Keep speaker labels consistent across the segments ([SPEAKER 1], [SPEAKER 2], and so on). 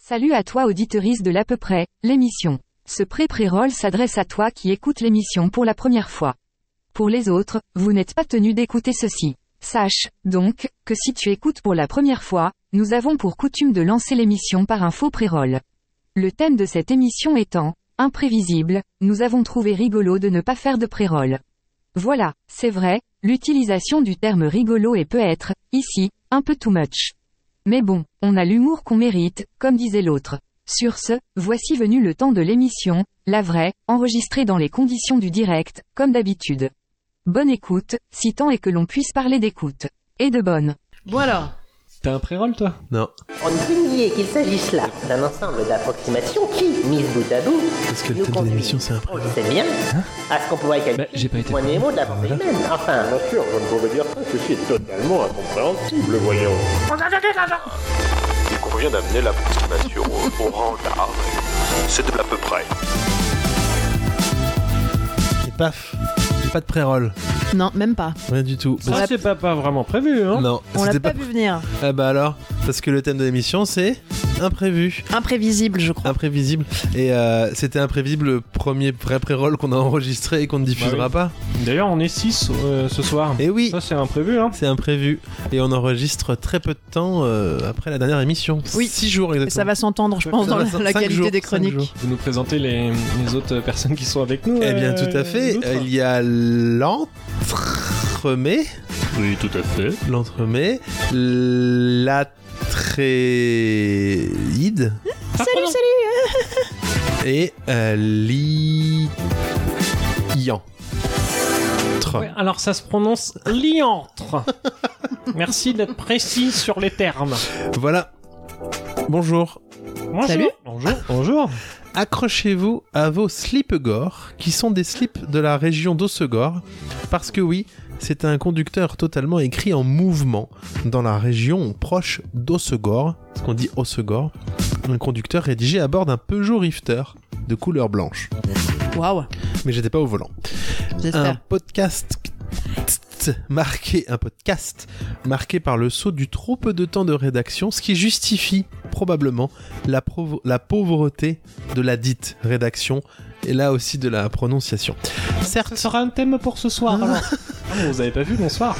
[SPEAKER 1] Salut à toi auditeuriste de l'à peu près, l'émission. Ce pré-pré-roll s'adresse à toi qui écoute l'émission pour la première fois. Pour les autres, vous n'êtes pas tenu d'écouter ceci. Sache, donc, que si tu écoutes pour la première fois, nous avons pour coutume de lancer l'émission par un faux pré-roll. Le thème de cette émission étant, imprévisible, nous avons trouvé rigolo de ne pas faire de pré-roll. Voilà, c'est vrai, l'utilisation du terme rigolo est peut-être, ici, un peu too much. Mais bon, on a l'humour qu'on mérite, comme disait l'autre. Sur ce, voici venu le temps de l'émission, la vraie, enregistrée dans les conditions du direct, comme d'habitude. Bonne écoute, si tant est que l'on puisse parler d'écoute. Et de bonne.
[SPEAKER 2] Bon alors,
[SPEAKER 3] T'as un pré-roll toi
[SPEAKER 4] Non.
[SPEAKER 5] On ne peut nier qu'il s'agisse là d'un ensemble d'approximations qui, mises bout à bout,
[SPEAKER 4] Parce que le
[SPEAKER 5] nous
[SPEAKER 4] thème de
[SPEAKER 5] conduisent,
[SPEAKER 4] l'émission, c'est un Hein
[SPEAKER 5] on
[SPEAKER 4] pré-roll.
[SPEAKER 5] le sait bien, à ce qu'on pourrait
[SPEAKER 3] Bah, j'ai pas
[SPEAKER 5] calculer
[SPEAKER 3] été
[SPEAKER 5] point
[SPEAKER 3] prévenu.
[SPEAKER 5] mot de la pensée
[SPEAKER 3] Voilà.
[SPEAKER 5] humaine. Enfin,
[SPEAKER 6] Bien sûr, je ne pouvais dire ça, ceci est totalement incompréhensible, voyons. Il convient d'amener l'approximation au, au rang d'arbre. C'est de l'à peu près.
[SPEAKER 4] Et paf Pas de pré-roll.
[SPEAKER 2] non, même pas.
[SPEAKER 4] Rien du tout.
[SPEAKER 2] On
[SPEAKER 4] Parce-
[SPEAKER 2] l'a-
[SPEAKER 3] Ça c'est pas, pas vraiment prévu hein
[SPEAKER 4] Non,
[SPEAKER 2] Ah On l'a
[SPEAKER 4] Ah, c'était
[SPEAKER 2] pas vu venir.
[SPEAKER 4] Ah bah alors Parce que le thème de l'émission, c'est imprévu.
[SPEAKER 2] Imprévisible, je crois.
[SPEAKER 4] Imprévisible. Et euh, c'était imprévisible le premier vrai pré-roll qu'on a enregistré et qu'on ne diffusera pas.
[SPEAKER 3] D'ailleurs on est 6 ce soir.
[SPEAKER 4] Et oui
[SPEAKER 3] Ça c'est imprévu hein
[SPEAKER 4] c'est imprévu et on enregistre très peu de temps euh, après la dernière émission.
[SPEAKER 2] Oui.
[SPEAKER 4] Six jours
[SPEAKER 2] Et ça
[SPEAKER 4] exactement.
[SPEAKER 2] va s'entendre, je pense,
[SPEAKER 4] Ah, Ça
[SPEAKER 2] dans
[SPEAKER 4] va
[SPEAKER 2] la,
[SPEAKER 4] cinq
[SPEAKER 2] la qualité
[SPEAKER 4] jours,
[SPEAKER 2] des
[SPEAKER 4] cinq
[SPEAKER 2] chroniques.
[SPEAKER 4] jours.
[SPEAKER 3] Vous nous présentez les, les autres personnes qui sont avec nous
[SPEAKER 4] Eh bien,
[SPEAKER 3] euh,
[SPEAKER 4] tout à fait.
[SPEAKER 3] d'autres
[SPEAKER 4] Il y a l'entremet.
[SPEAKER 6] Oui, tout à fait.
[SPEAKER 4] L'entremet. L'atréide.
[SPEAKER 2] Salut, salut
[SPEAKER 4] et euh, li- Ian. Tre.
[SPEAKER 3] Ouais, alors ça se prononce liantre. Merci d'être précis sur les termes.
[SPEAKER 4] Voilà. Bonjour.
[SPEAKER 3] Bonjour.
[SPEAKER 2] Salut.
[SPEAKER 3] Bonjour. Bonjour.
[SPEAKER 4] Accrochez-vous à vos slip-gore, qui sont des slips de la région d'Ossegor, parce que oui, c'est un conducteur totalement écrit en mouvement dans la région proche d'Ossegor, ce qu'on dit Ossegor, un conducteur rédigé à bord d'un Peugeot Rifter de couleur blanche.
[SPEAKER 2] Waouh,
[SPEAKER 4] Mais j'étais pas au volant. un
[SPEAKER 2] j'espère.
[SPEAKER 4] podcast Euh, marqué un podcast marqué par le saut du trop peu de temps de rédaction ce qui justifie probablement la, provo- la pauvreté de la dite rédaction et là aussi de la prononciation certes
[SPEAKER 3] Ce sera un thème pour ce soir. alors. Ah, mais vous avez pas vu bonsoir.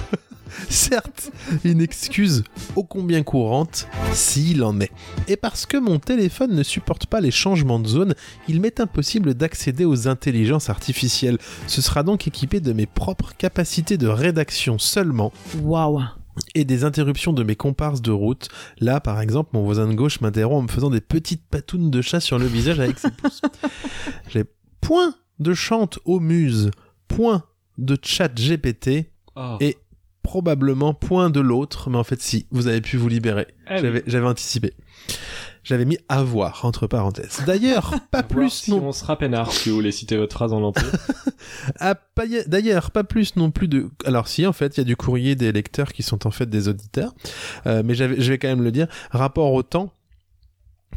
[SPEAKER 4] certes une excuse ô combien courante s'il en est. Et parce que mon téléphone ne supporte pas les changements de zone, il m'est impossible d'accéder aux intelligences artificielles. Ce sera donc équipé de mes propres capacités de rédaction seulement
[SPEAKER 2] Waouh.
[SPEAKER 4] et des interruptions de mes comparses de route. Là, par exemple, mon voisin de gauche m'interrompt en me faisant des petites patounes de chat sur le visage avec ses pouces. J'ai point de chante aux muses, point de chat GPT,
[SPEAKER 3] Oh.
[SPEAKER 4] et probablement point de l'autre, mais en fait si, vous avez pu vous libérer.
[SPEAKER 3] Ah oui.
[SPEAKER 4] J'avais j'avais anticipé. J'avais mis avoir entre parenthèses. D'ailleurs, pas
[SPEAKER 3] À voir
[SPEAKER 4] plus
[SPEAKER 3] si
[SPEAKER 4] non
[SPEAKER 3] on sera peinard si vous voulez citer votre phrase en entier.
[SPEAKER 4] Ah, pas y- D'ailleurs, pas plus non plus de. Alors si, en fait, il y a du courrier des lecteurs qui sont en fait des auditeurs, Euh, mais j'avais- je vais quand même le dire. Rapport au temps,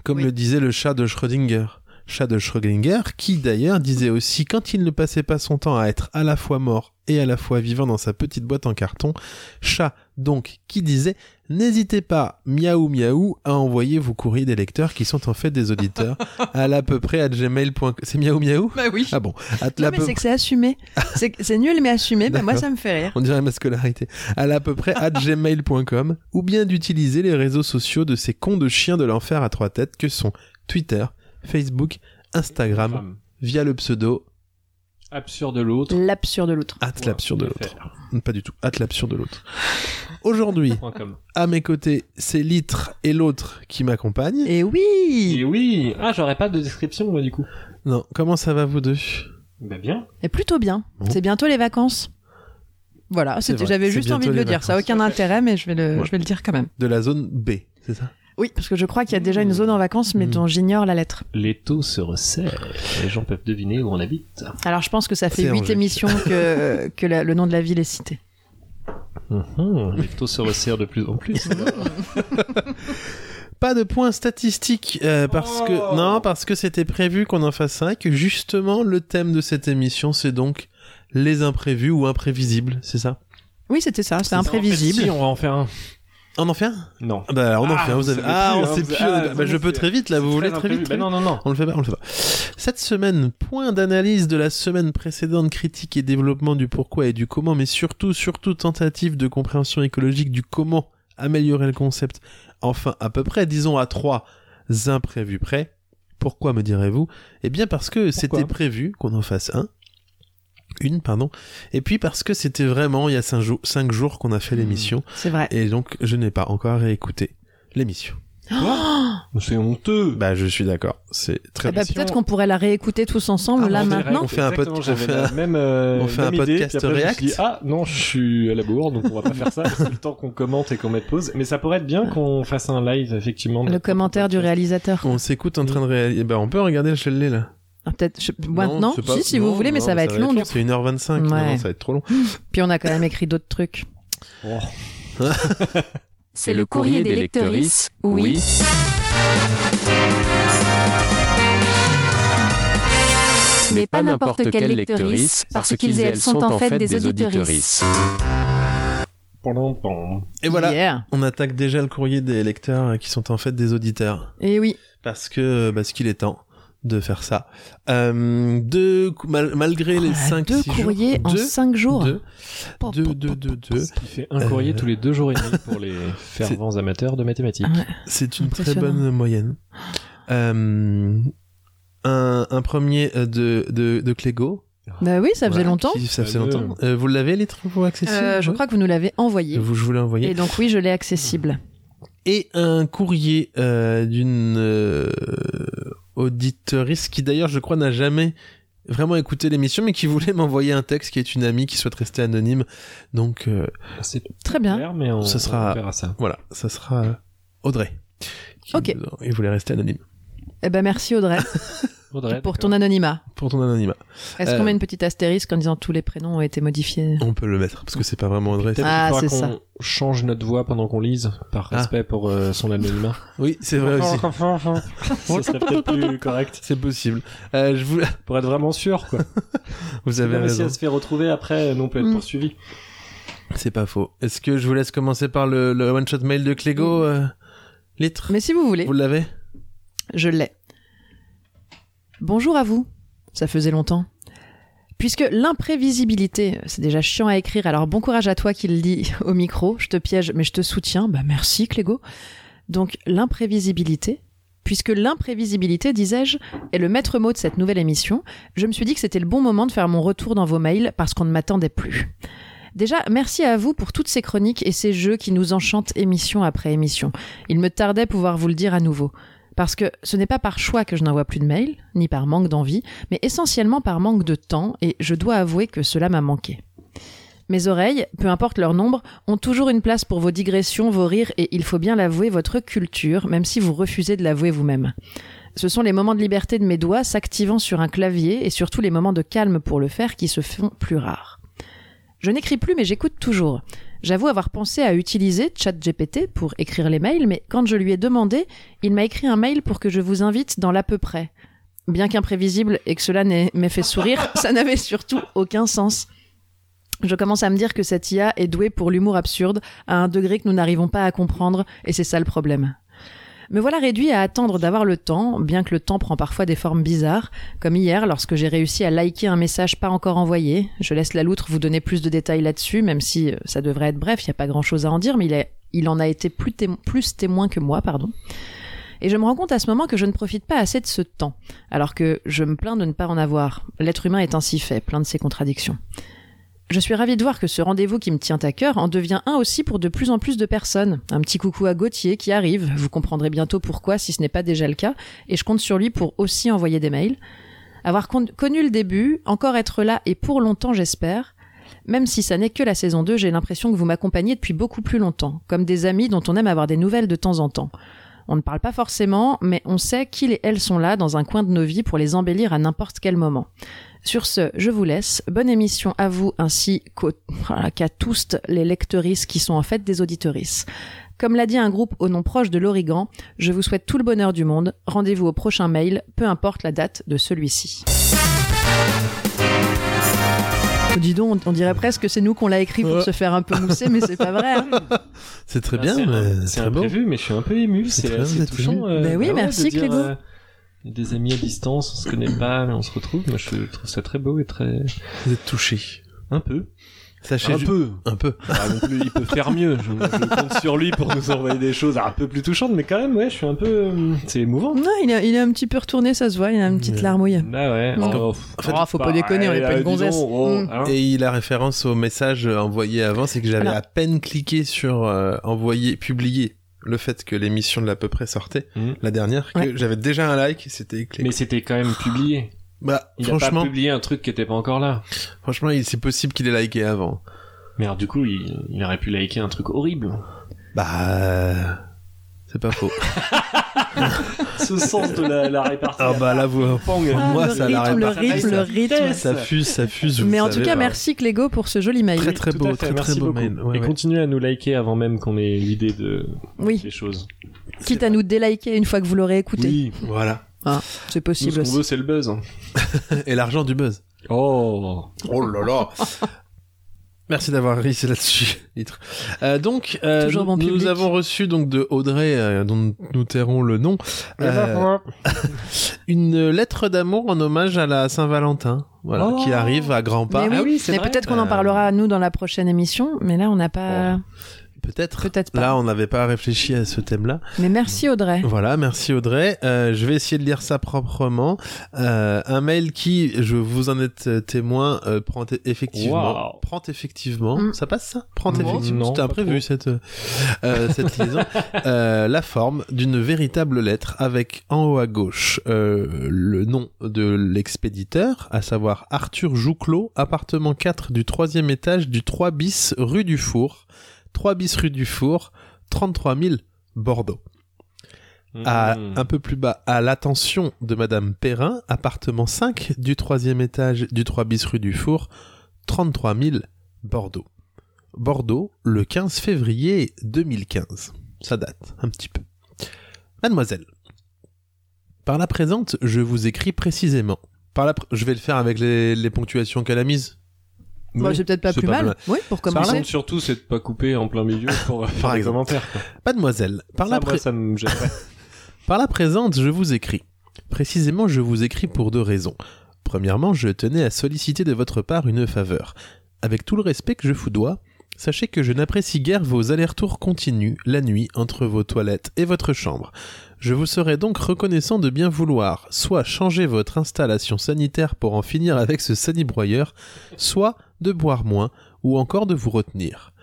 [SPEAKER 4] comme
[SPEAKER 2] Oui.
[SPEAKER 4] le disait le chat de Schrödinger. Chat de Schrödinger, qui d'ailleurs disait aussi quand il ne passait pas son temps à être à la fois mort et à la fois vivant dans sa petite boîte en carton, chat donc qui disait n'hésitez pas miaou miaou à envoyer vos courriers des lecteurs qui sont en fait des auditeurs à l'à peu près à gmail.com. C'est miaou miaou
[SPEAKER 2] Bah oui.
[SPEAKER 4] Ah bon, à
[SPEAKER 2] Non,
[SPEAKER 4] l'à
[SPEAKER 2] mais
[SPEAKER 4] peu
[SPEAKER 2] c'est que c'est assumé. C'est c'est nul, mais assumé. Bah, moi, ça me fait rire.
[SPEAKER 4] on dirait ma scolarité, à l'à peu près à gmail.com, ou bien d'utiliser les réseaux sociaux de ces cons de chiens de l'enfer à trois têtes que sont Twitter, Facebook, Instagram,
[SPEAKER 3] Femme.
[SPEAKER 4] via le pseudo
[SPEAKER 3] Absurde l'autre.
[SPEAKER 2] L'absurde l'outre.
[SPEAKER 4] Atlapsure de l'autre. Hum,
[SPEAKER 3] Faire.
[SPEAKER 4] Pas du tout, Atlapsure de l'autre. Aujourd'hui,
[SPEAKER 3] Point com.
[SPEAKER 4] à mes côtés, c'est l'itre et l'autre qui m'accompagnent.
[SPEAKER 2] Et oui
[SPEAKER 3] Et oui. Ah j'aurais pas de description moi du coup.
[SPEAKER 4] Non, comment ça va vous deux
[SPEAKER 3] Bah bien.
[SPEAKER 2] Et plutôt bien.
[SPEAKER 4] Bon.
[SPEAKER 2] C'est bientôt les vacances. Voilà,
[SPEAKER 4] C'est
[SPEAKER 2] c'était-
[SPEAKER 4] vrai,
[SPEAKER 2] j'avais
[SPEAKER 4] c'est
[SPEAKER 2] juste envie de
[SPEAKER 4] bientôt
[SPEAKER 2] le
[SPEAKER 4] les
[SPEAKER 2] dire. Ça n'a
[SPEAKER 4] vacances.
[SPEAKER 2] aucun intérêt, mais je vais, le,
[SPEAKER 4] Ouais.
[SPEAKER 2] je vais le dire quand même.
[SPEAKER 4] De la zone B, c'est ça
[SPEAKER 2] Oui, parce que je crois qu'il y a déjà une zone en vacances, mais
[SPEAKER 4] Mm.
[SPEAKER 2] dont j'ignore la lettre.
[SPEAKER 3] Les taux se resserrent. Les gens peuvent deviner où on habite.
[SPEAKER 2] Alors, je pense que ça fait
[SPEAKER 4] C'est
[SPEAKER 2] 8
[SPEAKER 4] Angers.
[SPEAKER 2] émissions que, que la- le nom de la ville est cité.
[SPEAKER 3] Mhm, les taux se resserrent de plus en plus.
[SPEAKER 4] Pas de points statistiques euh, parce que
[SPEAKER 3] Oh.
[SPEAKER 4] non parce que c'était prévu qu'on en fasse un et que justement le thème de cette émission c'est donc les imprévus ou imprévisibles c'est ça
[SPEAKER 2] Oui, c'était ça, c'est
[SPEAKER 3] En fait,
[SPEAKER 2] imprévisible.
[SPEAKER 3] si, on va en faire un.
[SPEAKER 4] On en fait un
[SPEAKER 3] Non.
[SPEAKER 4] Ah Bah, on en
[SPEAKER 3] Ah,
[SPEAKER 4] fait un. Vous
[SPEAKER 3] vous
[SPEAKER 4] avez...
[SPEAKER 3] savez
[SPEAKER 4] Ah,
[SPEAKER 3] plus,
[SPEAKER 4] on
[SPEAKER 3] hein,
[SPEAKER 4] sait
[SPEAKER 3] vous-
[SPEAKER 4] plus.
[SPEAKER 3] ah,
[SPEAKER 4] Bah,
[SPEAKER 3] vous
[SPEAKER 4] je
[SPEAKER 3] en
[SPEAKER 4] peux
[SPEAKER 3] faites-
[SPEAKER 4] très vite, là. Vous
[SPEAKER 3] c'est
[SPEAKER 4] voulez
[SPEAKER 3] très
[SPEAKER 4] très vite
[SPEAKER 3] imprévu. Bah non, non, non.
[SPEAKER 4] On le fait pas, on le fait pas. Cette semaine, point d'analyse de la semaine précédente, critique et développement du pourquoi et du comment, mais surtout, surtout tentative de compréhension écologique du comment améliorer le concept. Enfin, à peu près, disons à trois imprévus près. Pourquoi me direz-vous Eh bien parce que c'était prévu qu'on en fasse un. Une, pardon. Et puis parce que c'était vraiment il y a cinq, jours- cinq jours qu'on a fait l'émission.
[SPEAKER 2] C'est vrai.
[SPEAKER 4] Et donc je n'ai pas encore réécouté l'émission. Oh
[SPEAKER 3] C'est honteux.
[SPEAKER 4] Bah je suis d'accord. C'est très
[SPEAKER 2] Eh ben,
[SPEAKER 4] bien.
[SPEAKER 2] peut-être qu'on pourrait la réécouter tous ensemble
[SPEAKER 4] Ah,
[SPEAKER 2] là
[SPEAKER 4] on dirait-
[SPEAKER 2] maintenant.
[SPEAKER 4] on fait un
[SPEAKER 3] Exactement,
[SPEAKER 4] pod-
[SPEAKER 3] j'avais
[SPEAKER 4] on fait
[SPEAKER 3] la
[SPEAKER 4] un-
[SPEAKER 3] même, euh,
[SPEAKER 4] on fait un
[SPEAKER 3] même idée,
[SPEAKER 4] podcast
[SPEAKER 3] puis après, je me suis dit,
[SPEAKER 4] React.
[SPEAKER 3] ah non, je suis à la bourre, donc on va pas faire ça. C'est le temps qu'on commente et qu'on mette pause. Mais ça pourrait être bien qu'on fasse un live, effectivement. de-
[SPEAKER 2] Le commentaire du réalisateur.
[SPEAKER 4] On s'écoute en train de réaliser. Bah, on peut regarder le chalet là.
[SPEAKER 2] Ah, peut-être je- maintenant,
[SPEAKER 4] c'est pas-
[SPEAKER 2] si, si
[SPEAKER 4] non,
[SPEAKER 2] vous voulez, mais
[SPEAKER 4] non,
[SPEAKER 2] ça va être long. du coup.
[SPEAKER 4] C'est 1h25. non,
[SPEAKER 2] Ouais.
[SPEAKER 4] non, ça va être trop long.
[SPEAKER 2] Puis on a quand même écrit d'autres trucs.
[SPEAKER 3] Oh.
[SPEAKER 1] C'est le courrier des lectrices. Oui. Mais pas n'importe quelle lectrice, parce qu'ils et elles sont en fait des auditrices.
[SPEAKER 3] Pendant, pendant.
[SPEAKER 4] Et voilà.
[SPEAKER 2] Yeah.
[SPEAKER 4] On attaque déjà le courrier des lecteurs euh, qui sont en fait des auditeurs.
[SPEAKER 2] Et oui.
[SPEAKER 4] Parce que, euh, parce qu'il est temps de faire ça. Euh, deux, cou- mal- malgré
[SPEAKER 2] Oh, On
[SPEAKER 4] les
[SPEAKER 2] a
[SPEAKER 4] 5
[SPEAKER 2] Ah, deux courriers en
[SPEAKER 4] deux,
[SPEAKER 2] 5 jours.
[SPEAKER 4] Deux,
[SPEAKER 2] Pop,
[SPEAKER 4] deux,
[SPEAKER 2] pop,
[SPEAKER 4] deux,
[SPEAKER 2] pop,
[SPEAKER 4] deux,
[SPEAKER 2] pop.
[SPEAKER 4] deux.
[SPEAKER 3] Ce qui fait un courrier
[SPEAKER 4] Euh,
[SPEAKER 3] tous les deux jours et demi pour les fervents amateurs de mathématiques.
[SPEAKER 2] Ah.
[SPEAKER 4] C'est une très
[SPEAKER 2] Impressionnant.
[SPEAKER 4] bonne moyenne. Euh, un, un premier euh, de, de, de Clégo.
[SPEAKER 2] Bah oui, ça faisait
[SPEAKER 4] Voilà,
[SPEAKER 2] longtemps.
[SPEAKER 4] qui- ça faisait
[SPEAKER 3] Fameux.
[SPEAKER 4] longtemps. Euh, vous l'avez, les travaux accessibles
[SPEAKER 2] Euh, je
[SPEAKER 4] ouais
[SPEAKER 2] crois que vous nous l'avez envoyé.
[SPEAKER 4] Vous, je vous l'ai envoyé.
[SPEAKER 2] Et donc oui, je l'ai accessible.
[SPEAKER 4] et un courrier euh, d'une euh, auditrice qui d'ailleurs je crois n'a jamais vraiment écouté l'émission mais qui voulait m'envoyer un texte qui est une amie qui souhaite rester anonyme donc euh,
[SPEAKER 3] C'est
[SPEAKER 2] Très bien.
[SPEAKER 3] clair, mais on,
[SPEAKER 4] Ce sera-
[SPEAKER 3] on verra ça.
[SPEAKER 4] voilà ça sera euh, Audrey qui
[SPEAKER 2] Ok.
[SPEAKER 4] il voulait rester anonyme
[SPEAKER 2] Eh ben merci Audrey
[SPEAKER 3] Audrey,
[SPEAKER 2] pour ton anonymat.
[SPEAKER 4] pour ton anonymat
[SPEAKER 2] Est-ce
[SPEAKER 4] Euh,
[SPEAKER 2] qu'on met une petite astérisque en disant tous les prénoms ont été modifiés
[SPEAKER 4] on peut le mettre parce que c'est pas vraiment Audrey
[SPEAKER 3] Peut-être
[SPEAKER 2] Ah,
[SPEAKER 3] qu'il
[SPEAKER 2] c'est
[SPEAKER 3] faudra qu'on change notre voix pendant qu'on lise, par
[SPEAKER 4] Ah.
[SPEAKER 3] respect pour euh, son anonymat.
[SPEAKER 4] oui c'est vrai aussi
[SPEAKER 3] Ce serait peut-être plus correct.
[SPEAKER 4] c'est possible Euh, je vous
[SPEAKER 3] Pour être vraiment sûr, quoi.
[SPEAKER 4] vous avez
[SPEAKER 3] Même si
[SPEAKER 4] raison
[SPEAKER 3] elle se fait retrouver après, nous on peut être
[SPEAKER 2] Mm.
[SPEAKER 3] poursuivi.
[SPEAKER 4] c'est pas faux est-ce que je vous laisse commencer par le, le one shot mail de Clégo euh, Litre
[SPEAKER 2] Mais si vous voulez,
[SPEAKER 4] vous l'avez
[SPEAKER 2] je l'ai. Bonjour à vous. Ça faisait longtemps. Puisque l'imprévisibilité, c'est déjà chiant à écrire, alors bon courage à toi qui le lis au micro. Je te piège, mais je te soutiens. Bah merci Clégo. Donc l'imprévisibilité, puisque l'imprévisibilité, disais-je, est le maître mot de cette nouvelle émission, je me suis dit que c'était le bon moment de faire mon retour dans vos mails parce qu'on ne m'attendait plus. Déjà, merci à vous pour toutes ces chroniques et ces jeux qui nous enchantent émission après émission. Il me tardait pouvoir vous le dire à nouveau. Parce que ce n'est pas par choix que je n'envoie plus de mails, ni par manque d'envie, mais essentiellement par manque de temps, et je dois avouer que cela m'a manqué. Mes oreilles, peu importe leur nombre, ont toujours une place pour vos digressions, vos rires et, il faut bien l'avouer, votre culture, même si vous refusez de l'avouer vous-même. Ce sont les moments de liberté de mes doigts s'activant sur un clavier et surtout les moments de calme pour le faire qui se font plus rares. Je n'écris plus mais j'écoute toujours. J'avoue avoir pensé à utiliser ChatGPT pour écrire les mails, mais quand je lui ai demandé, il m'a écrit un mail pour que je vous invite dans l'à peu près. Bien qu'imprévisible et que cela n'ait- m'ait fait sourire, ça n'avait surtout aucun sens. Je commence à me dire que cette IA est douée pour l'humour absurde, à un degré que nous n'arrivons pas à comprendre, et c'est ça le problème. Me voilà réduit à attendre d'avoir le temps, bien que le temps prend parfois des formes bizarres, comme hier lorsque j'ai réussi à liker un message pas encore envoyé. Je laisse la loutre vous donner plus de détails là-dessus, même si euh, ça devrait être bref, il n'y a pas grand-chose à en dire, mais il, est- il en a été plus, témo- plus témoin que moi, pardon. Et je me rends compte à ce moment que je ne profite pas assez de ce temps, alors que je me plains de ne pas en avoir. L'être humain est ainsi fait, plein de ses contradictions. Je suis ravie de voir que ce rendez-vous qui me tient à cœur en devient un aussi pour de plus en plus de personnes. Un petit coucou à Gauthier qui arrive, vous comprendrez bientôt pourquoi si ce n'est pas déjà le cas, et je compte sur lui pour aussi envoyer des mails. Avoir con- connu le début, encore être là et pour longtemps j'espère. Même si ça n'est que la saison 2, j'ai l'impression que vous m'accompagnez depuis beaucoup plus longtemps, comme des amis dont on aime avoir des nouvelles de temps en temps. On ne parle pas forcément, mais on sait qu'ils et elles sont là dans un coin de nos vies pour les embellir à n'importe quel moment. Sur ce, je vous laisse. Bonne émission à vous ainsi qu'au- voilà, qu'à tous les lectrices qui sont en fait des auditorices. Comme l'a dit un groupe au nom proche de l'Origan, je vous souhaite tout le bonheur du monde. Rendez-vous au prochain mail, peu importe la date de celui-ci. Oh, dis donc, on, on dirait presque que c'est nous qu'on l'a écrit pour
[SPEAKER 4] Ouais.
[SPEAKER 2] se faire un peu mousser, mais c'est pas vrai. hein.
[SPEAKER 4] C'est très
[SPEAKER 3] Ah,
[SPEAKER 4] bien,
[SPEAKER 3] c'est un-
[SPEAKER 4] mais
[SPEAKER 3] c'est
[SPEAKER 4] très beau.
[SPEAKER 3] imprévu, mais je suis un peu ému.
[SPEAKER 4] C'est
[SPEAKER 3] C'est
[SPEAKER 4] très bien
[SPEAKER 3] assez
[SPEAKER 4] d'être
[SPEAKER 3] touchant.
[SPEAKER 4] ému.
[SPEAKER 3] euh,
[SPEAKER 2] Ben oui,
[SPEAKER 3] bah ouais,
[SPEAKER 2] merci,
[SPEAKER 3] de dire,
[SPEAKER 2] Clégo.
[SPEAKER 3] euh, Des amis à distance, on se connaît pas, mais on se retrouve. Moi, je trouve ça très beau et très.
[SPEAKER 4] Vous êtes touché.
[SPEAKER 3] Un peu.
[SPEAKER 4] Sachez
[SPEAKER 3] Un
[SPEAKER 4] ju-
[SPEAKER 3] peu.
[SPEAKER 4] un peu.
[SPEAKER 3] Ah, non plus, il peut faire mieux. Je, je compte sur lui pour nous envoyer des choses un peu plus touchantes, mais quand même, ouais, je suis un peu. euh, C'est émouvant.
[SPEAKER 2] Non, il est, il est un petit peu retourné, ça se voit, il a une petite
[SPEAKER 4] Ouais.
[SPEAKER 2] larmouille.
[SPEAKER 3] Bah ouais.
[SPEAKER 2] Mm.
[SPEAKER 3] oh, pff,
[SPEAKER 4] En fait,
[SPEAKER 2] Oh, faut pas déconner, on est
[SPEAKER 3] ouais,
[SPEAKER 2] pas une
[SPEAKER 3] dis donc,
[SPEAKER 2] gonzesse.
[SPEAKER 3] oh,
[SPEAKER 2] Mm.
[SPEAKER 3] hein.
[SPEAKER 4] Et il a référence au message euh, envoyé avant, c'est que j'avais
[SPEAKER 2] Alors-
[SPEAKER 4] à peine cliqué sur euh, envoyer, publier le fait que l'émission de l'à peu près sortait,
[SPEAKER 3] Mhm.
[SPEAKER 4] la dernière, que
[SPEAKER 2] Ouais.
[SPEAKER 4] j'avais déjà un like, c'était éclaté.
[SPEAKER 3] Mais c'était quand même publié.
[SPEAKER 4] Bah,
[SPEAKER 3] Il a
[SPEAKER 4] franchement,
[SPEAKER 3] pas publié un truc qui était pas encore là.
[SPEAKER 4] franchement, il- c'est possible qu'il ait liké avant.
[SPEAKER 3] Mais alors, du coup, il, il aurait pu liker un truc horrible.
[SPEAKER 4] Bah, euh, c'est pas faux.
[SPEAKER 3] Ce sens de la, la répartition.
[SPEAKER 4] ah bah là, vous,
[SPEAKER 3] Pang.
[SPEAKER 4] Ah, Moi,
[SPEAKER 2] le
[SPEAKER 4] ça la
[SPEAKER 2] rythme, le
[SPEAKER 4] répare.
[SPEAKER 2] rythme, le
[SPEAKER 3] Ça
[SPEAKER 2] rythme.
[SPEAKER 3] déteste.
[SPEAKER 4] ça fuse, ça fuse. vous
[SPEAKER 2] Mais en tout
[SPEAKER 4] savez,
[SPEAKER 2] cas,
[SPEAKER 4] bah,
[SPEAKER 2] merci Clégo pour ce joli mail.
[SPEAKER 4] Très très
[SPEAKER 3] Tout
[SPEAKER 4] beau,
[SPEAKER 3] à fait,
[SPEAKER 4] très très
[SPEAKER 3] merci
[SPEAKER 4] beau
[SPEAKER 3] beaucoup.
[SPEAKER 4] mail. Ouais,
[SPEAKER 3] et
[SPEAKER 4] ouais.
[SPEAKER 3] continuez à nous liker avant même qu'on ait l'idée de
[SPEAKER 2] Oui.
[SPEAKER 3] des choses.
[SPEAKER 2] Quitte à nous déliker une fois que vous l'aurez écouté.
[SPEAKER 3] Oui,
[SPEAKER 4] Voilà.
[SPEAKER 2] C'est
[SPEAKER 3] nous,
[SPEAKER 2] possible
[SPEAKER 3] ce qu'on
[SPEAKER 2] aussi.
[SPEAKER 3] veut, c'est le buzz. hein.
[SPEAKER 4] Et l'argent du buzz.
[SPEAKER 3] Oh
[SPEAKER 4] Oh là là Merci d'avoir ri c'est là-dessus, Litre. Euh, donc, euh,
[SPEAKER 2] Toujours
[SPEAKER 4] nous,
[SPEAKER 2] bon
[SPEAKER 4] nous
[SPEAKER 2] public.
[SPEAKER 4] avons reçu donc de Audrey, euh, dont nous tairons le nom,
[SPEAKER 3] Eh ben,
[SPEAKER 4] euh, une lettre d'amour en hommage à la Saint-Valentin, voilà,
[SPEAKER 3] Oh.
[SPEAKER 4] qui arrive à grands pas.
[SPEAKER 2] Mais oui,
[SPEAKER 3] Ah oui, c'est
[SPEAKER 2] mais
[SPEAKER 3] vrai.
[SPEAKER 2] peut-être qu'on
[SPEAKER 4] Euh,
[SPEAKER 2] en parlera nous dans la prochaine émission, mais là on n'a pas,
[SPEAKER 4] Oh. Peut-être.
[SPEAKER 2] peut-être pas.
[SPEAKER 4] Là, on n'avait pas réfléchi à ce thème-là.
[SPEAKER 2] Mais merci Audrey.
[SPEAKER 4] Voilà, merci Audrey. Euh, je vais essayer de lire ça proprement. Euh, un mail qui, je vous en êtes euh, témoin, euh, prend e- effectivement.
[SPEAKER 3] Wow.
[SPEAKER 4] Prend effectivement.
[SPEAKER 2] Mm.
[SPEAKER 4] Ça passe ça Prend
[SPEAKER 3] Non,
[SPEAKER 4] effectivement.
[SPEAKER 3] non,
[SPEAKER 4] C'était
[SPEAKER 3] pas
[SPEAKER 4] imprévu
[SPEAKER 3] trop.
[SPEAKER 4] cette, euh, euh, cette liaison. Euh, la forme d'une véritable lettre avec en haut à gauche euh, le nom de l'expéditeur, à savoir Arthur Jouclos, appartement 4 du troisième étage du 3 bis rue du Four. 3 bis rue du Four, 33 000 Bordeaux
[SPEAKER 3] Hmm.
[SPEAKER 4] à,
[SPEAKER 3] Mm.
[SPEAKER 4] un peu plus bas, à l'attention de Madame Perrin, appartement 5 du troisième étage du 3 bis rue du Four, 33 000 Bordeaux. Bordeaux, le 15 février 2015. Ça date un petit peu. Mademoiselle, par la présente, je vous écris précisément. Par la pr- je vais le faire avec les, les ponctuations qu'elle a mises.
[SPEAKER 2] Moi, c'est peut-être pas
[SPEAKER 4] c'est
[SPEAKER 2] plus
[SPEAKER 4] pas
[SPEAKER 2] mal.
[SPEAKER 4] mal.
[SPEAKER 2] Oui, pour
[SPEAKER 4] là,
[SPEAKER 2] commencer.
[SPEAKER 3] surtout, c'est de pas couper en plein milieu pour euh, faire
[SPEAKER 4] Par
[SPEAKER 3] des
[SPEAKER 4] exemple.
[SPEAKER 3] commentaires. quoi.
[SPEAKER 4] Mademoiselle, par
[SPEAKER 3] Ça,
[SPEAKER 4] la
[SPEAKER 3] moi,
[SPEAKER 4] pré-
[SPEAKER 3] ça me gêne. pas.
[SPEAKER 4] Par la présente, je vous écris. Précisément, je vous écris pour deux raisons. Premièrement, je tenais à solliciter de votre part une faveur. Avec tout le respect que je vous dois, sachez que je n'apprécie guère vos allers-retours continus la nuit entre vos toilettes et votre chambre. Je vous serais donc reconnaissant de bien vouloir soit changer votre installation sanitaire pour en finir avec ce sanibroyeur, soit de boire moins ou encore de vous retenir.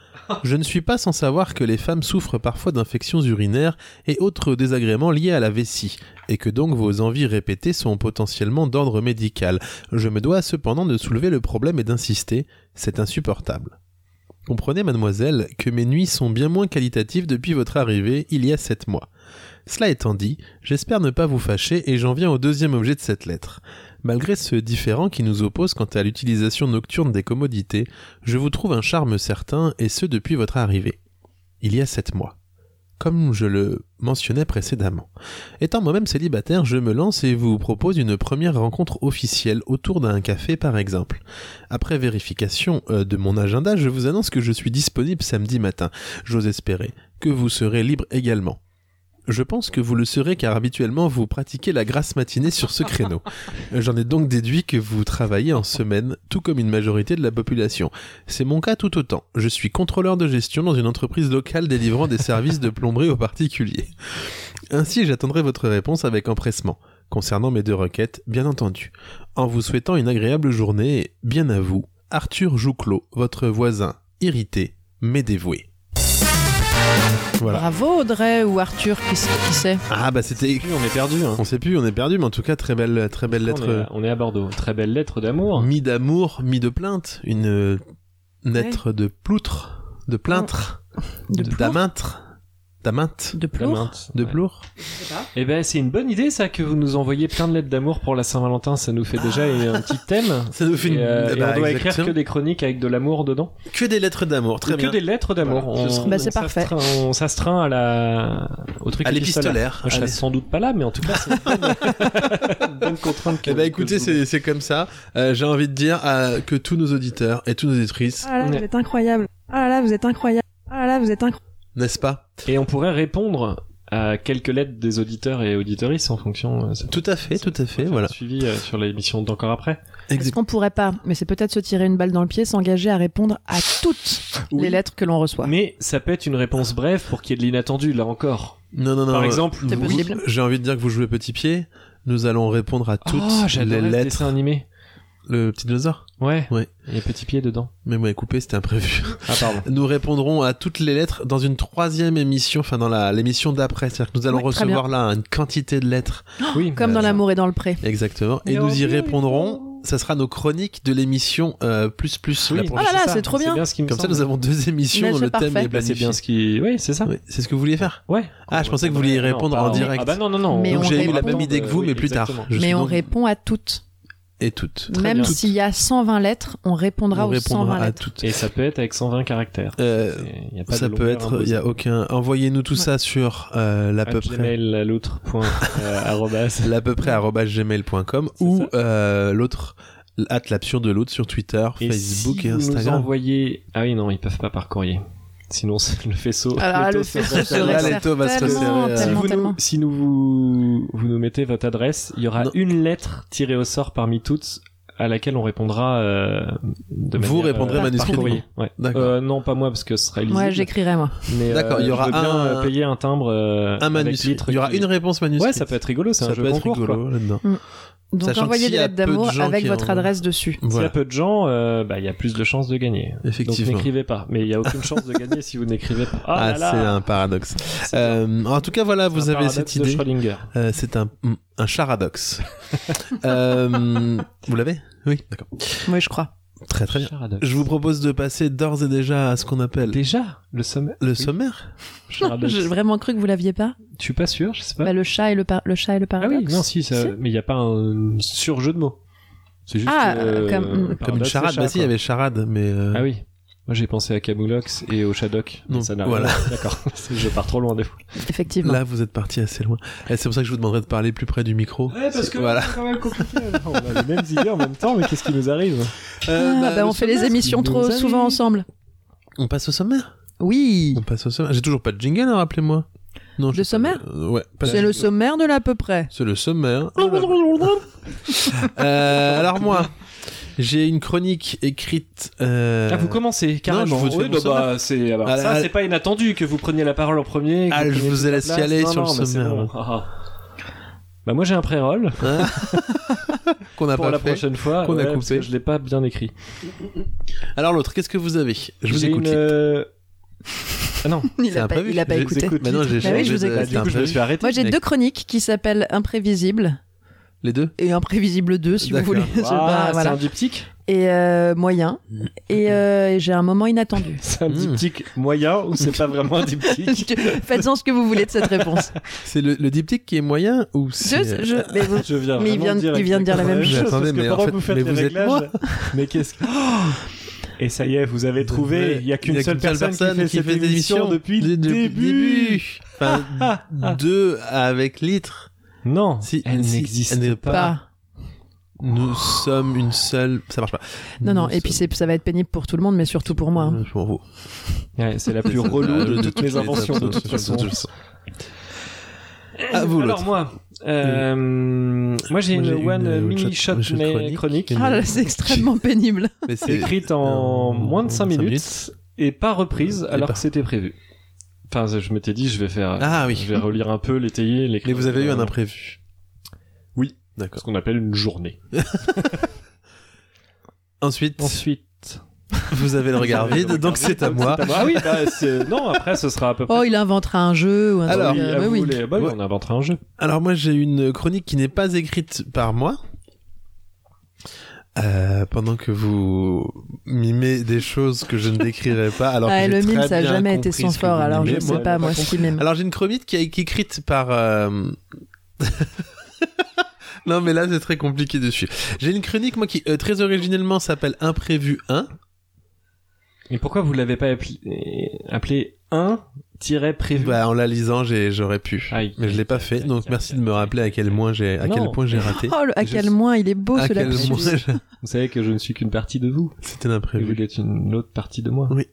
[SPEAKER 4] Je ne suis pas sans savoir que les femmes souffrent parfois d'infections urinaires et autres désagréments liés à la vessie, et que donc vos envies répétées sont potentiellement d'ordre médical. Je me dois cependant de soulever le problème et d'insister, c'est insupportable. Comprenez, mademoiselle, que mes nuits sont bien moins qualitatives depuis votre arrivée il y a sept mois. Cela étant dit, j'espère ne pas vous fâcher et j'en viens au deuxième objet de cette lettre. Malgré ce différent qui nous oppose quant à l'utilisation nocturne des commodités, je vous trouve un charme certain et ce depuis votre arrivée. Il y a sept mois comme je le mentionnais précédemment. Étant moi-même célibataire, je me lance et vous propose une première rencontre officielle autour d'un café par exemple. Après vérification euh, de mon agenda, je vous annonce que je suis disponible samedi matin. J'ose espérer que vous serez libre également. Je pense que vous le serez car habituellement vous pratiquez la grasse matinée sur ce créneau. J'en ai donc déduit que vous travaillez en semaine, tout comme une majorité de la population. C'est mon cas tout autant. Je suis contrôleur de gestion dans une entreprise locale délivrant des services de plomberie aux particuliers. Ainsi, j'attendrai votre réponse avec empressement, concernant mes deux requêtes, bien entendu. En vous souhaitant une agréable journée et, bien à vous, Arthur Jouclos, votre voisin, irrité, mais dévoué. Voilà.
[SPEAKER 2] Bravo Audrey ou Arthur, qui, s- qui sait.
[SPEAKER 4] Ah bah c'était...
[SPEAKER 3] Puis, on est perdu. hein.
[SPEAKER 4] On sait plus, on est perdu, mais en tout cas, très belle, très belle
[SPEAKER 3] On, est,
[SPEAKER 4] lettre. Mm.
[SPEAKER 3] on est à Bordeaux. Très belle lettre d'amour.
[SPEAKER 4] Mi d'amour, mi de plainte. Une euh, lettre de ploutre, de plaintre.
[SPEAKER 2] De
[SPEAKER 4] de
[SPEAKER 2] plour.
[SPEAKER 4] d'amintre ta mainte
[SPEAKER 2] De
[SPEAKER 3] La
[SPEAKER 2] plour
[SPEAKER 3] mainte.
[SPEAKER 4] de
[SPEAKER 3] Ouais.
[SPEAKER 4] plour.
[SPEAKER 3] Eh ben, c'est une bonne idée, ça, que vous nous envoyez plein de lettres d'amour pour la Saint-Valentin. Ça nous fait déjà un petit thème.
[SPEAKER 4] Ça nous fait
[SPEAKER 3] Et,
[SPEAKER 4] Ah. une...
[SPEAKER 3] euh, et
[SPEAKER 4] bah,
[SPEAKER 3] on doit écrire
[SPEAKER 4] exactement.
[SPEAKER 3] que des chroniques avec de l'amour dedans.
[SPEAKER 4] Que des lettres d'amour, très
[SPEAKER 3] Ou
[SPEAKER 4] bien.
[SPEAKER 3] Que des lettres d'amour.
[SPEAKER 4] Voilà.
[SPEAKER 3] On-
[SPEAKER 4] Ce sera-
[SPEAKER 2] Bah, c'est
[SPEAKER 3] on
[SPEAKER 2] parfait.
[SPEAKER 3] s'astreint- On s'astreint à la... au truc
[SPEAKER 4] À
[SPEAKER 3] épistolaire.
[SPEAKER 4] l'épistolaire.
[SPEAKER 3] Moi, Ah, Je serai
[SPEAKER 4] Allez.
[SPEAKER 3] sans doute pas là, mais en tout cas, c'est une bonne- une bonne contrainte. que-
[SPEAKER 4] Eh ben
[SPEAKER 3] que
[SPEAKER 4] écoutez,
[SPEAKER 3] je vous
[SPEAKER 4] c'est c'est comme ça. Euh, J'ai envie de dire euh, que tous nos auditeurs et toutes nos auditrices,
[SPEAKER 7] Ah là là, vous êtes incroyable. Ah là là, vous êtes incroyable. Ah là là, vous êtes incroyable.
[SPEAKER 4] n'est-ce pas
[SPEAKER 3] Et on pourrait répondre à quelques lettres des auditeurs et auditorices en fonction. euh, ça
[SPEAKER 4] Tout à fait, tout à
[SPEAKER 3] peut
[SPEAKER 4] fait,
[SPEAKER 3] faire
[SPEAKER 4] voilà.
[SPEAKER 3] un Suivi euh, sur l'émission d'encore après.
[SPEAKER 2] Est-ce
[SPEAKER 4] Exact-
[SPEAKER 2] qu'on pourrait pas, mais c'est peut-être se tirer une balle dans le pied, s'engager à répondre à toutes
[SPEAKER 4] Oui.
[SPEAKER 2] les lettres que l'on reçoit
[SPEAKER 3] Mais ça peut être une réponse brève pour qu'il y ait de l'inattendu, là encore.
[SPEAKER 4] Non, non, non.
[SPEAKER 3] Par
[SPEAKER 4] euh,
[SPEAKER 3] exemple,
[SPEAKER 2] C'est
[SPEAKER 4] vous-
[SPEAKER 2] possible.
[SPEAKER 4] J'ai envie de dire que vous jouez petit pied. Nous allons répondre à toutes
[SPEAKER 3] oh,
[SPEAKER 4] Ah, les
[SPEAKER 3] j'adorais ce
[SPEAKER 4] lettres.
[SPEAKER 3] dessin animé.
[SPEAKER 4] Le petit dinosaure.
[SPEAKER 3] Ouais.
[SPEAKER 4] Ouais.
[SPEAKER 3] Il y a petit pied dedans.
[SPEAKER 4] Mais moi, coupé, c'était imprévu.
[SPEAKER 3] Ah, pardon.
[SPEAKER 4] Nous répondrons à toutes les lettres dans une troisième émission, enfin dans la l'émission d'après. C'est-à-dire que nous allons
[SPEAKER 2] Ouais, très
[SPEAKER 4] recevoir là une quantité de lettres.
[SPEAKER 3] oui. bah,
[SPEAKER 2] Comme
[SPEAKER 4] Euh,
[SPEAKER 2] dans
[SPEAKER 4] ça.
[SPEAKER 2] l'amour et dans le pré.
[SPEAKER 4] Exactement. Et
[SPEAKER 3] Mais
[SPEAKER 4] nous y
[SPEAKER 3] envie,
[SPEAKER 4] répondrons. Ça sera nos chroniques de l'émission euh, plus plus. la
[SPEAKER 3] Oui.
[SPEAKER 4] prochaine.
[SPEAKER 2] Ah là là,
[SPEAKER 3] ça.
[SPEAKER 2] c'est trop bien.
[SPEAKER 3] C'est bien ce qui me
[SPEAKER 4] Comme ça,
[SPEAKER 3] semble.
[SPEAKER 4] nous avons deux émissions
[SPEAKER 2] Mais
[SPEAKER 4] dont
[SPEAKER 2] c'est
[SPEAKER 4] le thème
[SPEAKER 2] parfait.
[SPEAKER 4] est
[SPEAKER 3] Bah, c'est
[SPEAKER 4] planifié.
[SPEAKER 3] bien ce qui. Oui, c'est ça.
[SPEAKER 4] Oui, c'est ce que vous vouliez faire.
[SPEAKER 3] Ouais.
[SPEAKER 4] Ah, je pensais que vous vouliez y répondre
[SPEAKER 3] Non,
[SPEAKER 4] en
[SPEAKER 3] pas
[SPEAKER 4] direct.
[SPEAKER 3] Ah bah non, non, non.
[SPEAKER 2] Mais
[SPEAKER 4] Donc
[SPEAKER 2] on
[SPEAKER 4] j'ai eu
[SPEAKER 2] répond-
[SPEAKER 4] la même idée que vous,
[SPEAKER 3] Oui,
[SPEAKER 4] mais plus tard.
[SPEAKER 3] exactement.
[SPEAKER 4] Je suis
[SPEAKER 2] Mais on
[SPEAKER 4] donc-
[SPEAKER 2] répond à toutes.
[SPEAKER 4] Et toutes.
[SPEAKER 3] Très
[SPEAKER 2] Même
[SPEAKER 3] bien.
[SPEAKER 2] s'il y a 120 lettres, on répondra
[SPEAKER 4] on
[SPEAKER 2] aux
[SPEAKER 4] répondra
[SPEAKER 2] 120
[SPEAKER 4] à
[SPEAKER 2] lettres.
[SPEAKER 4] toutes.
[SPEAKER 3] Et ça peut être avec 120 caractères.
[SPEAKER 4] Euh,
[SPEAKER 3] C'est- y a pas de
[SPEAKER 4] ça peut
[SPEAKER 3] longueur
[SPEAKER 4] être, il
[SPEAKER 3] imposée.
[SPEAKER 4] y a aucun. Envoyez-nous tout ça sur euh, l'à peu
[SPEAKER 3] À
[SPEAKER 4] près,
[SPEAKER 3] Gmail, à l'autre point, euh, arrobas.
[SPEAKER 4] l'à peu près arobase gmail.com
[SPEAKER 3] C'est
[SPEAKER 4] ou
[SPEAKER 3] ça.
[SPEAKER 4] euh, l'autre at l'absurde de l'autre sur Twitter,
[SPEAKER 3] Et
[SPEAKER 4] Facebook
[SPEAKER 3] si
[SPEAKER 4] et
[SPEAKER 3] vous Nous
[SPEAKER 4] Instagram.
[SPEAKER 3] envoyez... Ah oui, non, ils peuvent pas par courrier. Sinon, c'est- le faisceau.
[SPEAKER 2] Alors Ah là,
[SPEAKER 3] taux
[SPEAKER 2] le
[SPEAKER 3] sera-
[SPEAKER 2] faisceau se
[SPEAKER 4] Là,
[SPEAKER 2] resserre
[SPEAKER 4] les taux va se
[SPEAKER 2] tellement,
[SPEAKER 4] resserrer, euh.
[SPEAKER 3] Si
[SPEAKER 2] tellement,
[SPEAKER 3] vous,
[SPEAKER 2] tellement.
[SPEAKER 3] nous, si nous vous, vous nous mettez votre adresse, il y aura
[SPEAKER 4] Non.
[SPEAKER 3] une lettre tirée au sort parmi toutes à laquelle on répondra euh, de manière,
[SPEAKER 4] Vous répondrez
[SPEAKER 3] euh, par
[SPEAKER 4] manuscritement.
[SPEAKER 3] courrier. Ouais.
[SPEAKER 4] D'accord.
[SPEAKER 3] Euh, non, pas moi parce que ce sera illisible.
[SPEAKER 2] Moi, j'écrirai, moi.
[SPEAKER 3] Mais, euh,
[SPEAKER 4] D'accord, il y aura
[SPEAKER 3] je veux bien,
[SPEAKER 4] un-
[SPEAKER 3] euh, payer un timbre. euh,
[SPEAKER 4] Un
[SPEAKER 3] avec
[SPEAKER 4] manuscrit.
[SPEAKER 3] litre
[SPEAKER 4] Il y aura
[SPEAKER 3] qui-
[SPEAKER 4] une réponse manuscrite.
[SPEAKER 3] Ouais, ça peut être rigolo. C'est
[SPEAKER 4] Ça
[SPEAKER 3] un jeu
[SPEAKER 4] peut être
[SPEAKER 3] concours. quoi.
[SPEAKER 4] rigolo là-dedans.
[SPEAKER 2] Donc
[SPEAKER 4] Sachant que
[SPEAKER 2] envoyez
[SPEAKER 4] s'il y
[SPEAKER 2] des
[SPEAKER 4] a
[SPEAKER 2] lettres
[SPEAKER 4] peu de
[SPEAKER 2] d'amour
[SPEAKER 4] gens
[SPEAKER 2] avec
[SPEAKER 4] qui
[SPEAKER 2] votre
[SPEAKER 4] en-
[SPEAKER 2] adresse dessus.
[SPEAKER 3] S'il y
[SPEAKER 4] Voilà.
[SPEAKER 3] a peu de gens, euh, bah, il y a plus de chances de gagner. Donc
[SPEAKER 4] Effectivement.
[SPEAKER 3] n'écrivez pas. Mais il y a aucune chance de gagner si vous n'écrivez pas. Ah,
[SPEAKER 4] Ah,
[SPEAKER 3] là là,
[SPEAKER 4] c'est un paradoxe.
[SPEAKER 3] c'est bien.
[SPEAKER 4] Euh, en tout cas, voilà, vous
[SPEAKER 3] Un
[SPEAKER 4] avez
[SPEAKER 3] paradoxe
[SPEAKER 4] cette
[SPEAKER 3] de
[SPEAKER 4] idée.
[SPEAKER 3] Schrödinger.
[SPEAKER 4] Euh, c'est un, un charadoxe. Euh, vous l'avez Oui, d'accord.
[SPEAKER 2] Moi, je crois.
[SPEAKER 4] Très très bien.
[SPEAKER 3] Charadoxe.
[SPEAKER 4] Je vous propose de passer d'ores et déjà à ce qu'on appelle
[SPEAKER 3] Déjà, le sommet.
[SPEAKER 4] le
[SPEAKER 3] Oui,
[SPEAKER 4] sommaire.
[SPEAKER 3] charadoxe.
[SPEAKER 2] J'ai vraiment cru que vous l'aviez pas.
[SPEAKER 4] Hein
[SPEAKER 3] Je suis pas sûr, je sais pas.
[SPEAKER 2] Bah, le chat et le, par- le chat et le
[SPEAKER 3] ah oui,
[SPEAKER 2] paradoxe.
[SPEAKER 3] non, si, ça- mais il n'y a pas un surjeu de mots. C'est juste
[SPEAKER 2] Ah,
[SPEAKER 3] euh,
[SPEAKER 2] comme-
[SPEAKER 3] un
[SPEAKER 4] Comme une
[SPEAKER 3] paradoxe,
[SPEAKER 4] charade.
[SPEAKER 3] le chat,
[SPEAKER 4] Bah si, il y
[SPEAKER 3] quoi.
[SPEAKER 4] avait charade, mais... euh,
[SPEAKER 3] Ah oui. Moi j'ai pensé à Camoulox et au Shadok. mais
[SPEAKER 4] Non,
[SPEAKER 3] ça n'a
[SPEAKER 4] voilà.
[SPEAKER 3] rien. D'accord. je pars trop loin des fois.
[SPEAKER 2] Effectivement.
[SPEAKER 4] Là, vous êtes parti assez loin. Et c'est pour ça que je vous demanderai de parler plus près du micro. Voilà.
[SPEAKER 3] c'est quand même compliqué. On a les mêmes idées en même temps, mais qu'est-ce qui nous arrive
[SPEAKER 4] Euh,
[SPEAKER 2] Ah,
[SPEAKER 4] bah,
[SPEAKER 2] bah, on
[SPEAKER 4] le
[SPEAKER 2] fait les
[SPEAKER 4] sommaire.
[SPEAKER 2] émissions
[SPEAKER 4] Vous
[SPEAKER 2] trop
[SPEAKER 4] avez-
[SPEAKER 2] souvent ensemble.
[SPEAKER 4] On passe au sommaire.
[SPEAKER 2] Oui.
[SPEAKER 4] On passe au sommaire. J'ai toujours pas de jingle, hein, rappelez-moi. Non, je-
[SPEAKER 2] Le sommaire
[SPEAKER 4] Euh, Ouais. pas de
[SPEAKER 2] C'est le
[SPEAKER 4] jingle.
[SPEAKER 2] sommaire de l'à peu près.
[SPEAKER 4] C'est le sommaire.
[SPEAKER 3] Ah,
[SPEAKER 4] Euh, alors moi, j'ai une chronique écrite. euh,
[SPEAKER 3] Ah, vous commencez carrément.
[SPEAKER 4] je vous fais
[SPEAKER 3] Oui,
[SPEAKER 4] mon
[SPEAKER 3] bah,
[SPEAKER 4] sommaire.
[SPEAKER 3] bah, c'est alors,
[SPEAKER 4] Ah, ah,
[SPEAKER 3] ça, c'est pas inattendu que vous preniez la parole en premier. que
[SPEAKER 4] Ah, je
[SPEAKER 3] preniez
[SPEAKER 4] vous ai
[SPEAKER 3] toute la
[SPEAKER 4] laissé
[SPEAKER 3] place.
[SPEAKER 4] aller
[SPEAKER 3] Non,
[SPEAKER 4] sur
[SPEAKER 3] non,
[SPEAKER 4] le
[SPEAKER 3] bah, c'est
[SPEAKER 4] sommaire,
[SPEAKER 3] bon.
[SPEAKER 4] ouais.
[SPEAKER 3] Ah, ah. Bah moi j'ai un pré-roll
[SPEAKER 4] hein, qu'on a
[SPEAKER 3] pour
[SPEAKER 4] pas
[SPEAKER 3] la
[SPEAKER 4] fait.
[SPEAKER 3] prochaine fois.
[SPEAKER 4] Ah, qu'on a
[SPEAKER 3] ouais, parce
[SPEAKER 4] coupé.
[SPEAKER 3] que Je l'ai pas bien écrit.
[SPEAKER 4] Alors l'autre, qu'est-ce que vous avez Je vous
[SPEAKER 3] J'ai
[SPEAKER 4] écoute.
[SPEAKER 3] une,
[SPEAKER 4] Lip.
[SPEAKER 3] euh, Ah non.
[SPEAKER 2] Il a
[SPEAKER 4] C'est
[SPEAKER 2] pas,
[SPEAKER 4] imprévu.
[SPEAKER 2] il a pas
[SPEAKER 4] Je les
[SPEAKER 2] écouté.
[SPEAKER 4] écoute. Bah non, j'ai
[SPEAKER 2] Bah oui,
[SPEAKER 4] changé
[SPEAKER 2] je vous
[SPEAKER 4] de-
[SPEAKER 2] écoute.
[SPEAKER 4] c'était
[SPEAKER 3] du coup je me
[SPEAKER 4] imprévu.
[SPEAKER 3] suis arrêté.
[SPEAKER 2] Moi, j'ai deux chroniques qui s'appellent Imprévisible
[SPEAKER 4] Les deux
[SPEAKER 2] et Imprévisible 2, si vous
[SPEAKER 4] D'accord.
[SPEAKER 2] voulez.
[SPEAKER 3] Ah,
[SPEAKER 2] C'est pas-
[SPEAKER 3] c'est
[SPEAKER 2] voilà.
[SPEAKER 3] un diptyque.
[SPEAKER 2] Et euh, Moyen. Et, euh, et j'ai un moment inattendu.
[SPEAKER 3] C'est un
[SPEAKER 4] Mm.
[SPEAKER 3] diptyque moyen ou c'est pas vraiment un diptyque.
[SPEAKER 2] Faites-en ce que vous voulez de cette réponse.
[SPEAKER 4] C'est le, le diptyque qui est moyen ou c'est euh,
[SPEAKER 2] Je- je- mais vous-
[SPEAKER 3] Je viens
[SPEAKER 2] Mais il
[SPEAKER 3] vraiment
[SPEAKER 2] vient de-
[SPEAKER 3] dire
[SPEAKER 2] il vient de dire la
[SPEAKER 3] exactement
[SPEAKER 2] même chose,
[SPEAKER 3] parce
[SPEAKER 4] Attendez,
[SPEAKER 3] que
[SPEAKER 4] mais en
[SPEAKER 3] pendant
[SPEAKER 4] fait-
[SPEAKER 3] que vous faites
[SPEAKER 4] mais
[SPEAKER 3] les
[SPEAKER 4] vous êtes
[SPEAKER 3] réglages,
[SPEAKER 4] moi.
[SPEAKER 3] Mais qu'est-ce que... Oh Et ça y est, vous avez trouvé, il y a qu'une seule personne, qui fait cette émission depuis le début.
[SPEAKER 4] Enfin, deux avec litre.
[SPEAKER 3] Non,
[SPEAKER 4] Si-
[SPEAKER 3] elle
[SPEAKER 4] si- elle
[SPEAKER 3] n'existe
[SPEAKER 4] n'est
[SPEAKER 3] pas.
[SPEAKER 2] pas.
[SPEAKER 4] Nous sommes une seule. Ça marche pas.
[SPEAKER 2] Non, non,
[SPEAKER 4] Nous
[SPEAKER 2] et puis
[SPEAKER 4] sommes-
[SPEAKER 2] c'est- ça va être pénible pour tout le monde, mais surtout pour moi. hein.
[SPEAKER 4] Je m'en fous.
[SPEAKER 3] Ouais, c'est la plus relou
[SPEAKER 4] Euh,
[SPEAKER 3] de toutes mes inventions, de toute façon.
[SPEAKER 4] À vous,
[SPEAKER 3] Alors
[SPEAKER 4] l'autre.
[SPEAKER 3] moi, euh, moi j'ai
[SPEAKER 4] Moi,
[SPEAKER 3] une
[SPEAKER 4] j'ai une, euh,
[SPEAKER 3] one
[SPEAKER 4] one
[SPEAKER 3] mini
[SPEAKER 4] shot-
[SPEAKER 3] shot
[SPEAKER 4] one shot
[SPEAKER 3] mais
[SPEAKER 4] chronique.
[SPEAKER 3] chronique
[SPEAKER 2] Ah là, là, c'est extrêmement pénible.
[SPEAKER 4] Mais c'est
[SPEAKER 3] écrite en
[SPEAKER 4] euh,
[SPEAKER 3] moins de 5
[SPEAKER 4] cinq
[SPEAKER 3] minutes,
[SPEAKER 4] minutes.
[SPEAKER 3] et pas reprise
[SPEAKER 4] Et
[SPEAKER 3] alors
[SPEAKER 4] pas-
[SPEAKER 3] que c'était prévu. Enfin, je m'étais dit, je vais faire,
[SPEAKER 4] Ah oui.
[SPEAKER 3] je vais relire un peu, l'étayer, l'écrire.
[SPEAKER 4] Mais vous avez eu un
[SPEAKER 3] Euh,
[SPEAKER 4] imprévu.
[SPEAKER 3] Oui. Ce
[SPEAKER 4] D'accord.
[SPEAKER 3] qu'on appelle une journée.
[SPEAKER 4] Ensuite,
[SPEAKER 3] Ensuite.
[SPEAKER 4] vous avez le regard vide, donc c'est à moi.
[SPEAKER 3] Ah oui, bah, c'est- non, après ce sera à peu près.
[SPEAKER 2] Oh, il inventera un jeu ou un
[SPEAKER 4] Alors,
[SPEAKER 2] truc.
[SPEAKER 3] Oui,
[SPEAKER 2] euh,
[SPEAKER 3] à
[SPEAKER 2] bah
[SPEAKER 3] vous
[SPEAKER 2] oui.
[SPEAKER 3] les- bah oui,
[SPEAKER 4] Ouais.
[SPEAKER 3] on inventera un jeu.
[SPEAKER 4] Alors moi j'ai une chronique qui n'est pas écrite par moi. Euh, pendant que vous mimez des choses que je ne décrirai pas, alors
[SPEAKER 2] Ah,
[SPEAKER 4] que
[SPEAKER 2] le
[SPEAKER 4] j'ai
[SPEAKER 2] mime,
[SPEAKER 4] très
[SPEAKER 2] ça n'a
[SPEAKER 4] bien
[SPEAKER 2] jamais
[SPEAKER 4] compris
[SPEAKER 2] été son
[SPEAKER 4] ce que
[SPEAKER 2] fort,
[SPEAKER 4] vous
[SPEAKER 2] alors je
[SPEAKER 4] mimez,
[SPEAKER 2] ne sais
[SPEAKER 4] moi.
[SPEAKER 2] pas
[SPEAKER 3] moi,
[SPEAKER 2] moi
[SPEAKER 3] j'ai
[SPEAKER 2] ce qui m'aime.
[SPEAKER 4] Alors j'ai une chromite qui a été écrite par. euh, non mais là c'est très compliqué dessus. J'ai une chronique moi qui euh, très originellement s'appelle Imprévu 1.
[SPEAKER 3] Mais pourquoi vous l'avez pas appelé, appelé
[SPEAKER 2] Mm-hmm.
[SPEAKER 3] 1-prévu
[SPEAKER 4] Bah en la lisant j'ai- j'aurais pu,
[SPEAKER 3] Aïe.
[SPEAKER 4] mais je l'ai pas fait. Donc merci de me rappeler à quel point j'ai à quel
[SPEAKER 3] Non.
[SPEAKER 4] point j'ai raté.
[SPEAKER 2] Oh, le- à
[SPEAKER 4] Je-
[SPEAKER 2] quel moins il est beau
[SPEAKER 4] à
[SPEAKER 2] ce
[SPEAKER 4] quel
[SPEAKER 2] lapsus.
[SPEAKER 4] point j'ai-
[SPEAKER 3] Vous savez que je ne suis qu'une partie de vous. Et
[SPEAKER 4] c'était
[SPEAKER 3] vous
[SPEAKER 4] l'imprévu.
[SPEAKER 3] êtes une autre partie de moi.
[SPEAKER 4] Oui.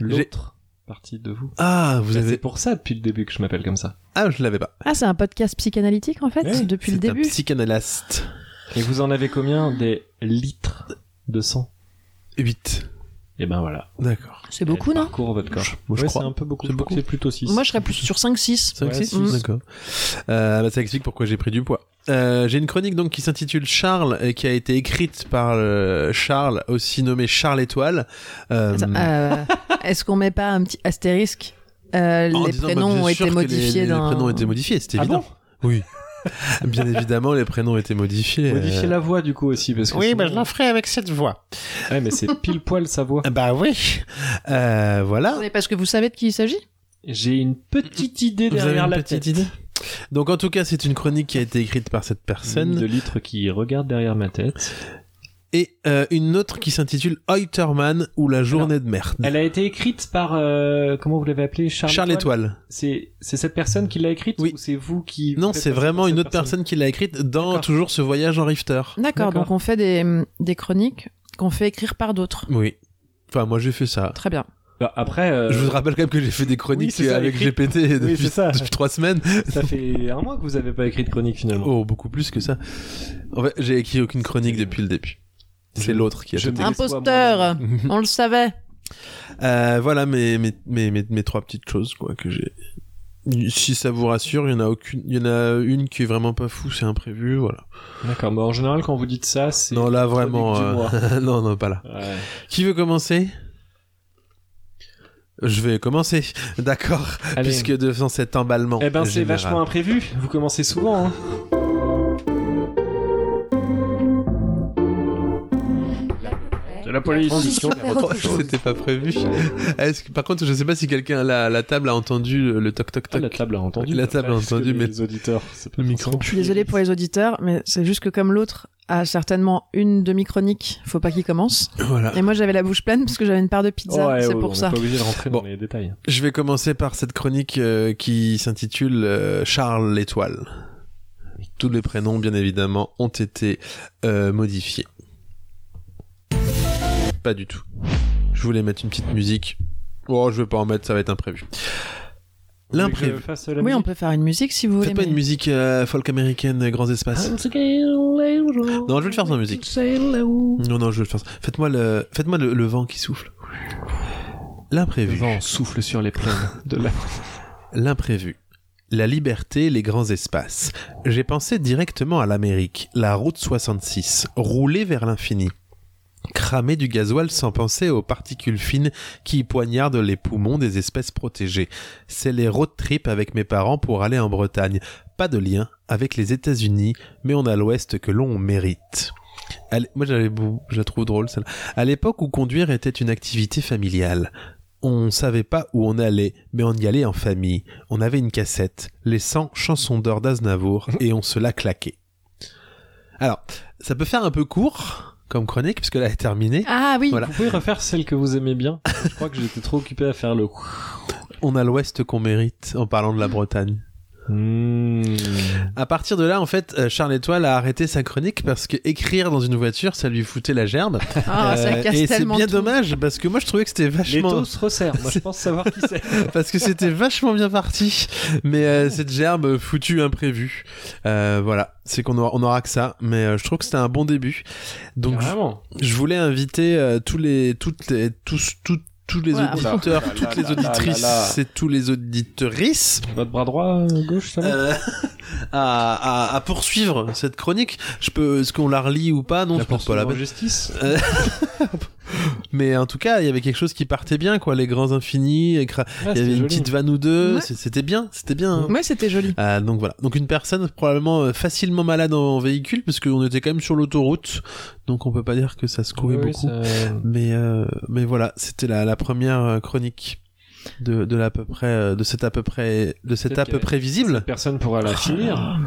[SPEAKER 3] L'autre partie de vous.
[SPEAKER 4] Ah vous
[SPEAKER 3] Bah, C'est
[SPEAKER 4] avez
[SPEAKER 3] pour ça depuis le début que je m'appelle comme ça.
[SPEAKER 4] ah je l'avais pas.
[SPEAKER 2] Ah, c'est un podcast psychanalytique en fait,
[SPEAKER 3] Ouais,
[SPEAKER 2] depuis le
[SPEAKER 4] C'est un
[SPEAKER 2] début.
[SPEAKER 4] psychanalyste.
[SPEAKER 3] Et vous en avez combien des litres de sang
[SPEAKER 4] 8.
[SPEAKER 3] Et ben voilà.
[SPEAKER 4] D'accord.
[SPEAKER 2] C'est beaucoup, non
[SPEAKER 3] Parcours votre corps.
[SPEAKER 4] Je- moi, je
[SPEAKER 3] Ouais,
[SPEAKER 4] crois.
[SPEAKER 3] c'est un peu beaucoup.
[SPEAKER 4] C'est
[SPEAKER 3] Je crois
[SPEAKER 4] beaucoup.
[SPEAKER 3] que C'est plutôt 6.
[SPEAKER 2] Moi, je serais plus sur 5-6.
[SPEAKER 4] 5,
[SPEAKER 3] Ouais,
[SPEAKER 4] 6
[SPEAKER 2] six.
[SPEAKER 4] D'accord. Euh, bah, ça explique pourquoi j'ai pris du poids. Euh, j'ai une chronique donc qui s'intitule Charles et qui a été écrite par euh, Charles, aussi nommé Charles Étoile. Euh,
[SPEAKER 2] Attends, euh, Est-ce qu'on met pas un petit astérisque Euh,
[SPEAKER 4] en
[SPEAKER 2] les,
[SPEAKER 4] disant,
[SPEAKER 2] prénoms
[SPEAKER 4] bah,
[SPEAKER 2] ont
[SPEAKER 4] bien sûr
[SPEAKER 2] été
[SPEAKER 4] que les-
[SPEAKER 2] modifiés
[SPEAKER 4] les,
[SPEAKER 2] dans...
[SPEAKER 4] prénoms ont été modifiés, c'était
[SPEAKER 3] Ah
[SPEAKER 4] évident. oui. Bien évidemment, les prénoms ont été modifiés.
[SPEAKER 3] Modifier
[SPEAKER 4] euh.
[SPEAKER 3] la voix du coup aussi parce que
[SPEAKER 4] Oui,
[SPEAKER 3] sinon-
[SPEAKER 4] bah, je la ferai avec cette voix.
[SPEAKER 3] Ouais, mais c'est pile poil sa voix.
[SPEAKER 4] Bah oui. Euh, voilà.
[SPEAKER 2] Mais parce que vous savez de qui il s'agit
[SPEAKER 3] J'ai une petite idée
[SPEAKER 4] Vous avez
[SPEAKER 3] derrière
[SPEAKER 4] une
[SPEAKER 3] la
[SPEAKER 4] petite
[SPEAKER 3] tête.
[SPEAKER 4] idée Donc en tout cas, c'est une chronique qui a été écrite par cette personne.
[SPEAKER 3] de litres qui regarde derrière ma tête.
[SPEAKER 4] Et euh, une autre qui s'intitule Oiterman ou la journée de merde.
[SPEAKER 3] Elle a été écrite par euh, comment vous l'avez appelé Charles,
[SPEAKER 4] Charles Étoile.
[SPEAKER 3] C'est c'est cette personne qui l'a écrite
[SPEAKER 4] Oui.
[SPEAKER 3] ou c'est vous qui
[SPEAKER 4] Non,
[SPEAKER 3] faites
[SPEAKER 4] c'est
[SPEAKER 3] passer
[SPEAKER 4] vraiment
[SPEAKER 3] pour
[SPEAKER 4] une
[SPEAKER 3] cette
[SPEAKER 4] autre personne, qui l'a écrite dans
[SPEAKER 3] D'accord.
[SPEAKER 4] toujours ce voyage en rifter.
[SPEAKER 2] D'accord,
[SPEAKER 3] D'accord.
[SPEAKER 2] donc on fait des, des chroniques qu'on fait écrire par d'autres.
[SPEAKER 4] Oui. Enfin, moi j'ai fait ça.
[SPEAKER 2] Très bien.
[SPEAKER 3] Bah, après euh,
[SPEAKER 4] Je vous rappelle quand même que j'ai fait des chroniques
[SPEAKER 3] c'est ça,
[SPEAKER 4] avec
[SPEAKER 3] écrit.
[SPEAKER 4] GPT depuis,
[SPEAKER 3] c'est ça.
[SPEAKER 4] depuis trois semaines.
[SPEAKER 3] ça fait un mois que vous avez pas écrit de chronique finalement.
[SPEAKER 4] Oh, beaucoup plus que ça. En fait, j'ai écrit aucune chronique depuis le début. C'est
[SPEAKER 3] Je-
[SPEAKER 4] l'autre qui a
[SPEAKER 3] je
[SPEAKER 4] fait.
[SPEAKER 3] me-
[SPEAKER 2] Imposteur On le savait
[SPEAKER 4] Euh, voilà mes, mes, mes, mes, mes trois petites choses quoi, que j'ai. Si ça vous rassure, il y en a aucune, il y en a une qui est vraiment pas fou, c'est imprévu, voilà.
[SPEAKER 3] D'accord, mais en général quand vous dites ça, c'est
[SPEAKER 4] Non là vraiment,
[SPEAKER 3] chronique du mois.
[SPEAKER 4] euh, non non pas là.
[SPEAKER 3] Ouais.
[SPEAKER 4] Qui veut commencer Je vais commencer, d'accord,
[SPEAKER 3] Allez.
[SPEAKER 4] puisque devant cet emballement.
[SPEAKER 3] Eh ben c'est
[SPEAKER 4] général.
[SPEAKER 3] vachement imprévu. Vous commencez souvent. Hein.
[SPEAKER 6] De la police.
[SPEAKER 1] Transition vers
[SPEAKER 4] Oh,
[SPEAKER 1] autre chose.
[SPEAKER 4] C'était pas prévu. Est-ce que- par contre, je sais pas si quelqu'un à la, la table a entendu le toc toc
[SPEAKER 3] Ah,
[SPEAKER 4] toc.
[SPEAKER 3] la table a entendu.
[SPEAKER 4] La table a
[SPEAKER 3] Parce que
[SPEAKER 4] entendu, mais-
[SPEAKER 3] les auditeurs, c'est pas
[SPEAKER 4] Le micro.
[SPEAKER 3] forcément-
[SPEAKER 2] Je suis désolée pour les auditeurs, mais c'est juste que comme l'autre a certainement une demi-chronique, faut pas qu'il commence.
[SPEAKER 4] Voilà.
[SPEAKER 2] Et moi j'avais la bouche pleine parce que j'avais une part de pizza,
[SPEAKER 3] Ouais,
[SPEAKER 2] c'est
[SPEAKER 3] ouais, on
[SPEAKER 2] pour
[SPEAKER 3] est
[SPEAKER 2] ça.
[SPEAKER 3] Pas obligé de rentrer
[SPEAKER 4] Bon.
[SPEAKER 3] dans les détails.
[SPEAKER 4] Je vais commencer par cette chronique euh, qui s'intitule euh, Charles l'étoile. Tous les prénoms, bien évidemment, ont été euh, modifiés. Pas du tout. Je voulais mettre une petite musique. Oh, je vais pas en mettre, ça va être imprévu.
[SPEAKER 3] Vous voulez que
[SPEAKER 4] L'imprévu.
[SPEAKER 3] je fasse la
[SPEAKER 2] Oui, on
[SPEAKER 3] musique
[SPEAKER 2] peut faire une musique si vous voulez.
[SPEAKER 4] Faites pas
[SPEAKER 2] mais-
[SPEAKER 4] une musique euh, folk américaine, euh, grands espaces. Non, je vais le faire sans musique. Non, non, je vais le faire. sans- Faites-moi le, faites-moi le, le vent qui souffle.
[SPEAKER 3] Le
[SPEAKER 4] L'imprévu.
[SPEAKER 3] vent souffle sur les plaines de la
[SPEAKER 4] L'imprévu. La liberté, les grands espaces. J'ai pensé directement à l'Amérique, la route 66, rouler vers l'infini. Cramer du gasoil sans penser aux particules fines qui poignardent les poumons des espèces protégées. C'est les road trips avec mes parents pour aller en Bretagne. Pas de lien avec les États-Unis, mais on a l'Ouest que l'on mérite. À l- Moi, j'avais bou- je la trouve drôle celle-là. À l'époque où conduire était une activité familiale, on savait pas où on allait, mais on y allait en famille. On avait une cassette, les 100 chansons d'or d'Aznavour, et on se la claquait. Alors, ça peut faire un peu court comme chronique, puisque là elle est terminée.
[SPEAKER 2] Ah oui,
[SPEAKER 4] Voilà.
[SPEAKER 3] Vous pouvez refaire celle que vous aimez bien. Je crois que j'étais trop occupé à faire le.
[SPEAKER 4] On a l'Ouest qu'on mérite en parlant de la Bretagne. Hmm.
[SPEAKER 3] Mmh.
[SPEAKER 4] À partir de là, en fait, euh, Charles Étoile a arrêté sa chronique parce que écrire dans une voiture, ça lui foutait la gerbe.
[SPEAKER 2] Ah, ça
[SPEAKER 4] Euh,
[SPEAKER 2] casse
[SPEAKER 4] et c'est
[SPEAKER 2] tellement
[SPEAKER 4] bien
[SPEAKER 2] tout.
[SPEAKER 4] dommage parce que moi je trouvais que c'était
[SPEAKER 3] Les
[SPEAKER 4] vachement
[SPEAKER 3] taux se resserrent. Moi, je pense savoir qui c'est.
[SPEAKER 4] parce que c'était vachement bien parti, mais euh, cette gerbe foutue imprévue. Euh, voilà, c'est qu'on aura, on aura que ça, mais euh, je trouve que c'était un bon début. Donc je-
[SPEAKER 3] Vraiment.
[SPEAKER 4] je voulais inviter euh, tous les toutes les tous tout- tous les
[SPEAKER 2] Voilà.
[SPEAKER 4] auditeurs,
[SPEAKER 3] Là, là,
[SPEAKER 4] Ah, toutes
[SPEAKER 3] là,
[SPEAKER 4] les
[SPEAKER 3] là, là,
[SPEAKER 4] auditrices
[SPEAKER 3] là.
[SPEAKER 4] et tous les auditrices
[SPEAKER 3] Votre bras droit, euh, gauche, ça va
[SPEAKER 4] euh, à, à- à poursuivre cette chronique. Je peux, est-ce qu'on la relit ou pas Non,
[SPEAKER 3] La
[SPEAKER 4] je pense pas la
[SPEAKER 3] poursuite en
[SPEAKER 4] peine.
[SPEAKER 3] justice.
[SPEAKER 4] Mais en tout cas, il y avait quelque chose qui partait bien, quoi. Les grands infinis, il
[SPEAKER 3] Ah,
[SPEAKER 4] y avait une petite vanne ou deux.
[SPEAKER 2] Ouais.
[SPEAKER 4] c'est- C'était bien, c'était bien. hein.
[SPEAKER 2] Ouais, c'était joli.
[SPEAKER 4] Euh, donc voilà. Donc une personne probablement euh, facilement malade en véhicule, parce qu'on était quand même sur l'autoroute, donc on peut pas dire que ça se courait beaucoup. Mais euh, mais voilà, c'était la, la première euh, chronique de de l'à peu près euh, de cet à peu près de cet
[SPEAKER 3] Peut-être
[SPEAKER 4] à peu
[SPEAKER 3] qu'elle-
[SPEAKER 4] près visible.
[SPEAKER 3] Personne pourra
[SPEAKER 4] Ah.
[SPEAKER 3] la finir.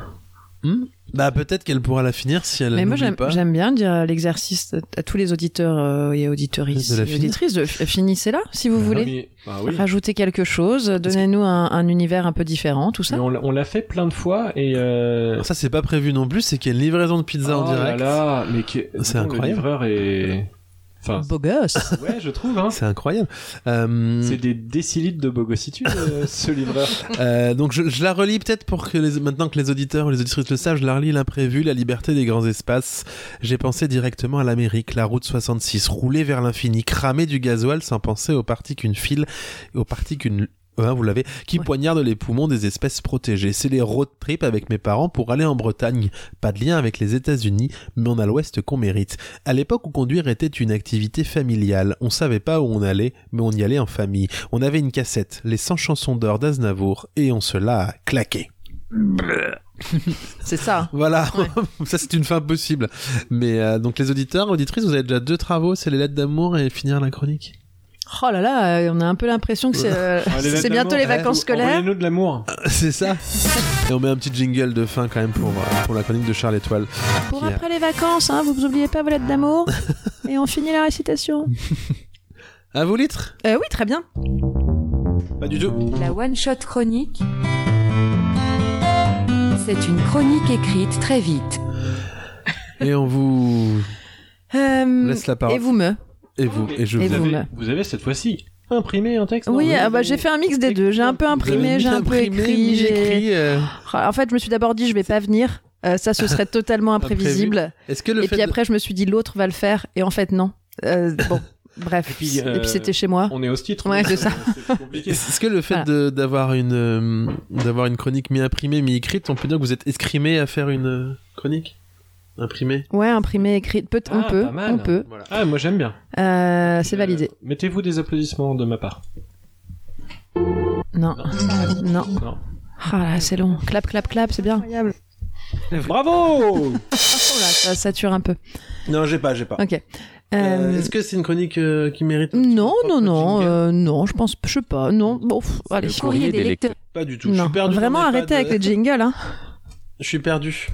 [SPEAKER 4] Hmm bah peut-être qu'elle pourra la finir si elle
[SPEAKER 2] Mais moi,
[SPEAKER 4] n'oublie
[SPEAKER 2] j'aime
[SPEAKER 4] pas.
[SPEAKER 2] j'aime bien dire l'exercice à tous les auditeurs euh, et auditrices
[SPEAKER 4] De la
[SPEAKER 2] et
[SPEAKER 4] finir.
[SPEAKER 2] auditrices de f- finissez-la si vous
[SPEAKER 4] Ah
[SPEAKER 2] voulez.
[SPEAKER 3] Mais- Ah oui.
[SPEAKER 2] Rajoutez quelque chose, donnez-nous un, un univers un peu différent, tout ça.
[SPEAKER 3] Mais on l'a- on l'a fait plein de fois et. euh,
[SPEAKER 4] Alors Ça c'est pas prévu non plus, c'est qu'il y a une livraison de pizza en
[SPEAKER 3] oh là
[SPEAKER 4] direct.
[SPEAKER 3] là, mais que-
[SPEAKER 4] C'est
[SPEAKER 3] non,
[SPEAKER 4] incroyable.
[SPEAKER 3] Le livreur est. Enfin,
[SPEAKER 2] Beau gosse.
[SPEAKER 3] ouais, je trouve. Hein.
[SPEAKER 4] C'est incroyable. Euh,
[SPEAKER 3] C'est des décilitres de bogossitude, euh, ce livreur.
[SPEAKER 4] Euh, donc je, je la relis peut-être pour que les, maintenant que les auditeurs ou les auditrices le savent, je la relis l'imprévu, la liberté des grands espaces. J'ai pensé directement à l'Amérique, la route 66, rouler vers l'infini, cramer du gasoil sans penser aux parties qu'une file, aux parties qu'une hein, vous l'avez, qui
[SPEAKER 2] Ouais.
[SPEAKER 4] poignardent les poumons des espèces protégées. C'est les road trips avec mes parents pour aller en Bretagne. Pas de lien avec les États-Unis, mais on a l'Ouest qu'on mérite. À l'époque où conduire était une activité familiale, on savait pas où on allait, mais on y allait en famille. On avait une cassette, les 100 chansons d'or d'Aznavour, et on se l'a claqué.
[SPEAKER 2] C'est ça.
[SPEAKER 4] Voilà, ça c'est une fin possible. Mais euh, donc les auditeurs, auditrices, vous avez déjà deux travaux, c'est les lettres d'amour et finir la chronique.
[SPEAKER 2] Oh là là, euh, on a un peu l'impression que c'est euh,
[SPEAKER 3] Allez,
[SPEAKER 2] c'est
[SPEAKER 3] Ah, lettres
[SPEAKER 2] bientôt les
[SPEAKER 3] d'amour. Ah,
[SPEAKER 2] vacances
[SPEAKER 8] Eh,
[SPEAKER 2] scolaires.
[SPEAKER 3] Envoyez-nous de l'amour.
[SPEAKER 4] c'est ça. Et on met un petit jingle de fin quand même pour, euh, pour la chronique de Charles Étoile.
[SPEAKER 2] Pour
[SPEAKER 4] Pierre.
[SPEAKER 2] après les vacances, hein, vous oubliez pas vos lettres d'amour. et on finit la récitation.
[SPEAKER 4] À vous litres
[SPEAKER 2] Euh, oui, très bien.
[SPEAKER 4] Pas du tout.
[SPEAKER 1] La One Shot Chronique. C'est une chronique écrite très vite.
[SPEAKER 4] Et on vous
[SPEAKER 2] Euh,
[SPEAKER 4] laisse la parole.
[SPEAKER 2] Et vous me
[SPEAKER 4] Et vous. Et je
[SPEAKER 2] Et
[SPEAKER 4] vous.
[SPEAKER 2] vous.
[SPEAKER 3] avez, vous avez cette fois-ci imprimé un texte. non
[SPEAKER 2] Oui,
[SPEAKER 3] Vous
[SPEAKER 2] ah bah,
[SPEAKER 3] avez-
[SPEAKER 2] j'ai fait un mix des deux. J'ai un peu imprimé,
[SPEAKER 4] Vous
[SPEAKER 2] j'ai
[SPEAKER 4] avez
[SPEAKER 2] un peu
[SPEAKER 4] imprimé,
[SPEAKER 2] écrit. j'ai- Ah,
[SPEAKER 4] mi-écrit, euh,
[SPEAKER 2] En fait, je me suis d'abord dit, je vais pas venir. Euh, ça, ce serait totalement
[SPEAKER 4] Imprévu.
[SPEAKER 2] imprévisible.
[SPEAKER 4] Est-ce que le
[SPEAKER 2] Et
[SPEAKER 4] fait
[SPEAKER 2] puis
[SPEAKER 4] de-
[SPEAKER 2] après, je me suis dit, l'autre va le faire. Et en fait, non. Euh, bon, bref.
[SPEAKER 3] Et puis, euh,
[SPEAKER 2] c'était chez moi.
[SPEAKER 3] On est au titre.
[SPEAKER 2] Ouais,
[SPEAKER 3] donc,
[SPEAKER 2] c'est ça.
[SPEAKER 3] euh, C'est compliqué.
[SPEAKER 4] Est-ce que le fait
[SPEAKER 2] Voilà.
[SPEAKER 4] de- d'avoir une euh, d'avoir une chronique mi-imprimée, mi-écrite, on peut dire que vous êtes escrimé à faire une euh, chronique imprimée
[SPEAKER 2] Ouais, imprimé, écrit. Peut
[SPEAKER 3] Ah,
[SPEAKER 2] on peut,
[SPEAKER 3] pas mal.
[SPEAKER 2] on peut.
[SPEAKER 4] Voilà.
[SPEAKER 3] Ah, moi j'aime bien.
[SPEAKER 2] Euh, c'est validé.
[SPEAKER 3] Euh, Mettez-vous des applaudissements de ma part.
[SPEAKER 2] Non. Non.
[SPEAKER 3] Non.
[SPEAKER 2] Ah là, c'est long. Clap, clap, clap, c'est bien.
[SPEAKER 7] Incroyable.
[SPEAKER 3] Bravo
[SPEAKER 2] Oh là, ça sature un peu.
[SPEAKER 4] Non, j'ai pas, j'ai pas.
[SPEAKER 2] Ok. Euh,
[SPEAKER 4] Euh, Est-ce que c'est une chronique euh, qui mérite un
[SPEAKER 2] non,
[SPEAKER 4] petit
[SPEAKER 2] non,
[SPEAKER 4] propre
[SPEAKER 2] non,
[SPEAKER 4] jingle
[SPEAKER 2] euh, non, je pense, je sais pas, non, bon, pff, allez.
[SPEAKER 1] Ah, Le courrier des lecteurs.
[SPEAKER 4] Pas du tout. je
[SPEAKER 2] Non,
[SPEAKER 4] suis perdu.
[SPEAKER 2] vraiment
[SPEAKER 4] on est pas
[SPEAKER 2] arrêtez
[SPEAKER 4] de-
[SPEAKER 2] avec les jingles, hein.
[SPEAKER 4] Je suis perdu.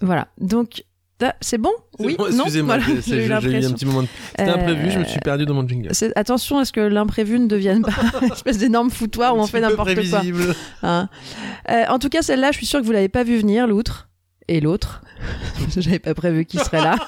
[SPEAKER 2] Voilà, donc, ah, c'est bon
[SPEAKER 4] C'est
[SPEAKER 2] Oui,
[SPEAKER 4] bon,
[SPEAKER 2] non,
[SPEAKER 4] Excusez-moi,
[SPEAKER 2] voilà,
[SPEAKER 4] c'est- c'est-
[SPEAKER 2] j'ai eu
[SPEAKER 4] j'ai eu
[SPEAKER 2] l'impression.
[SPEAKER 4] un petit moment. de- C'était
[SPEAKER 2] Euh,
[SPEAKER 4] imprévu, je me suis perdu dans mon jingle.
[SPEAKER 2] c'est- Attention à ce que l'imprévu ne devienne pas une espèce d'énorme foutoir où
[SPEAKER 4] Un
[SPEAKER 2] on
[SPEAKER 4] petit
[SPEAKER 2] fait
[SPEAKER 4] peu
[SPEAKER 2] n'importe quoi.
[SPEAKER 4] prévisible.
[SPEAKER 2] hein. Euh, en tout cas, celle-là, je suis sûre que vous l'avez pas vu venir, l'outre. Et l'autre. J'avais pas prévu qu'il serait là.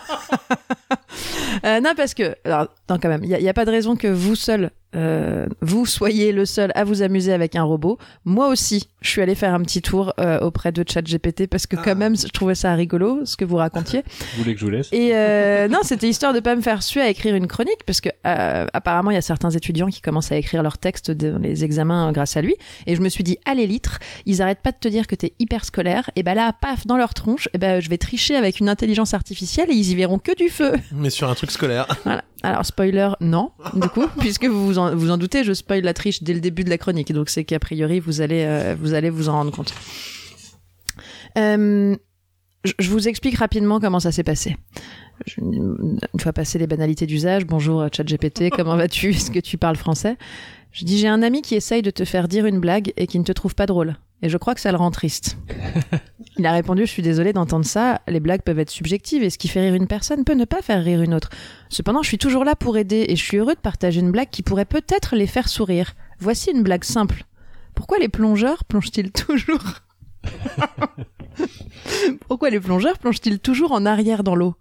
[SPEAKER 2] Euh, non, parce que. alors, non, quand même, il n'y a, pas de raison que vous seul, euh, vous soyez le seul à vous amuser avec un robot. Moi aussi, je suis allée faire un petit tour euh, auprès de ChatGPT parce que,
[SPEAKER 4] Ah.
[SPEAKER 2] quand même, je trouvais ça rigolo ce que vous racontiez.
[SPEAKER 3] Vous voulez que je vous laisse
[SPEAKER 2] Et euh, non, c'était histoire de pas me faire suer à écrire une chronique, parce que euh, apparemment il y a certains étudiants qui commencent à écrire leurs textes dans les examens euh, grâce à lui. Et je me suis dit, allez litre, ils arrêtent pas de te dire que t'es hyper scolaire. Et ben là, paf, dans leur tronche, et ben je vais tricher avec une intelligence artificielle et ils y verront que du feu.
[SPEAKER 4] Mais sur un truc scolaire.
[SPEAKER 2] Voilà. Alors spoiler, non, du coup, puisque vous vous en, vous en doutez, je spoil la triche dès le début de la chronique, donc c'est qu'a priori vous allez euh, vous allez vous en rendre compte. Euh, je- je vous explique rapidement comment ça s'est passé. Je- une fois passé les banalités d'usage, bonjour euh, ChatGPT, comment vas-tu Est-ce que tu parles français Je dis j'ai un ami qui essaye de te faire dire une blague et qui ne te trouve pas drôle. Et je crois que ça le rend triste. Il a répondu je suis désolé d'entendre ça, les blagues peuvent être subjectives et ce qui fait rire une personne peut ne pas faire rire une autre. Cependant, je suis toujours là pour aider et je suis heureux de partager une blague qui pourrait peut-être les faire sourire. Voici une blague simple. Pourquoi les plongeurs plongent-ils toujours Pourquoi les plongeurs plongent-ils toujours en arrière dans l'eau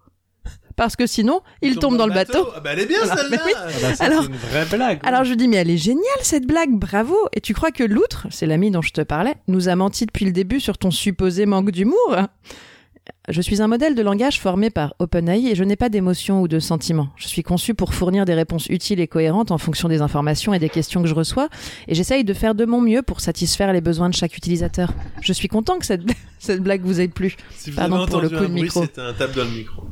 [SPEAKER 2] Parce que sinon, ils tombent dans le bateau.
[SPEAKER 4] Ah bah elle est bien
[SPEAKER 2] Voilà.
[SPEAKER 4] celle-là.
[SPEAKER 2] Mais
[SPEAKER 3] Ah bah, ça,
[SPEAKER 2] alors-
[SPEAKER 3] C'est une vraie blague.
[SPEAKER 2] Alors je lui dis mais elle est géniale cette blague, bravo Et tu crois que l'outre, c'est l'ami dont je te parlais, nous a menti depuis le début sur ton supposé manque d'humour Je suis un modèle de langage formé par OpenAI et je n'ai pas d'émotion ou de sentiment. Je suis conçu pour fournir des réponses utiles et cohérentes en fonction des informations et des questions que je reçois et j'essaye de faire de mon mieux pour satisfaire les besoins de chaque utilisateur. Je suis content que cette, cette blague vous ait plu.
[SPEAKER 4] Si vous
[SPEAKER 2] Pardon
[SPEAKER 4] avez
[SPEAKER 2] pour le
[SPEAKER 4] entendu
[SPEAKER 2] coup
[SPEAKER 4] un
[SPEAKER 2] de
[SPEAKER 4] bruit,
[SPEAKER 2] micro.
[SPEAKER 4] c'était un tape dans le micro.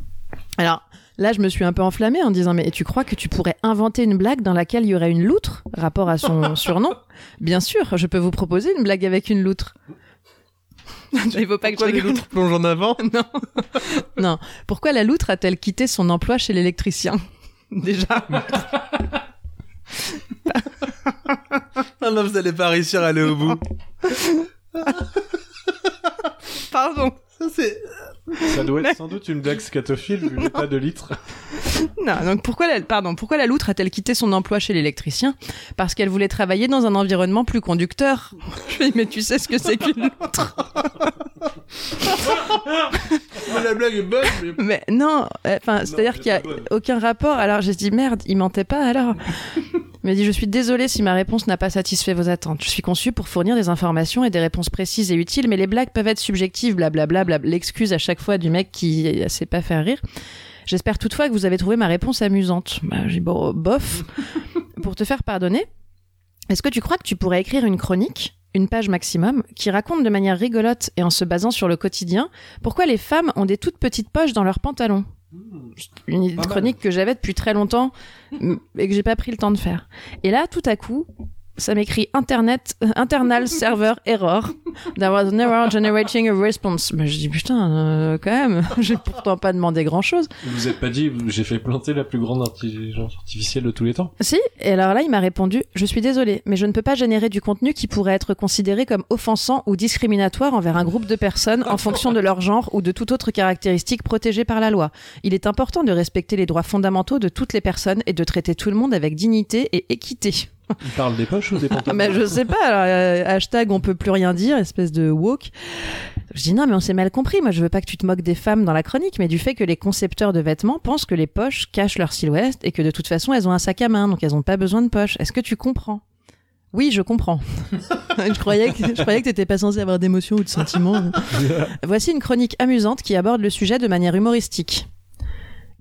[SPEAKER 2] Alors, Là, je me suis un peu enflammée en disant Mais tu crois que tu pourrais inventer une blague dans laquelle il y aurait une loutre, rapport à son surnom Bien sûr, je peux vous proposer une blague avec une loutre. il vaut pas que je
[SPEAKER 4] Pourquoi les
[SPEAKER 2] rigole.
[SPEAKER 4] loutres plongent en avant
[SPEAKER 2] Non. non. Pourquoi la loutre a-t-elle quitté son emploi chez l'électricien Déjà.
[SPEAKER 4] Ah non, vous allez pas réussir à aller au bout.
[SPEAKER 2] Pardon.
[SPEAKER 4] Ça, c'est...
[SPEAKER 3] Ça doit être sans doute une blague scatophile vu l'état de litre.
[SPEAKER 2] Non, donc pourquoi la, pardon, pourquoi la loutre a-t-elle quitté son emploi chez l'électricien Parce qu'elle voulait travailler dans un environnement plus conducteur. Je lui dis, mais tu sais ce que c'est qu'une loutre
[SPEAKER 4] oh, La blague est bonne, mais...
[SPEAKER 2] Mais non, euh, enfin, c'est-à-dire
[SPEAKER 3] elle est
[SPEAKER 2] qu'il y a
[SPEAKER 3] pas bonne.
[SPEAKER 2] aucun rapport. Alors j'ai dit, merde, il mentait pas alors. Il m'a dit, je suis désolé si ma réponse n'a pas satisfait vos attentes. Je suis conçu pour fournir des informations et des réponses précises et utiles, mais les blagues peuvent être subjectives, blablabla, blabla. l'excuse à chaque fois du mec qui euh, sait pas faire rire. J'espère toutefois que vous avez trouvé ma réponse amusante. Bah, j'ai dit, bon, bof. pour te faire pardonner, est-ce que tu crois que tu pourrais écrire une chronique, une page maximum, qui raconte de manière rigolote et en se basant sur le quotidien pourquoi les femmes ont des toutes petites poches dans leurs pantalons Une idée de
[SPEAKER 3] mal.
[SPEAKER 2] chronique que j'avais depuis très longtemps m- et que j'ai pas pris le temps de faire. Et là, tout à coup, ça m'écrit Internet, euh, internal server error. There was an error generating a response. Mais je dis putain, euh, quand même, j'ai pourtant pas demandé grand chose.
[SPEAKER 8] Vous vous êtes pas dit, j'ai fait planter la plus grande intelligence artificielle de tous les temps.
[SPEAKER 2] Si, et alors là, il m'a répondu Je suis désolé, mais je ne peux pas générer du contenu qui pourrait être considéré comme offensant ou discriminatoire envers un groupe de personnes en fonction de leur genre ou de toute autre caractéristique protégée par la loi. Il est important de respecter les droits fondamentaux de toutes les personnes et de traiter tout le monde avec dignité et équité.
[SPEAKER 8] Il parle des poches ou des
[SPEAKER 2] Ah,
[SPEAKER 8] pantalons
[SPEAKER 2] Mais je sais pas, alors, euh, hashtag on peut plus rien dire, espèce de woke. Je dis non, mais on s'est mal compris. Moi, je veux pas que tu te moques des femmes dans la chronique, mais du fait que les concepteurs de vêtements pensent que les poches cachent leur silhouette et que de toute façon, elles ont un sac à main, donc elles ont pas besoin de poche. Est-ce que tu comprends Oui, je comprends. je croyais que, je croyais que t'étais pas censé avoir d'émotions ou de sentiments. Voici une chronique amusante qui aborde le sujet de manière humoristique.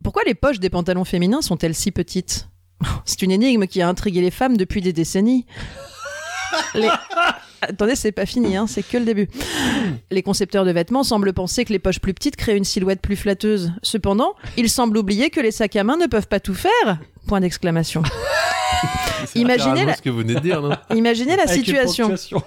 [SPEAKER 2] Pourquoi les poches des pantalons féminins sont-elles si petites C'est une énigme qui a intrigué les femmes depuis des décennies. Les- Attendez, c'est pas fini, hein, c'est que le début. Les concepteurs de vêtements semblent penser que les poches plus petites créent une silhouette plus flatteuse. Cependant, ils semblent oublier que les sacs à main ne peuvent pas tout faire. Point d'exclamation.
[SPEAKER 4] C'est
[SPEAKER 2] Imaginez
[SPEAKER 4] littéralement
[SPEAKER 2] la-
[SPEAKER 4] ce que vous venez de dire, non
[SPEAKER 2] Imaginez
[SPEAKER 3] Ah,
[SPEAKER 2] la
[SPEAKER 8] Avec une
[SPEAKER 2] situation.
[SPEAKER 8] ponctuation.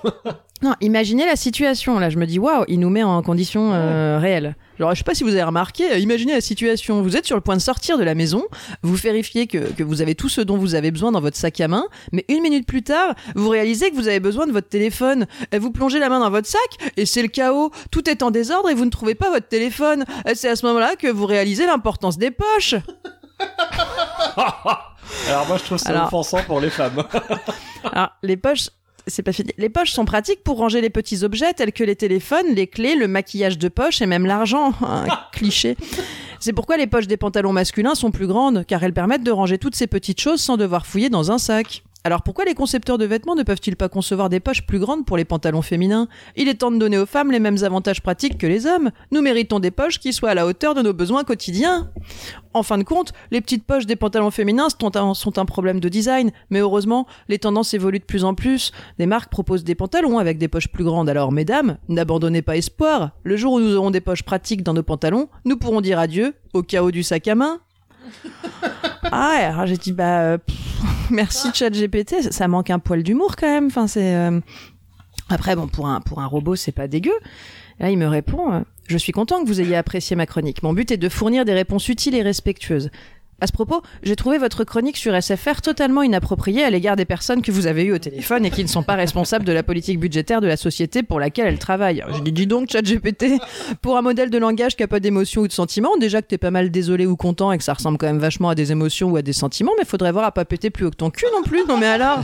[SPEAKER 2] Non, imaginez la situation. Là, je me dis, waouh, il nous met en condition euh, réelle. Genre, je sais pas si vous avez remarqué, euh, imaginez la situation. Vous êtes sur le point de sortir de la maison, vous vérifiez que, que vous avez tout ce dont vous avez besoin dans votre sac à main, mais une minute plus tard, vous réalisez que vous avez besoin de votre téléphone. Et vous plongez la main dans votre sac, et c'est le chaos. Tout est en désordre et vous ne trouvez pas votre téléphone. Et c'est à ce moment-là que vous réalisez l'importance des poches.
[SPEAKER 8] Alors moi je trouve ça
[SPEAKER 2] Alors-
[SPEAKER 8] offensant pour les femmes.
[SPEAKER 2] Alors, Ah, les poches, c'est pas fini. Les poches sont pratiques pour ranger les petits objets tels que les téléphones, les clés, le maquillage de poche et même l'argent. Un cliché. C'est pourquoi les poches des pantalons masculins sont plus grandes, car elles permettent de ranger toutes ces petites choses sans devoir fouiller dans un sac. Alors pourquoi les concepteurs de vêtements ne peuvent-ils pas concevoir des poches plus grandes pour les pantalons féminins Il est temps de donner aux femmes les mêmes avantages pratiques que les hommes. Nous méritons des poches qui soient à la hauteur de nos besoins quotidiens. En fin de compte, les petites poches des pantalons féminins sont un, sont un problème de design, mais heureusement, les tendances évoluent de plus en plus. Des marques proposent des pantalons avec des poches plus grandes, alors mesdames, n'abandonnez pas espoir. Le jour où nous aurons des poches pratiques dans nos pantalons, nous pourrons dire adieu au chaos du sac à main. ah, ouais, alors j'ai dit, bah, euh, pff, merci ChatGPT, ça, ça manque un poil d'humour quand même. Enfin, c'est, euh, Après, bon, pour un, pour un robot, c'est pas dégueu. Là, il me répond euh, Je suis content que vous ayez apprécié ma chronique. Mon but est de fournir des réponses utiles et respectueuses. À ce propos, j'ai trouvé votre chronique sur SFR totalement inappropriée à l'égard des personnes que vous avez eues au téléphone et qui ne sont pas responsables de la politique budgétaire de la société pour laquelle elles travaillent. Je dis, dis donc, chat GPT, pour un modèle de langage qui n'a pas d'émotion ou de sentiment, déjà que t'es pas mal désolé ou content et que ça ressemble quand même vachement à des émotions ou à des sentiments, mais faudrait voir à pas péter plus haut que ton cul non plus. Non mais alors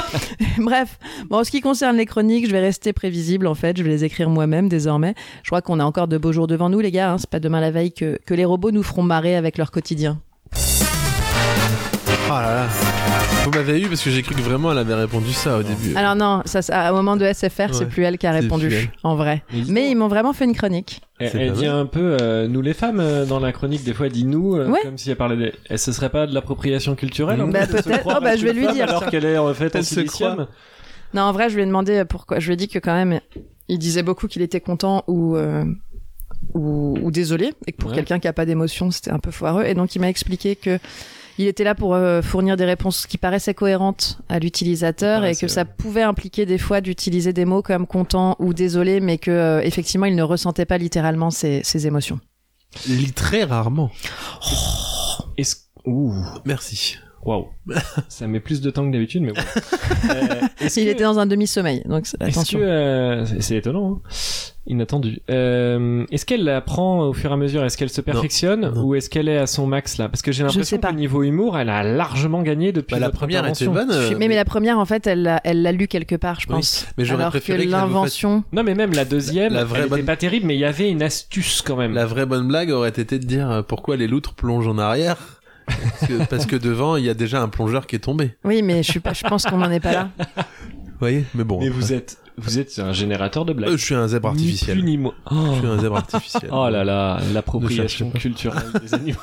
[SPEAKER 2] Bref, bon, en ce qui concerne les chroniques, je vais rester prévisible en fait, je vais les écrire moi-même désormais. Je crois qu'on a encore de beaux jours devant nous les gars, hein. c'est pas demain la veille que, que les robots nous feront marrer avec leur quotidien.
[SPEAKER 4] Oh là là. Vous m'avez eu parce que j'ai cru que vraiment elle avait répondu ça au début.
[SPEAKER 2] Alors non, ça, ça, au moment de SFR,
[SPEAKER 4] Ouais,
[SPEAKER 2] c'est plus elle qui a
[SPEAKER 4] c'est plus
[SPEAKER 2] répondu,
[SPEAKER 4] elle.
[SPEAKER 2] en vrai. Mais ils m'ont vraiment fait une chronique.
[SPEAKER 8] Elle,
[SPEAKER 4] C'est
[SPEAKER 8] elle
[SPEAKER 4] pas
[SPEAKER 8] dit
[SPEAKER 4] mal.
[SPEAKER 8] un peu euh, nous les femmes euh, dans la chronique des fois elle dit nous euh,
[SPEAKER 2] Ouais.
[SPEAKER 8] comme si elle parlait des... Eh, ce serait pas de l'appropriation culturelle en
[SPEAKER 2] Bah,
[SPEAKER 8] fait, de se
[SPEAKER 2] peut-être.
[SPEAKER 8] croire
[SPEAKER 2] Oh, bah,
[SPEAKER 8] être
[SPEAKER 2] je vais
[SPEAKER 8] une
[SPEAKER 2] lui
[SPEAKER 8] femme
[SPEAKER 2] dire,
[SPEAKER 8] alors
[SPEAKER 2] ça.
[SPEAKER 8] qu'elle est en fait en
[SPEAKER 4] Elle se
[SPEAKER 8] silicium.
[SPEAKER 2] Non, en vrai, je lui ai demandé pourquoi. Je lui ai dit que quand même, il disait beaucoup qu'il était content ou euh, ou, ou désolé, et que pour
[SPEAKER 3] Ouais.
[SPEAKER 2] quelqu'un qui a pas d'émotion, c'était un peu foireux. Et donc il m'a expliqué que il était là pour euh, fournir des réponses qui paraissaient cohérentes à l'utilisateur
[SPEAKER 3] Ouais,
[SPEAKER 2] et que
[SPEAKER 3] c'est
[SPEAKER 2] ça pouvait impliquer des fois d'utiliser des mots comme content ou désolé, mais que euh, effectivement il ne ressentait pas littéralement ses, ses émotions.
[SPEAKER 4] Lit très rarement.
[SPEAKER 3] Est-ce... Ouh,
[SPEAKER 4] Merci.
[SPEAKER 3] waouh. Ça met plus de temps que d'habitude, mais bon. Euh, est-ce
[SPEAKER 2] Il
[SPEAKER 3] que-
[SPEAKER 2] était dans un demi-sommeil, donc c'est-
[SPEAKER 3] Est-ce
[SPEAKER 2] attention.
[SPEAKER 3] que, euh, c'est- c'est étonnant, hein. inattendu. Euh, est-ce qu'elle apprend au fur et à mesure Est-ce qu'elle se perfectionne
[SPEAKER 4] Non.
[SPEAKER 3] ou est-ce qu'elle est à son max là Parce que j'ai
[SPEAKER 2] sais
[SPEAKER 3] l'impression
[SPEAKER 2] pas.
[SPEAKER 3] qu'au niveau humour, elle a largement gagné depuis
[SPEAKER 4] Bah, la
[SPEAKER 3] votre
[SPEAKER 4] première était
[SPEAKER 3] intervention.
[SPEAKER 4] bonne. euh,
[SPEAKER 2] mais, mais la première, en fait, elle l'a- elle l'a lu quelque part, je
[SPEAKER 4] Oui,
[SPEAKER 2] pense.
[SPEAKER 4] mais j'aurais
[SPEAKER 2] Alors
[SPEAKER 4] préféré
[SPEAKER 2] que
[SPEAKER 4] qu'elle nous fasse-
[SPEAKER 2] l'invention.
[SPEAKER 3] Non, mais même la deuxième,
[SPEAKER 4] La- la vraie
[SPEAKER 3] elle
[SPEAKER 4] bonne-
[SPEAKER 3] était pas terrible, mais il y avait une astuce quand même.
[SPEAKER 4] La vraie bonne blague aurait été de dire euh, pourquoi les loutres plongent en arrière. Parce que, parce que devant, il y a déjà un plongeur qui est tombé.
[SPEAKER 2] Oui, mais je, suis pas, je pense qu'on n'en est pas là.
[SPEAKER 4] Vous voyez Mais bon.
[SPEAKER 3] Mais
[SPEAKER 4] après.
[SPEAKER 3] vous êtes, vous êtes un générateur de blagues.
[SPEAKER 4] Euh, je suis un zèbre artificiel.
[SPEAKER 3] Ni plus ni moins. Oh,
[SPEAKER 4] Je suis un zèbre artificiel.
[SPEAKER 3] Oh là là,
[SPEAKER 4] Ne cherchez
[SPEAKER 3] l'appropriation
[SPEAKER 4] pas.
[SPEAKER 3] culturelle des animaux.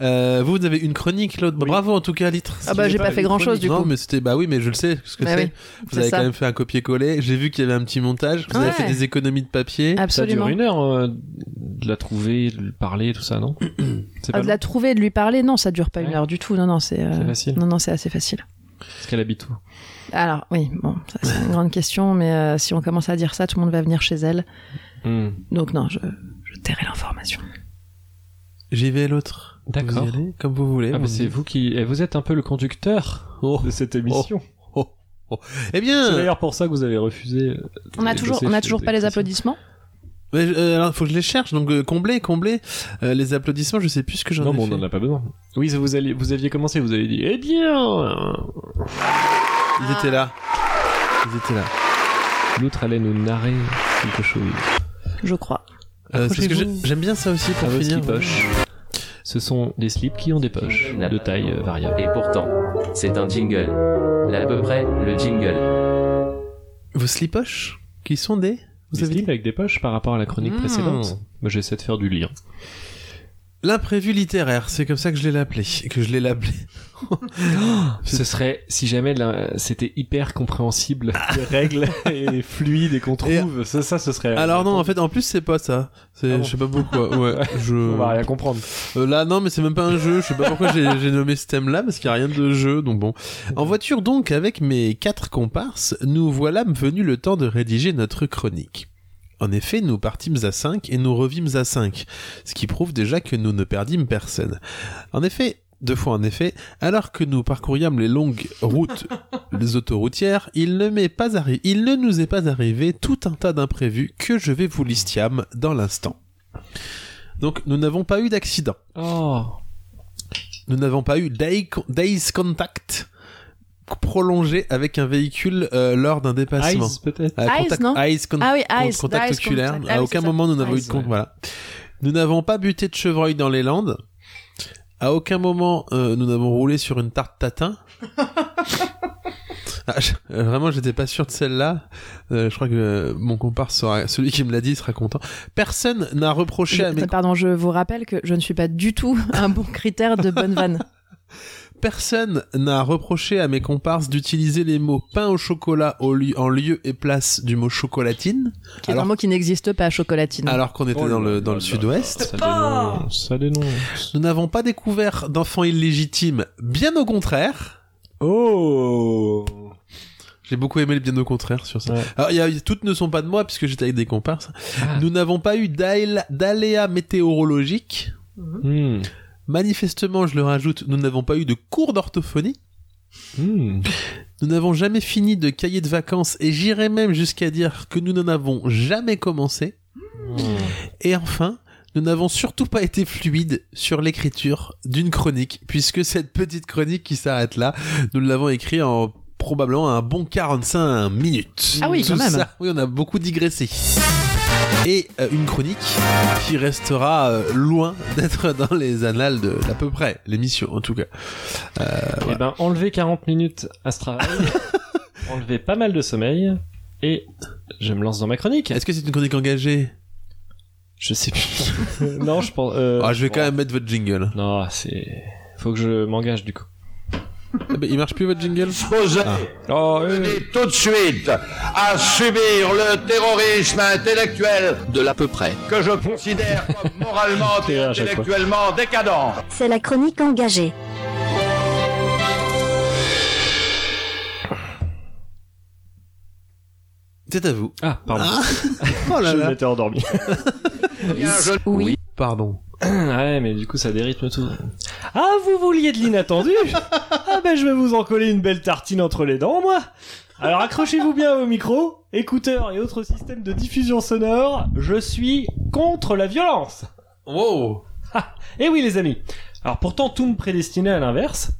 [SPEAKER 4] Euh, vous, vous avez une chronique, Claude.
[SPEAKER 3] Oui.
[SPEAKER 4] Bravo en tout cas, Litre.
[SPEAKER 2] Ah bah, j'ai pas fait grand-chose, du
[SPEAKER 4] non,
[SPEAKER 2] coup.
[SPEAKER 4] mais c'était. Bah oui, mais je le sais ce que
[SPEAKER 2] Bah
[SPEAKER 4] c'est.
[SPEAKER 2] oui,
[SPEAKER 4] vous
[SPEAKER 2] c'est
[SPEAKER 4] avez
[SPEAKER 2] ça.
[SPEAKER 4] quand même fait un copier-coller. J'ai vu qu'il y avait un petit montage. Vous avez
[SPEAKER 2] Ouais. Ah.
[SPEAKER 4] fait des économies de papier.
[SPEAKER 3] Ça dure
[SPEAKER 2] Absolument.
[SPEAKER 3] une heure euh, de la trouver, de lui parler, tout ça, non C'est
[SPEAKER 2] Ah,
[SPEAKER 3] pas
[SPEAKER 2] de la
[SPEAKER 3] long
[SPEAKER 2] trouver, de lui parler, non, ça dure pas une
[SPEAKER 3] Ouais.
[SPEAKER 2] heure du tout. Non, non, c'est. euh,
[SPEAKER 3] C'est facile.
[SPEAKER 2] Non, non, c'est assez facile.
[SPEAKER 3] Parce qu'elle habite où
[SPEAKER 2] Alors, oui, bon, ça, c'est une grande question, mais euh, si on commence à dire ça, tout le monde va venir chez elle.
[SPEAKER 3] Hmm.
[SPEAKER 2] Donc, non, je, je tairai l'information.
[SPEAKER 4] J'y vais l'autre. Vous y
[SPEAKER 3] D'accord.
[SPEAKER 4] allez Comme vous voulez.
[SPEAKER 3] Ah,
[SPEAKER 4] vous
[SPEAKER 3] mais
[SPEAKER 4] me
[SPEAKER 3] c'est
[SPEAKER 4] dites.
[SPEAKER 3] vous qui. eh, Vous êtes un peu le conducteur
[SPEAKER 4] Oh.
[SPEAKER 3] de cette émission.
[SPEAKER 4] Eh
[SPEAKER 3] C'est
[SPEAKER 4] bien,
[SPEAKER 3] d'ailleurs pour ça que vous avez refusé. euh,
[SPEAKER 2] On a
[SPEAKER 3] de
[SPEAKER 2] toujours,
[SPEAKER 3] bosser
[SPEAKER 2] on a
[SPEAKER 3] chez
[SPEAKER 2] toujours
[SPEAKER 3] des
[SPEAKER 2] pas les
[SPEAKER 3] personnes.
[SPEAKER 2] applaudissements
[SPEAKER 4] mais, euh, alors, faut que je les cherche. Donc euh, comblez, comblez Euh, les applaudissements. Je sais plus ce que j'en
[SPEAKER 3] Non,
[SPEAKER 4] ai
[SPEAKER 3] mais on
[SPEAKER 4] fait.
[SPEAKER 3] n'en a pas besoin. Oui, ça vous, alliez- vous aviez commencé, vous avez dit Eh bien
[SPEAKER 4] Ils étaient là. Ils étaient là.
[SPEAKER 3] L'autre allait nous narrer quelque chose.
[SPEAKER 2] Je crois.
[SPEAKER 4] Euh, c'est parce que
[SPEAKER 3] Accrochez-vous.
[SPEAKER 4] j'ai- j'aime bien ça aussi pour
[SPEAKER 3] Traverse
[SPEAKER 4] finir.
[SPEAKER 3] Ah, qui poche. euh, Ce sont des slips qui ont des poches de taille euh, variable.
[SPEAKER 9] Et pourtant, c'est un jingle. Là à peu près, le jingle.
[SPEAKER 4] Vos slipoches qui sont des
[SPEAKER 3] Vous avez dit avec des poches par rapport à la chronique
[SPEAKER 4] Mmh.
[SPEAKER 3] précédente Bah, J'essaie de faire du lien.
[SPEAKER 4] L'imprévu littéraire, c'est comme ça que je l'ai l'appelé, que je l'ai l'appelé.
[SPEAKER 3] Ce serait, si jamais la- c'était hyper compréhensible, les règles et fluides et qu'on
[SPEAKER 4] Et-
[SPEAKER 3] trouve, ça, ça, ce serait.
[SPEAKER 4] Alors non, en fait, en plus c'est pas ça. C'est,
[SPEAKER 3] Ah bon
[SPEAKER 4] je sais pas pourquoi. Ouais, je.
[SPEAKER 3] on va rien comprendre.
[SPEAKER 4] Euh, là, non, mais c'est même pas un jeu. Je sais pas pourquoi j'ai j'ai nommé ce thème-là, parce qu'il y a rien de jeu, donc bon. En voiture, donc, avec mes quatre comparses, nous voilà venu le temps de rédiger notre chronique. En effet, nous partîmes à 5 et nous revîmes à 5, ce qui prouve déjà que nous ne perdîmes personne. En effet, deux fois en effet, alors que nous parcourions les longues routes, les autoroutières, il ne, m'est pas arri- il ne nous est pas arrivé tout un tas d'imprévus que je vais vous listiam dans l'instant. Donc, nous n'avons pas eu d'accident.
[SPEAKER 3] Oh,
[SPEAKER 4] Nous n'avons pas eu day- Days Contact prolongé avec un véhicule euh, lors d'un dépassement.
[SPEAKER 3] Ice peut-être.
[SPEAKER 4] Euh,
[SPEAKER 2] Eyes,
[SPEAKER 4] contact-
[SPEAKER 2] non
[SPEAKER 4] eyes, con-
[SPEAKER 2] Ah oui,
[SPEAKER 4] con-
[SPEAKER 2] eyes,
[SPEAKER 4] contact
[SPEAKER 2] eyes,
[SPEAKER 4] oculaire.
[SPEAKER 2] contact. Ah
[SPEAKER 4] À
[SPEAKER 2] oui,
[SPEAKER 4] aucun
[SPEAKER 2] c'est ça.
[SPEAKER 4] moment nous n'avons eu
[SPEAKER 3] Eyes,
[SPEAKER 4] de compte.
[SPEAKER 3] ouais.
[SPEAKER 4] Voilà. Nous n'avons pas buté de chevreuil dans les Landes. À aucun moment euh, nous n'avons roulé sur une tarte tatin. Ah, je- euh, vraiment, j'étais pas sûr de celle-là. Euh, je crois que euh, mon comparse sera, celui qui me l'a dit sera content. Personne n'a reproché à
[SPEAKER 2] Je-
[SPEAKER 4] mes
[SPEAKER 2] Pardon, je vous rappelle que je ne suis pas du tout un bon critère de bonne vanne.
[SPEAKER 4] Personne n'a reproché à mes comparses d'utiliser les mots pain au chocolat au lieu- en lieu et place du mot chocolatine,
[SPEAKER 2] Qui est
[SPEAKER 4] Alors- Ah,
[SPEAKER 2] un mot qui n'existe pas, chocolatine.
[SPEAKER 4] alors qu'on était
[SPEAKER 3] Oh
[SPEAKER 4] dans
[SPEAKER 3] là
[SPEAKER 4] le,
[SPEAKER 3] là
[SPEAKER 4] dans le
[SPEAKER 3] là
[SPEAKER 4] sud-ouest.
[SPEAKER 3] Ça dénonce. Ça dénonce.
[SPEAKER 4] Nous n'avons pas découvert d'enfants illégitimes, bien au contraire.
[SPEAKER 3] Oh
[SPEAKER 4] J'ai beaucoup aimé le bien au contraire sur ça.
[SPEAKER 3] Ouais.
[SPEAKER 4] Alors, il y a- toutes ne sont pas de moi puisque j'étais avec des comparses.
[SPEAKER 3] Ah.
[SPEAKER 4] Nous n'avons pas eu d'aéla- d'aléas météorologiques.
[SPEAKER 3] Hmm.
[SPEAKER 4] Manifestement, je le rajoute, nous n'avons pas eu de cours d'orthophonie.
[SPEAKER 3] Hmm.
[SPEAKER 4] Nous n'avons jamais fini de cahier de vacances et j'irai même jusqu'à dire que nous n'en avons jamais commencé.
[SPEAKER 2] Hmm.
[SPEAKER 4] Et enfin, nous n'avons surtout pas été fluides sur l'écriture d'une chronique, puisque cette petite chronique qui s'arrête là, nous l'avons écrite en probablement un bon 45 minutes.
[SPEAKER 2] Ah oui,
[SPEAKER 4] Tout
[SPEAKER 2] quand même.
[SPEAKER 4] ça, oui, on a beaucoup digressé. Et euh, une chronique qui restera euh, loin d'être dans les annales de d'à peu près l'émission, en tout cas.
[SPEAKER 3] Eh ben, enlevez 40 minutes à ce travail, enlevez pas mal de sommeil, et je me lance dans ma chronique.
[SPEAKER 4] Est-ce que c'est une chronique engagée
[SPEAKER 3] Je sais plus. non, je pense. euh,
[SPEAKER 4] Ah, Je vais
[SPEAKER 3] bon.
[SPEAKER 4] quand même mettre votre jingle.
[SPEAKER 3] Non, c'est. Faut que je m'engage du coup.
[SPEAKER 4] Eh ben, il marche plus votre jingle
[SPEAKER 10] Exposé tout de suite à subir le terrorisme intellectuel
[SPEAKER 9] de l'à peu près.
[SPEAKER 10] que je considère comme moralement et
[SPEAKER 8] Oh, à chaque fois.
[SPEAKER 10] intellectuellement décadent.
[SPEAKER 11] C'est la chronique engagée.
[SPEAKER 4] C'est à vous.
[SPEAKER 8] Ah, pardon.
[SPEAKER 4] Oh là
[SPEAKER 8] je
[SPEAKER 4] là.
[SPEAKER 8] m'étais endormi.
[SPEAKER 10] Bien, je-
[SPEAKER 1] Oui.
[SPEAKER 4] Pardon.
[SPEAKER 8] ouais, mais du coup, ça dérythme tout. Ah, vous vouliez de l'inattendu Ah ben, je vais vous en coller une belle tartine entre les dents, moi Alors accrochez-vous bien au micro, écouteurs et autres systèmes de diffusion sonore, je suis contre la violence
[SPEAKER 4] Wow
[SPEAKER 8] Eh oui, les amis. Alors pourtant, tout me prédestinait à l'inverse.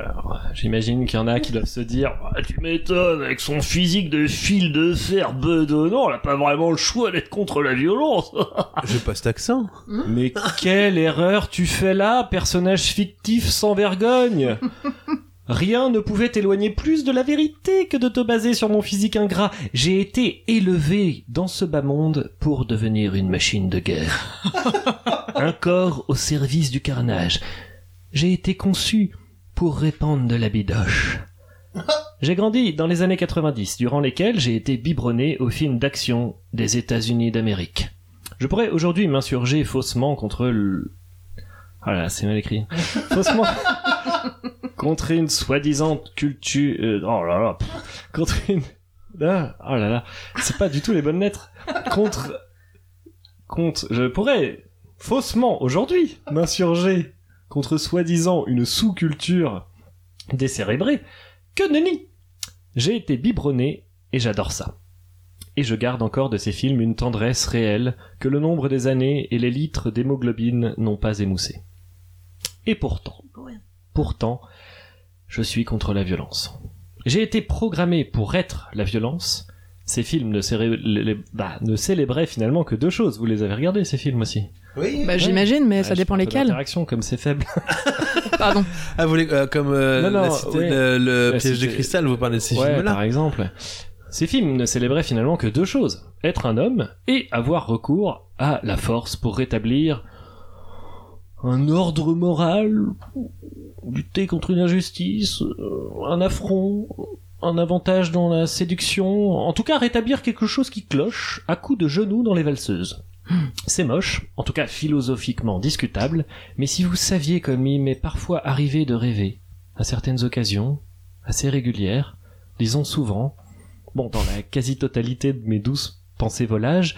[SPEAKER 8] Alors, euh, j'imagine qu'il y en a qui doivent se dire Ah, Tu m'étonnes, avec son physique de fil de fer bedonnant, on n'a pas vraiment le choix d'être contre la violence.
[SPEAKER 4] J'ai pas cet accent.
[SPEAKER 8] Mais quelle erreur tu fais là, personnage fictif sans vergogne Rien ne pouvait t'éloigner plus de la vérité que de te baser sur mon physique ingrat. J'ai été élevé dans ce bas monde pour devenir une machine de guerre. Un corps au service du carnage. J'ai été conçu pour répandre de la bidoche. J'ai grandi dans les années 90, durant lesquelles j'ai été biberonné aux films d'action des États-Unis d'Amérique. Je pourrais aujourd'hui m'insurger faussement contre le... Ah là, c'est mal écrit. Faussement contre une soi-disant culture... euh, oh là là. pff, Contre une... Ah, oh là là. C'est pas du tout les bonnes lettres. Contre... Contre... Je pourrais faussement aujourd'hui m'insurger contre soi-disant une sous-culture décérébrée. Que nenni J'ai été biberonné et j'adore ça. Et je garde encore de ces films une tendresse réelle que le nombre des années et les litres d'hémoglobine n'ont pas émoussé. Et pourtant, pourtant, je suis contre la violence. J'ai été programmé pour être la violence. Ces films ne, céré- les- les- bah, ne célébraient finalement que deux choses. Vous les avez regardés, ces films aussi.
[SPEAKER 4] Oui.
[SPEAKER 2] Bah, j'imagine, mais
[SPEAKER 8] Ouais,
[SPEAKER 2] ça
[SPEAKER 8] je
[SPEAKER 2] dépend
[SPEAKER 8] fais un peu
[SPEAKER 2] lesquels.
[SPEAKER 8] d'interaction, comme c'est faible.
[SPEAKER 2] Pardon.
[SPEAKER 4] Ah, vous voulez, euh, comme euh,
[SPEAKER 8] Non, non,
[SPEAKER 4] la cité,
[SPEAKER 8] ouais.
[SPEAKER 4] le, le
[SPEAKER 8] La
[SPEAKER 4] piège de
[SPEAKER 8] cité-
[SPEAKER 4] cristal, vous parlez de ces
[SPEAKER 8] Ouais,
[SPEAKER 4] films-là.
[SPEAKER 8] par exemple. Ces films ne célébraient finalement que deux choses être un homme et avoir recours à la force pour rétablir un ordre moral, lutter contre une injustice, euh, un affront, un avantage dans la séduction, en tout cas rétablir quelque chose qui cloche à coups de genoux dans les valseuses.
[SPEAKER 4] Hmm.
[SPEAKER 8] C'est moche, en tout cas philosophiquement discutable, mais si vous saviez comme il m'est parfois arrivé de rêver, à certaines occasions, assez régulières, disons souvent, bon, dans la quasi-totalité de mes douces pensées volages,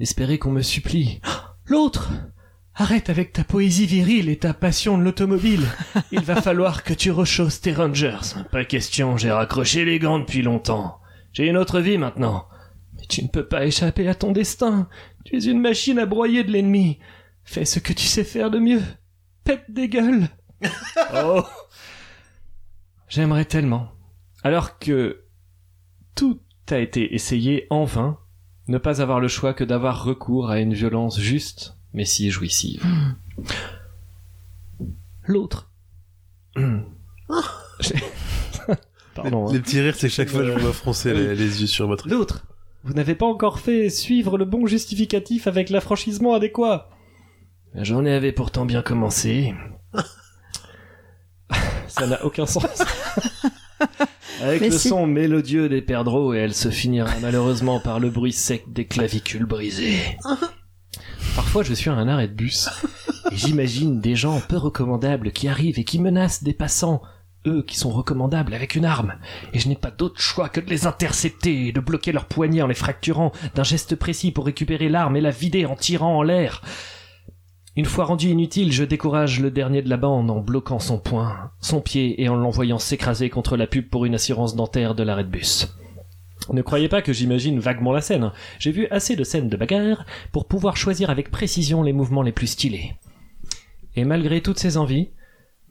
[SPEAKER 8] espérer qu'on me supplie. L'autre Arrête avec ta poésie virile et ta passion de l'automobile. Il va falloir que tu rechausses tes Rangers. Pas question, j'ai raccroché les gants depuis longtemps. J'ai une autre vie maintenant. Mais tu ne peux pas échapper à ton destin. Tu es une machine à broyer de l'ennemi. Fais ce que tu sais faire de mieux. Pète des gueules. oh J'aimerais tellement alors que tout a été essayé en vain, ne pas avoir le choix que d'avoir recours à une violence juste, mais si jouissive. L'autre. Hmm. J'ai- Pardon. hein.
[SPEAKER 4] Les petits rires, c'est que chaque fois je vous vois froncer les,
[SPEAKER 8] Oui.
[SPEAKER 4] les yeux sur votre.
[SPEAKER 8] L'autre. Vous n'avez pas encore fait suivre le bon justificatif avec l'affranchissement adéquat. La journée avait pourtant bien commencé. Ça n'a aucun sens. avec
[SPEAKER 2] Mais
[SPEAKER 8] le
[SPEAKER 2] si.
[SPEAKER 8] son mélodieux des perdreaux, et elle se finira malheureusement par le bruit sec des clavicules brisées. Parfois, je suis à un arrêt de bus. Et j'imagine des gens peu recommandables qui arrivent et qui menacent des passants, eux qui sont recommandables avec une arme et je n'ai pas d'autre choix que de les intercepter et de bloquer leurs poignets en les fracturant d'un geste précis pour récupérer l'arme et la vider en tirant en l'air. Une fois rendu inutile, je décourage le dernier de la bande en bloquant son poing, son pied et en l'envoyant s'écraser contre la pub pour une assurance dentaire de l'arrêt de bus. Ne croyez pas que j'imagine vaguement la scène. J'ai vu assez de scènes de bagarre pour pouvoir choisir avec précision les mouvements les plus stylés. Et malgré toutes ces envies,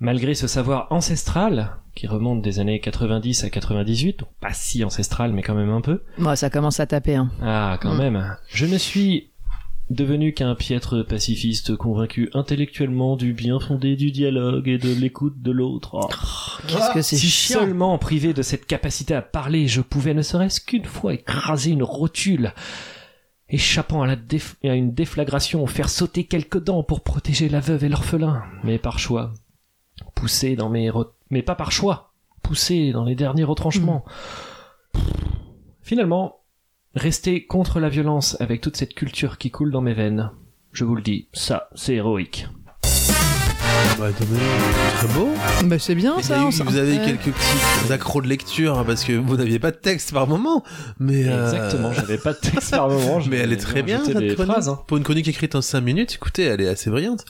[SPEAKER 8] Malgré ce savoir ancestral, qui remonte des années 90 à 98, donc pas si ancestral mais quand même un peu,
[SPEAKER 2] Moi, Bah, ça commence à taper. Hein.
[SPEAKER 8] ah quand
[SPEAKER 2] Mm.
[SPEAKER 8] même, je ne suis devenu qu'un piètre pacifiste convaincu intellectuellement du bien fondé du dialogue et de l'écoute de l'autre. Oh.
[SPEAKER 2] Qu'est-ce que c'est
[SPEAKER 8] Si
[SPEAKER 2] chiant.
[SPEAKER 8] seulement privé de cette capacité à parler, je pouvais ne serait-ce qu'une fois écraser une rotule, échappant à, la déf- à une déflagration, faire sauter quelques dents pour protéger la veuve et l'orphelin, mais par choix. poussé dans mes... re- Mais pas par choix, poussé dans les derniers retranchements.
[SPEAKER 2] Hmm.
[SPEAKER 8] Finalement, rester contre la violence avec toute cette culture qui coule dans mes veines, je vous le dis, ça, c'est héroïque.
[SPEAKER 4] Bah, attendez, c'est très beau.
[SPEAKER 2] Bah, c'est bien
[SPEAKER 4] Mais
[SPEAKER 2] ça.
[SPEAKER 4] il y a eu-
[SPEAKER 2] on s'en-
[SPEAKER 4] vous avez
[SPEAKER 2] Ouais.
[SPEAKER 4] quelques petits accros de lecture hein, parce que vous n'aviez pas de texte par moment. Mais euh,
[SPEAKER 8] Exactement, j'avais pas de texte par moment.
[SPEAKER 4] Mais elle est très bien cette
[SPEAKER 8] des
[SPEAKER 4] chronique.
[SPEAKER 8] phrases. Hein.
[SPEAKER 4] Pour une chronique écrite en 5 minutes, écoutez, elle est assez brillante.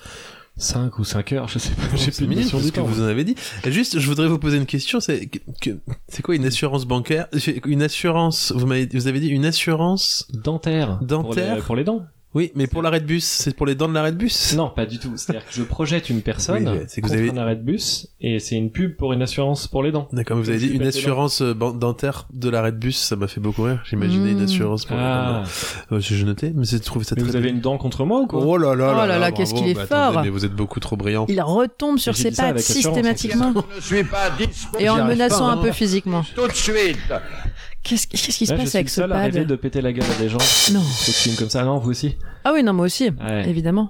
[SPEAKER 8] 5 ou 5 heures, je sais pas, j'ai
[SPEAKER 4] C'est
[SPEAKER 8] plus de
[SPEAKER 4] mignon,
[SPEAKER 8] notion
[SPEAKER 4] tout
[SPEAKER 8] du
[SPEAKER 4] ce que
[SPEAKER 8] temps. hein.
[SPEAKER 4] vous en avez dit. Et juste, je voudrais vous poser une question. C'est que- que- c'est quoi une assurance bancaire Une assurance Vous m'avez, vous avez dit une assurance
[SPEAKER 8] Dentaire. Pour les-
[SPEAKER 4] Dentaire
[SPEAKER 8] pour les dents.
[SPEAKER 4] Oui, mais pour l'arrêt de bus, c'est pour les dents de l'arrêt de bus.
[SPEAKER 8] Non, pas du tout. C'est-à-dire que je projette une personne
[SPEAKER 4] Oui, c'est que vous
[SPEAKER 8] contre
[SPEAKER 4] avez-
[SPEAKER 8] un arrêt de bus et c'est une pub pour une assurance pour les dents.
[SPEAKER 4] D'accord, mais vous avez
[SPEAKER 8] Je
[SPEAKER 4] dit
[SPEAKER 8] suis
[SPEAKER 4] une
[SPEAKER 8] pas
[SPEAKER 4] assurance euh, ban- dentaire de l'arrêt de bus, ça m'a fait beaucoup rire. J'imaginais une
[SPEAKER 2] Mm.
[SPEAKER 4] assurance pour.
[SPEAKER 8] Ah,
[SPEAKER 4] Euh, J'ai noté, mais j'ai trouvé ça
[SPEAKER 8] mais
[SPEAKER 4] très.
[SPEAKER 8] vous avez une dent contre moi ou quoi
[SPEAKER 4] Oh là là là
[SPEAKER 2] Oh là là,
[SPEAKER 4] bravo,
[SPEAKER 2] qu'est-ce qu'il est
[SPEAKER 4] bah attendez,
[SPEAKER 2] fort.
[SPEAKER 4] mais vous êtes beaucoup trop brillant.
[SPEAKER 2] Il retombe sur
[SPEAKER 8] J'ai
[SPEAKER 2] ses
[SPEAKER 8] dit ça
[SPEAKER 2] pattes
[SPEAKER 8] avec assurance, en plus.
[SPEAKER 2] systématiquement
[SPEAKER 10] Je ne suis pas dispo
[SPEAKER 2] et en
[SPEAKER 4] J'y
[SPEAKER 2] le
[SPEAKER 4] arrive
[SPEAKER 2] menaçant
[SPEAKER 4] pas,
[SPEAKER 2] un
[SPEAKER 4] hein.
[SPEAKER 2] peu physiquement.
[SPEAKER 10] tout de suite.
[SPEAKER 2] Qu'est-ce qu'est-ce qui se
[SPEAKER 8] Là, je
[SPEAKER 2] passe
[SPEAKER 8] suis
[SPEAKER 2] avec
[SPEAKER 8] le
[SPEAKER 2] ce
[SPEAKER 8] seul à rêver
[SPEAKER 2] pad
[SPEAKER 8] de péter la gueule à des gens.
[SPEAKER 2] Non.
[SPEAKER 8] Faut que tu me comme ça. Non, vous aussi.
[SPEAKER 2] Ah oui, non, moi aussi,
[SPEAKER 8] Ouais.
[SPEAKER 2] évidemment.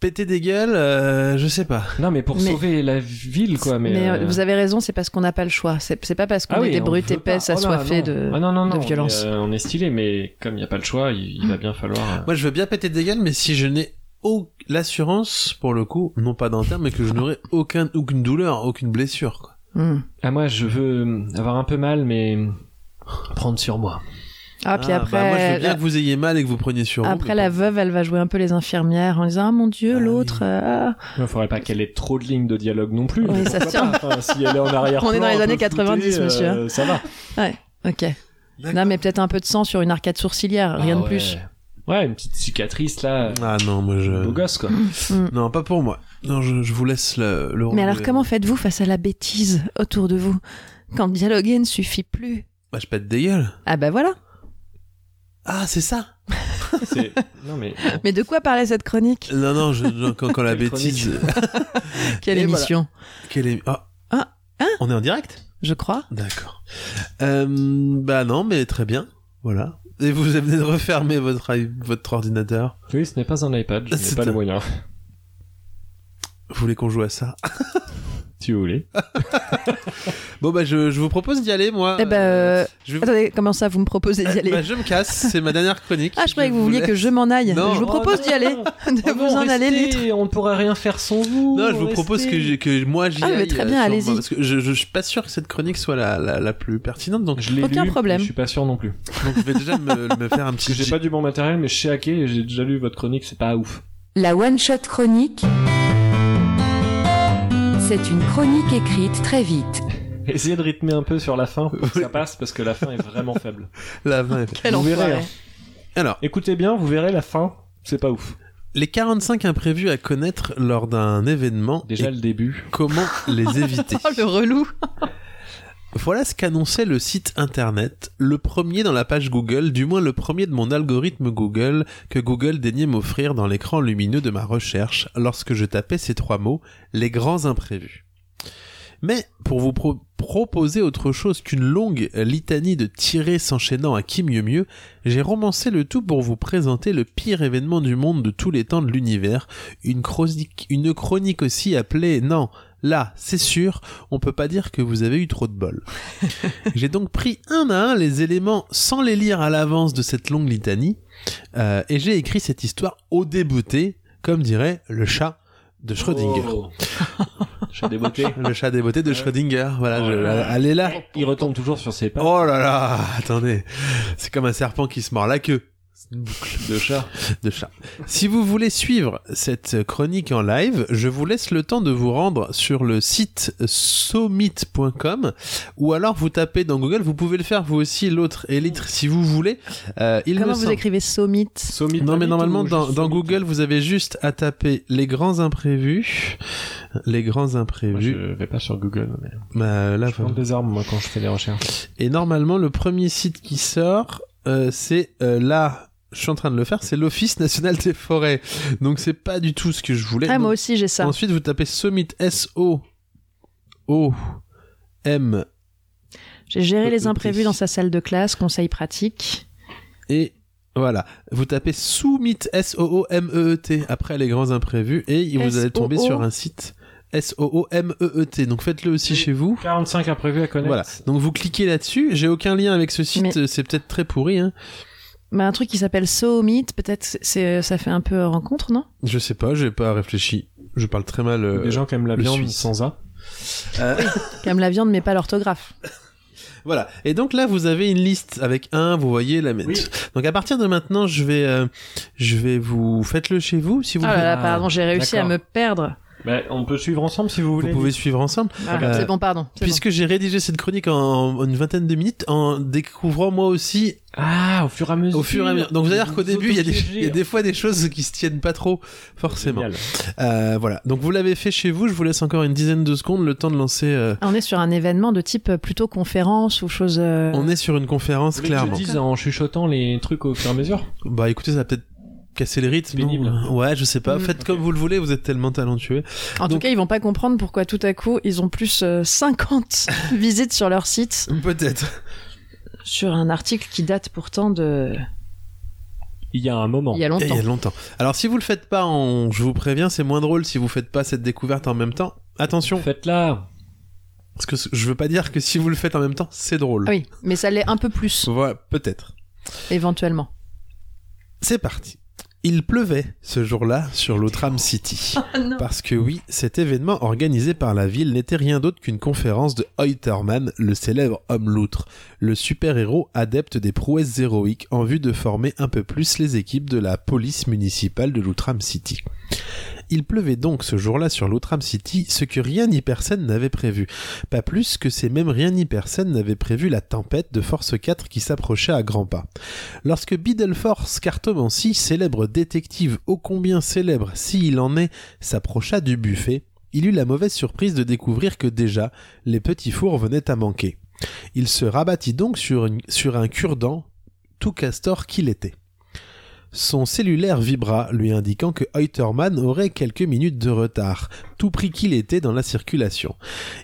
[SPEAKER 4] Péter des gueules, euh, je sais pas.
[SPEAKER 8] Non, mais pour
[SPEAKER 2] Mais-
[SPEAKER 8] sauver la ville, quoi. Mais,
[SPEAKER 2] Mais
[SPEAKER 8] euh,
[SPEAKER 2] euh, vous avez raison, c'est parce qu'on n'a pas le choix. C'est c'est pas parce qu'on
[SPEAKER 8] Ah
[SPEAKER 2] est
[SPEAKER 8] oui,
[SPEAKER 2] des
[SPEAKER 8] on
[SPEAKER 2] brutes
[SPEAKER 8] veut
[SPEAKER 2] épaisses
[SPEAKER 8] pas. Oh là,
[SPEAKER 2] assoiffées
[SPEAKER 8] non.
[SPEAKER 2] de.
[SPEAKER 8] Ah non, non,
[SPEAKER 2] de
[SPEAKER 8] non,
[SPEAKER 2] violence.
[SPEAKER 8] mais, euh, on est stylé, mais comme il n'y a pas le choix, il, il va bien falloir. euh,
[SPEAKER 4] Moi, je veux bien péter des gueules, mais si je n'ai au- l'assurance, pour le coup, non pas dentaire, mais que je n'aurai aucun, aucune douleur, aucune blessure. Quoi.
[SPEAKER 2] Hmm.
[SPEAKER 8] Ah, moi, je veux euh, avoir un peu mal, mais prendre sur moi.
[SPEAKER 2] Ah, puis
[SPEAKER 4] bah,
[SPEAKER 2] après,
[SPEAKER 4] moi, je veux bien
[SPEAKER 2] la-
[SPEAKER 4] que vous ayez mal et que vous preniez sur vous,
[SPEAKER 2] après
[SPEAKER 4] mais
[SPEAKER 2] la
[SPEAKER 4] pas-
[SPEAKER 2] veuve, elle va jouer un peu les infirmières en disant Ah mon dieu,
[SPEAKER 4] Ah
[SPEAKER 2] l'autre.
[SPEAKER 4] oui.
[SPEAKER 2] euh, ah.
[SPEAKER 8] Il faudrait pas qu'elle ait trop de lignes de dialogue non plus.
[SPEAKER 2] Oui,
[SPEAKER 8] mais
[SPEAKER 2] ça
[SPEAKER 8] pourquoi
[SPEAKER 2] se tient.
[SPEAKER 8] pas. Enfin, si elle est en arrière
[SPEAKER 2] On est dans les années 90, monsieur, hein.
[SPEAKER 8] euh, Ça va.
[SPEAKER 2] Ok.
[SPEAKER 4] D'accord.
[SPEAKER 2] Non, mais peut-être un peu de sang sur une arcade sourcilière, rien
[SPEAKER 8] Ah
[SPEAKER 2] de plus.
[SPEAKER 8] ouais. Ouais, une petite cicatrice là.
[SPEAKER 4] Ah non, moi je.
[SPEAKER 8] Beau gosse quoi.
[SPEAKER 4] Non, pas pour moi. Non, je, je vous laisse le. le
[SPEAKER 2] Mais
[SPEAKER 4] rôle
[SPEAKER 2] alors,
[SPEAKER 4] de-
[SPEAKER 2] comment faites-vous face à la bêtise autour de vous Quand dialoguer ne suffit plus
[SPEAKER 4] Bah, je pète des gueules.
[SPEAKER 2] Ah bah voilà
[SPEAKER 4] Ah, c'est ça
[SPEAKER 8] C'est- Non mais.
[SPEAKER 2] Mais de quoi parlait cette chronique
[SPEAKER 4] Non, non, je- non, quand, quand la
[SPEAKER 8] Quelle
[SPEAKER 4] bêtise.
[SPEAKER 2] Quelle
[SPEAKER 4] Et voilà.
[SPEAKER 2] émission
[SPEAKER 4] Quelle est. Ah
[SPEAKER 2] Ah, hein
[SPEAKER 4] On est en direct
[SPEAKER 2] Je crois.
[SPEAKER 4] D'accord. Euh, bah non, mais très bien. Voilà. Et vous venez de refermer votre, i- votre ordinateur.
[SPEAKER 8] Oui, ce n'est pas un iPad. Je n'ai
[SPEAKER 4] C'est
[SPEAKER 8] pas le
[SPEAKER 4] un-
[SPEAKER 8] moyen.
[SPEAKER 4] Vous voulez qu'on joue à ça
[SPEAKER 8] Si vous voulez.
[SPEAKER 4] Bon, bah je, je vous propose d'y aller, moi.
[SPEAKER 2] Eh ben,
[SPEAKER 4] Euh,
[SPEAKER 2] euh,
[SPEAKER 4] je, vais vous-
[SPEAKER 2] Attendez, comment ça vous me proposez d'y aller
[SPEAKER 4] Bah, je me casse, c'est ma dernière chronique.
[SPEAKER 2] Ah, je croyais que vous vouliez
[SPEAKER 4] laisse-
[SPEAKER 2] que je m'en aille.
[SPEAKER 4] Non.
[SPEAKER 2] Je vous propose
[SPEAKER 8] Oh,
[SPEAKER 2] d'y aller,
[SPEAKER 8] non.
[SPEAKER 2] de
[SPEAKER 8] Oh
[SPEAKER 2] vous
[SPEAKER 8] non,
[SPEAKER 2] en aller,
[SPEAKER 8] restez,
[SPEAKER 2] litre.
[SPEAKER 8] On ne pourra rien faire sans vous.
[SPEAKER 4] Non, je vous propose que,
[SPEAKER 8] restez.
[SPEAKER 4] j'ai- que moi j'y
[SPEAKER 2] Ah, mais
[SPEAKER 4] aille,
[SPEAKER 2] très
[SPEAKER 4] euh,
[SPEAKER 2] bien,
[SPEAKER 4] sur-
[SPEAKER 2] allez-y.
[SPEAKER 4] Parce que je, je, suis pas sûr que cette chronique soit la, la, la plus pertinente, donc,
[SPEAKER 8] Je l'ai
[SPEAKER 2] Aucun
[SPEAKER 8] lu,
[SPEAKER 2] problème.
[SPEAKER 8] mais Je suis pas sûr non plus.
[SPEAKER 4] donc je vais déjà me, me faire un
[SPEAKER 8] Parce
[SPEAKER 4] petit.
[SPEAKER 8] que j'ai pas du bon matériel, mais je sais hacker et j'ai déjà lu votre chronique, c'est pas ouf.
[SPEAKER 1] La One Shot Chronique. C'est une chronique écrite très vite.
[SPEAKER 8] Essayez de rythmer un peu sur la fin pour que
[SPEAKER 4] Oui.
[SPEAKER 8] ça passe parce que la fin est vraiment faible.
[SPEAKER 4] La main est faite.
[SPEAKER 2] Quel
[SPEAKER 8] Vous verrez,
[SPEAKER 2] enfoiré.
[SPEAKER 8] hein.
[SPEAKER 4] Alors,
[SPEAKER 8] Écoutez bien, vous verrez la fin, c'est pas ouf.
[SPEAKER 4] les 45 imprévus à connaître lors d'un événement.
[SPEAKER 8] Déjà
[SPEAKER 4] et
[SPEAKER 8] le début.
[SPEAKER 4] comment les éviter
[SPEAKER 2] Oh, le relou
[SPEAKER 4] Voilà ce qu'annonçait le site internet, le premier dans la page Google, du moins le premier de mon algorithme Google, que Google daignait m'offrir dans l'écran lumineux de ma recherche lorsque je tapais ces trois mots, les grands imprévus. Mais pour vous pro- proposer autre chose qu'une longue litanie de tirés s'enchaînant à qui mieux mieux, j'ai romancé le tout pour vous présenter le pire événement du monde de tous les temps de l'univers, une chronique, une chronique aussi appelée Non, là, c'est sûr, on peut pas dire que vous avez eu trop de bol. J'ai donc pris un à un les éléments sans les lire à l'avance de cette longue litanie, euh, et j'ai écrit cette histoire au débouté, comme dirait le chat de Schrödinger.
[SPEAKER 8] Oh. Je suis déboté.
[SPEAKER 4] Le chat des beautés de Schrödinger, voilà,
[SPEAKER 8] Oh
[SPEAKER 4] je-
[SPEAKER 8] là là.
[SPEAKER 4] elle est là.
[SPEAKER 8] Il retombe toujours sur ses pattes
[SPEAKER 4] Oh là là, attendez, c'est comme un serpent qui se mord la queue. C'est une boucle
[SPEAKER 8] de chat.
[SPEAKER 4] de chat. Si vous voulez suivre cette chronique en live, je vous laisse le temps de vous rendre sur le site summit.com ou alors vous tapez dans Google, vous pouvez le faire vous aussi, l'autre élitre si vous voulez. Euh, il
[SPEAKER 2] Comment
[SPEAKER 4] me
[SPEAKER 2] vous
[SPEAKER 4] semble-
[SPEAKER 2] écrivez Summit
[SPEAKER 8] Sommite
[SPEAKER 4] Non mais
[SPEAKER 8] Amit
[SPEAKER 4] normalement
[SPEAKER 8] ou
[SPEAKER 4] dans,
[SPEAKER 8] juste
[SPEAKER 4] dans
[SPEAKER 8] Sommite
[SPEAKER 4] Google vous avez juste à taper les grands imprévus, les grands
[SPEAKER 8] Moi,
[SPEAKER 4] imprévus.
[SPEAKER 8] Je vais pas sur Google. Mais...
[SPEAKER 4] Bah, là,
[SPEAKER 8] je prends des armes moi quand je fais des recherches.
[SPEAKER 4] Et normalement, le premier site qui sort, euh, c'est euh, là. Je suis en train de le faire, c'est l'Office national des forêts. Donc c'est pas du tout ce que je voulais.
[SPEAKER 2] Ah, moi
[SPEAKER 4] Donc,
[SPEAKER 2] aussi j'ai ça.
[SPEAKER 4] Ensuite, vous tapez Summit S O O M
[SPEAKER 2] J'ai géré les
[SPEAKER 4] Euh,
[SPEAKER 2] imprévus
[SPEAKER 4] oui.
[SPEAKER 2] dans sa salle de classe, conseil pratique.
[SPEAKER 4] et E. voilà. Vous tapez Summit S O O M E E T après les grands imprévus et vous allez tomber
[SPEAKER 2] S O O.
[SPEAKER 4] sur un site S-O-O-M-E-E-T. E Donc faites-le aussi chez vous.
[SPEAKER 8] 45 imprévus à connaître.
[SPEAKER 4] Voilà. Donc vous cliquez là-dessus. J'ai aucun lien avec ce site.
[SPEAKER 2] Mais-
[SPEAKER 4] C'est peut-être très pourri. Hein.
[SPEAKER 2] Mais un truc qui s'appelle So Meet, peut-être c'est ça fait un peu rencontre, non
[SPEAKER 4] Je sais pas. J'ai pas réfléchi. Je parle très mal. euh,
[SPEAKER 8] Des gens qui aiment la
[SPEAKER 4] le
[SPEAKER 8] viande
[SPEAKER 4] Suisse.
[SPEAKER 8] sans A.
[SPEAKER 4] euh,
[SPEAKER 2] Comme la viande, mais pas l'orthographe.
[SPEAKER 4] Voilà. Et donc là, vous avez une liste avec un, vous voyez la
[SPEAKER 8] Oui.
[SPEAKER 4] Donc à partir de maintenant, je vais, euh, je vais vous faites-le chez vous si vous
[SPEAKER 2] Oh là
[SPEAKER 4] voulez.
[SPEAKER 2] là,
[SPEAKER 8] Ah,
[SPEAKER 2] pardon, j'ai réussi à
[SPEAKER 8] d'accord.
[SPEAKER 2] me perdre.
[SPEAKER 8] Bah, on peut suivre ensemble si vous voulez.
[SPEAKER 4] Vous pouvez suivre ensemble.
[SPEAKER 2] Ah,
[SPEAKER 4] Euh,
[SPEAKER 2] c'est bon, pardon. c'est
[SPEAKER 4] Puisque j'ai rédigé cette chronique en, en une vingtaine de minutes, en découvrant moi aussi
[SPEAKER 8] Ah, au fur et à mesure.
[SPEAKER 4] au fur et à mesure. Donc vous allez dire qu'au
[SPEAKER 8] Vous
[SPEAKER 4] début, il y, a des-
[SPEAKER 8] autopiégez.
[SPEAKER 4] il y a des fois des choses qui se tiennent pas trop forcément.
[SPEAKER 8] Génial.
[SPEAKER 4] Euh, voilà. Donc vous l'avez fait chez vous. Je vous laisse encore une dizaine de secondes le temps de lancer. euh,
[SPEAKER 2] bon. Ah, on est sur un événement de type euh, plutôt conférence ou chose. euh,
[SPEAKER 4] On est sur une conférence
[SPEAKER 8] Vous voulez que je
[SPEAKER 4] clairement.
[SPEAKER 8] dise en chuchotant les trucs au fur et à mesure
[SPEAKER 4] Bah écoutez, ça va peut-être casser le rythme. non
[SPEAKER 8] Pénible.
[SPEAKER 4] ouais, je sais pas.
[SPEAKER 2] Mm.
[SPEAKER 4] Faites comme vous le voulez. Vous êtes tellement talentueux.
[SPEAKER 2] En
[SPEAKER 4] donc-
[SPEAKER 2] tout cas, ils vont pas comprendre pourquoi tout à coup ils ont plus euh, 50 visites sur leur site
[SPEAKER 4] Peut-être.
[SPEAKER 2] sur un article qui date pourtant de
[SPEAKER 8] Il y a un moment.
[SPEAKER 2] il y a
[SPEAKER 4] Et Il
[SPEAKER 2] longtemps.
[SPEAKER 4] y a longtemps. Alors si vous le faites pas, en... je vous préviens, c'est moins drôle si vous faites pas cette découverte en même temps. Attention,
[SPEAKER 8] Faites-la.
[SPEAKER 4] parce que c- je veux pas dire que si vous le faites en même temps, c'est drôle.
[SPEAKER 2] Ah oui, mais ça l'est un peu plus
[SPEAKER 4] Voilà, peut-être.
[SPEAKER 2] éventuellement.
[SPEAKER 4] C'est parti. Il pleuvait ce jour-là sur l'Outram City. Parce que oui, cet événement organisé par la ville n'était rien d'autre qu'une conférence de Heutermann, le célèbre homme loutre, le super-héros adepte des prouesses héroïques en vue de former un peu plus les équipes de la police municipale de l'Outram City. Il pleuvait donc ce jour-là sur l'Outram City ce que rien ni personne n'avait prévu. Pas plus que ces mêmes rien ni personne n'avait prévu la tempête de force 4 qui s'approchait à grands pas. Lorsque Biddleforce Cartomancy, célèbre détective ô combien célèbre s'il en est, s'approcha du buffet, il eut la mauvaise surprise de découvrir que déjà, les petits fours venaient à manquer. Il se rabattit donc sur, une- sur un cure-dent, tout castor qu'il était. Son cellulaire vibra, lui indiquant que Heutermann aurait quelques minutes de retard, tout pris qu'il était dans la circulation.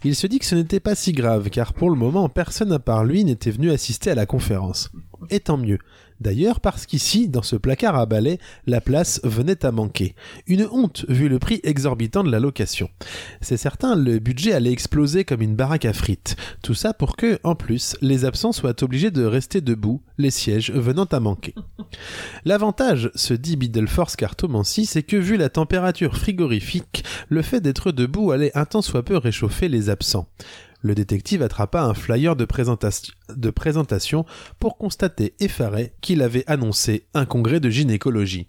[SPEAKER 4] Il se dit que ce n'était pas si grave, car pour le moment, personne à part lui n'était venu assister à la conférence. Et tant mieux. D'ailleurs, parce qu'ici, dans ce placard à balai, la place venait à manquer. Une honte, vu le prix exorbitant de la location. C'est certain, le budget allait exploser comme une baraque à frites. Tout ça pour que, en plus, les absents soient obligés de rester debout, les sièges venant à manquer. L'avantage, se dit Biddleforce Cartomancy, c'est que vu la température frigorifique, le fait d'être debout allait un temps soit peu réchauffer les absents. Le détective attrapa un flyer de, présentation- de présentation pour constater effaré qu'il avait annoncé un congrès de gynécologie.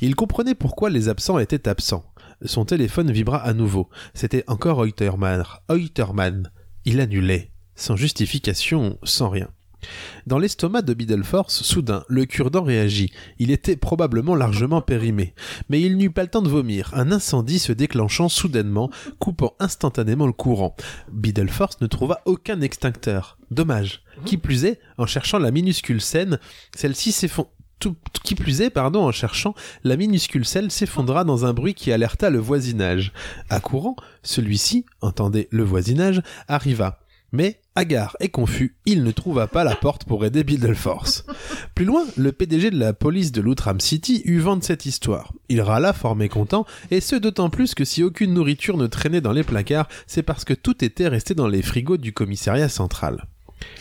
[SPEAKER 4] Il comprenait pourquoi les absents étaient absents. Son téléphone vibra à nouveau. C'était encore Heutermann. Heutermann. Il annulait. Sans justification, sans rien. Dans l'estomac de Biddleforce, soudain, le cure-dent réagit. Il était probablement largement périmé. Mais il n'eut pas le temps de vomir, un incendie se déclenchant soudainement, coupant instantanément le courant. Biddleforce ne trouva aucun extincteur. Dommage. Qui plus est, en cherchant la minuscule scène, celle-ci s'effondra. Qui plus est, pardon, en cherchant, la minuscule scène s'effondra dans un bruit qui alerta le voisinage. À courant, celui-ci, entendez le voisinage, arriva. Mais, hagard et confus, il ne trouva pas la porte pour aider Biddleforce. Plus loin, le PDG de la police de l'Outram City eut vent de cette histoire. Il râla fort mécontent, et ce d'autant plus que si aucune nourriture ne traînait dans les placards, c'est parce que tout était resté dans les frigos du commissariat central.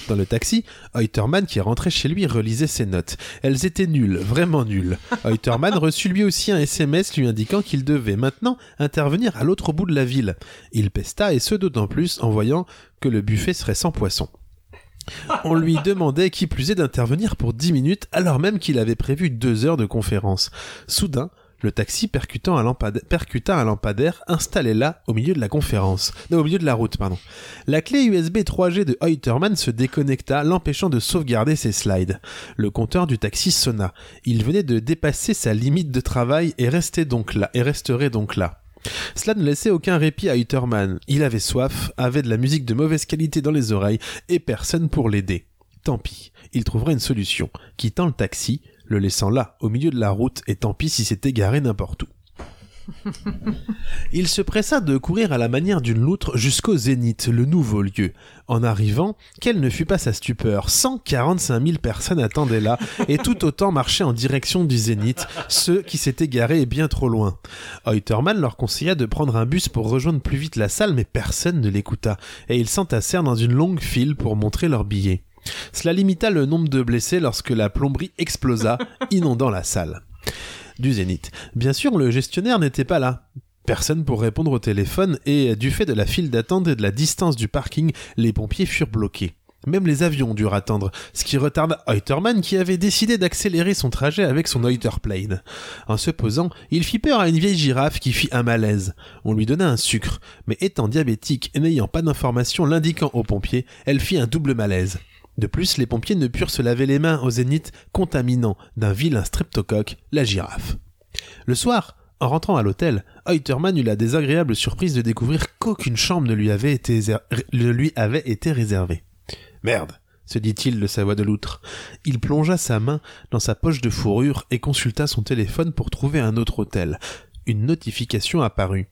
[SPEAKER 4] Dans le taxi, Heutermann, qui rentrait chez lui, relisait ses notes. Elles étaient nulles, vraiment nulles. Heutermann reçut lui aussi un SMS lui indiquant qu'il devait maintenant intervenir à l'autre bout de la ville. Il pesta, et ce d'autant plus en voyant que le buffet serait sans poisson. On lui demandait qui plus est d'intervenir pour 10 minutes alors même qu'il avait prévu deux heures de conférence. Soudain, le taxi percutant un lampadaire, percuta un lampadaire installé là au milieu de la conférence. Non, au milieu de la route, pardon. La clé USB 3G de Heutermann se déconnecta, l'empêchant de sauvegarder ses slides. Le compteur du taxi sonna. Il venait de dépasser sa limite de travail et restait donc là, et resterait donc là. Cela ne laissait aucun répit à Hutterman. Il avait soif, avait de la musique de mauvaise qualité dans les oreilles et personne pour l'aider. Tant pis, il trouvera une solution, quittant le taxi, le laissant là, au milieu de la route, et tant pis si c'était garé n'importe où. Il se pressa de courir à la manière d'une loutre jusqu'au zénith, le nouveau lieu. En arrivant, quelle ne fut pas sa stupeur 145 000 personnes attendaient là, et tout autant marchaient en direction du zénith, ceux qui s'étaient garés bien trop loin. Heutermann leur conseilla de prendre un bus pour rejoindre plus vite la salle, mais personne ne l'écouta, et ils s'entassèrent dans une longue file pour montrer leurs billets. Cela limita le nombre de blessés lorsque la plomberie explosa, inondant la salle du Zénith. Bien sûr, le gestionnaire n'était pas là. Personne pour répondre au téléphone et du fait de la file d'attente et de la distance du parking, les pompiers furent bloqués. Même les avions durent attendre, ce qui retarda Heutermann qui avait décidé d'accélérer son trajet avec son Heuterplane. En se posant, il fit peur à une vieille girafe qui fit un malaise. On lui donna un sucre, mais étant diabétique et n'ayant pas d'information l'indiquant aux pompiers, elle fit un double malaise. De plus, les pompiers ne purent se laver les mains au zénith, contaminant d'un vilain streptocoque la girafe. Le soir, en rentrant à l'hôtel, Heutermann eut la désagréable surprise de découvrir qu'aucune chambre ne lui avait été, ne lui avait été réservée. Merde se dit-il de sa voix de loutre. Il plongea sa main dans sa poche de fourrure et consulta son téléphone pour trouver un autre hôtel. Une notification apparut.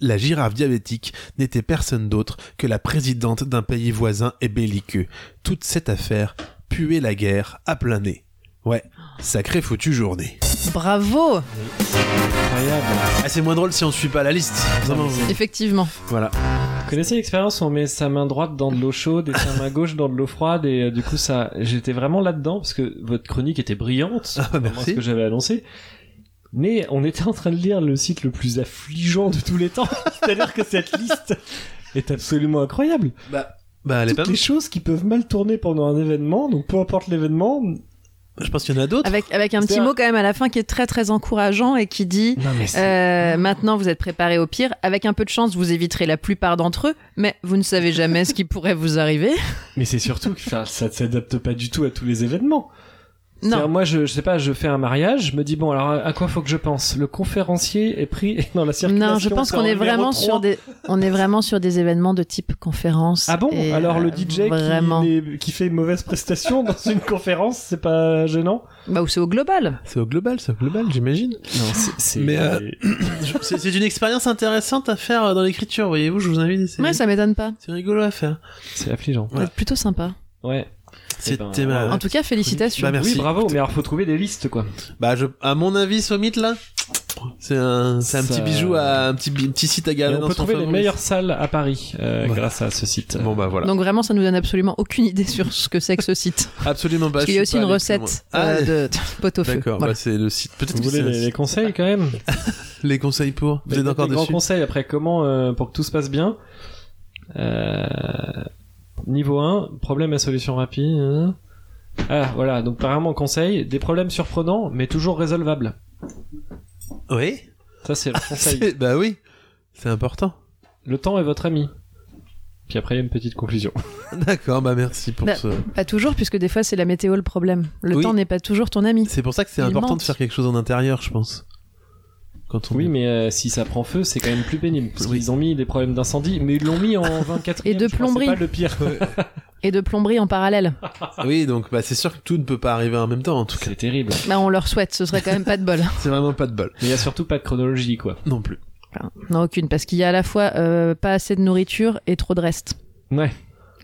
[SPEAKER 4] La girafe diabétique n'était personne d'autre que la présidente d'un pays voisin et belliqueux. Toute cette affaire puait la guerre à plein nez. Ouais, sacrée foutue journée.
[SPEAKER 2] Bravo
[SPEAKER 3] Incroyable.
[SPEAKER 4] Ah, c'est moins drôle si on suit pas la liste. Ah, Vraiment.
[SPEAKER 2] Effectivement.
[SPEAKER 4] Voilà.
[SPEAKER 8] Vous connaissez l'expérience où on met sa main droite dans de l'eau chaude et sa main gauche dans de l'eau froide et euh, du coup ça, j'étais vraiment là-dedans parce que votre chronique était brillante.
[SPEAKER 4] Ah,
[SPEAKER 8] contrairement à
[SPEAKER 4] merci.
[SPEAKER 8] ce que j'avais annoncé. Mais on était en train de lire le site le plus affligeant de tous les temps. C'est-à-dire que cette liste est absolument incroyable.
[SPEAKER 4] Bah, bah elle est
[SPEAKER 8] Toutes
[SPEAKER 4] pas
[SPEAKER 8] les choses qui peuvent mal tourner pendant un événement, donc peu importe l'événement.
[SPEAKER 4] Je pense qu'il y en a d'autres.
[SPEAKER 2] Avec, avec un petit
[SPEAKER 8] C'est
[SPEAKER 2] mot quand même à la fin qui est très très encourageant et qui dit
[SPEAKER 8] Non mais c'est
[SPEAKER 2] euh, maintenant vous êtes préparé au pire, avec un peu de chance vous éviterez la plupart d'entre eux, mais vous ne savez jamais ce qui pourrait vous arriver.
[SPEAKER 8] mais c'est surtout que ça, ça ne s'adapte pas du tout à tous les événements. C'est-à-dire,
[SPEAKER 2] Non,
[SPEAKER 8] Moi, je, je sais pas, je fais un mariage, je me dis bon, alors à à quoi faut que je pense Le conférencier est pris dans la circulation.
[SPEAKER 2] non, je pense
[SPEAKER 8] c'est
[SPEAKER 2] qu'on
[SPEAKER 8] en
[SPEAKER 2] est
[SPEAKER 8] numéro
[SPEAKER 2] vraiment
[SPEAKER 8] 3.
[SPEAKER 2] sur des on est vraiment sur des événements de type conférence.
[SPEAKER 8] Ah bon
[SPEAKER 2] et,
[SPEAKER 8] Alors le
[SPEAKER 2] euh,
[SPEAKER 8] DJ qui
[SPEAKER 2] vraiment
[SPEAKER 8] n'est- qui, fait une mauvaise prestation dans une conférence, c'est pas gênant
[SPEAKER 2] bah ou c'est au global.
[SPEAKER 4] C'est au global, c'est au global, j'imagine.
[SPEAKER 8] Non, c'est.
[SPEAKER 4] Mais, euh, C'est c'est une expérience intéressante à faire euh, dans l'écriture, voyez-vous, je vous invite. C'est
[SPEAKER 2] Ouais, ça m'étonne pas.
[SPEAKER 4] c'est rigolo à faire.
[SPEAKER 8] C'est affligeant.
[SPEAKER 4] Voilà.
[SPEAKER 2] C'est plutôt sympa.
[SPEAKER 8] Ouais. ben,
[SPEAKER 4] C'était
[SPEAKER 8] voilà.
[SPEAKER 4] ma-
[SPEAKER 2] En tout cas, félicitations.
[SPEAKER 4] Bah, merci.
[SPEAKER 8] Oui, bravo, mais alors faut trouver des listes quoi.
[SPEAKER 4] Bah, je, à mon avis, Sommit, là, c'est un, c'est un
[SPEAKER 8] Ça-
[SPEAKER 4] petit bijou, à, un petit, bi- un petit site à
[SPEAKER 8] Et
[SPEAKER 4] garder
[SPEAKER 8] on
[SPEAKER 4] dans
[SPEAKER 8] peut
[SPEAKER 4] son
[SPEAKER 8] trouver les
[SPEAKER 4] favori.
[SPEAKER 8] meilleures salles à Paris euh,
[SPEAKER 4] Ouais.
[SPEAKER 8] grâce à ce site.
[SPEAKER 4] Bon, bah voilà.
[SPEAKER 2] Donc vraiment, ça nous donne absolument aucune idée sur ce que c'est que ce site.
[SPEAKER 4] Absolument pas.
[SPEAKER 8] Bah,
[SPEAKER 2] Parce qu'il y
[SPEAKER 4] je
[SPEAKER 2] a aussi
[SPEAKER 4] suis
[SPEAKER 2] une
[SPEAKER 4] pas allé plus
[SPEAKER 2] recette
[SPEAKER 4] loin.
[SPEAKER 2] euh,
[SPEAKER 4] Ah,
[SPEAKER 2] de pot au feu.
[SPEAKER 4] D'accord,
[SPEAKER 2] Voilà.
[SPEAKER 4] bah, c'est le site. Peut-être
[SPEAKER 8] Vous
[SPEAKER 4] que
[SPEAKER 8] voulez
[SPEAKER 4] c'est un
[SPEAKER 8] les, les
[SPEAKER 4] site.
[SPEAKER 8] conseils quand même
[SPEAKER 4] Les conseils pour. Vous êtes
[SPEAKER 8] Des-
[SPEAKER 4] encore
[SPEAKER 8] des grands
[SPEAKER 4] dessus.
[SPEAKER 8] conseils après comment euh, pour que tout se passe bien. Euh, niveau 1, problème à solution rapide. hein. Ah voilà, donc apparemment conseil, des problèmes surprenants mais toujours résolvables.
[SPEAKER 4] Oui.
[SPEAKER 8] Ça c'est le conseil.
[SPEAKER 4] C'est- Bah oui. C'est important.
[SPEAKER 8] le temps est votre ami. Puis après il y a une petite conclusion.
[SPEAKER 4] D'accord, bah merci pour
[SPEAKER 2] Bah,
[SPEAKER 4] ce.
[SPEAKER 2] Pas toujours, puisque des fois c'est la météo le problème. Le
[SPEAKER 4] Oui.
[SPEAKER 2] temps n'est pas toujours ton ami.
[SPEAKER 4] C'est pour ça que c'est
[SPEAKER 2] il
[SPEAKER 4] important
[SPEAKER 2] manque.
[SPEAKER 4] de faire quelque chose en intérieur, je pense. Quand on.
[SPEAKER 8] Oui mais euh, si ça prend feu c'est quand même plus pénible. Parce qu'ils ont mis des problèmes d'incendie mais ils l'ont mis en 24
[SPEAKER 2] Et de plomberie.
[SPEAKER 8] C'est pas le pire.
[SPEAKER 2] Et de plomberie en parallèle.
[SPEAKER 4] Oui, donc bah c'est sûr que tout ne peut pas arriver en même temps, en tout cas.
[SPEAKER 8] C'est terrible.
[SPEAKER 2] Bah, on leur souhaite, ce serait quand même pas de bol.
[SPEAKER 4] C'est vraiment pas de bol.
[SPEAKER 8] Mais il y a surtout pas de chronologie quoi.
[SPEAKER 4] Non plus.
[SPEAKER 2] Enfin, non, aucune, parce qu'il y a à la fois euh, pas assez de nourriture et trop de reste.
[SPEAKER 8] Ouais.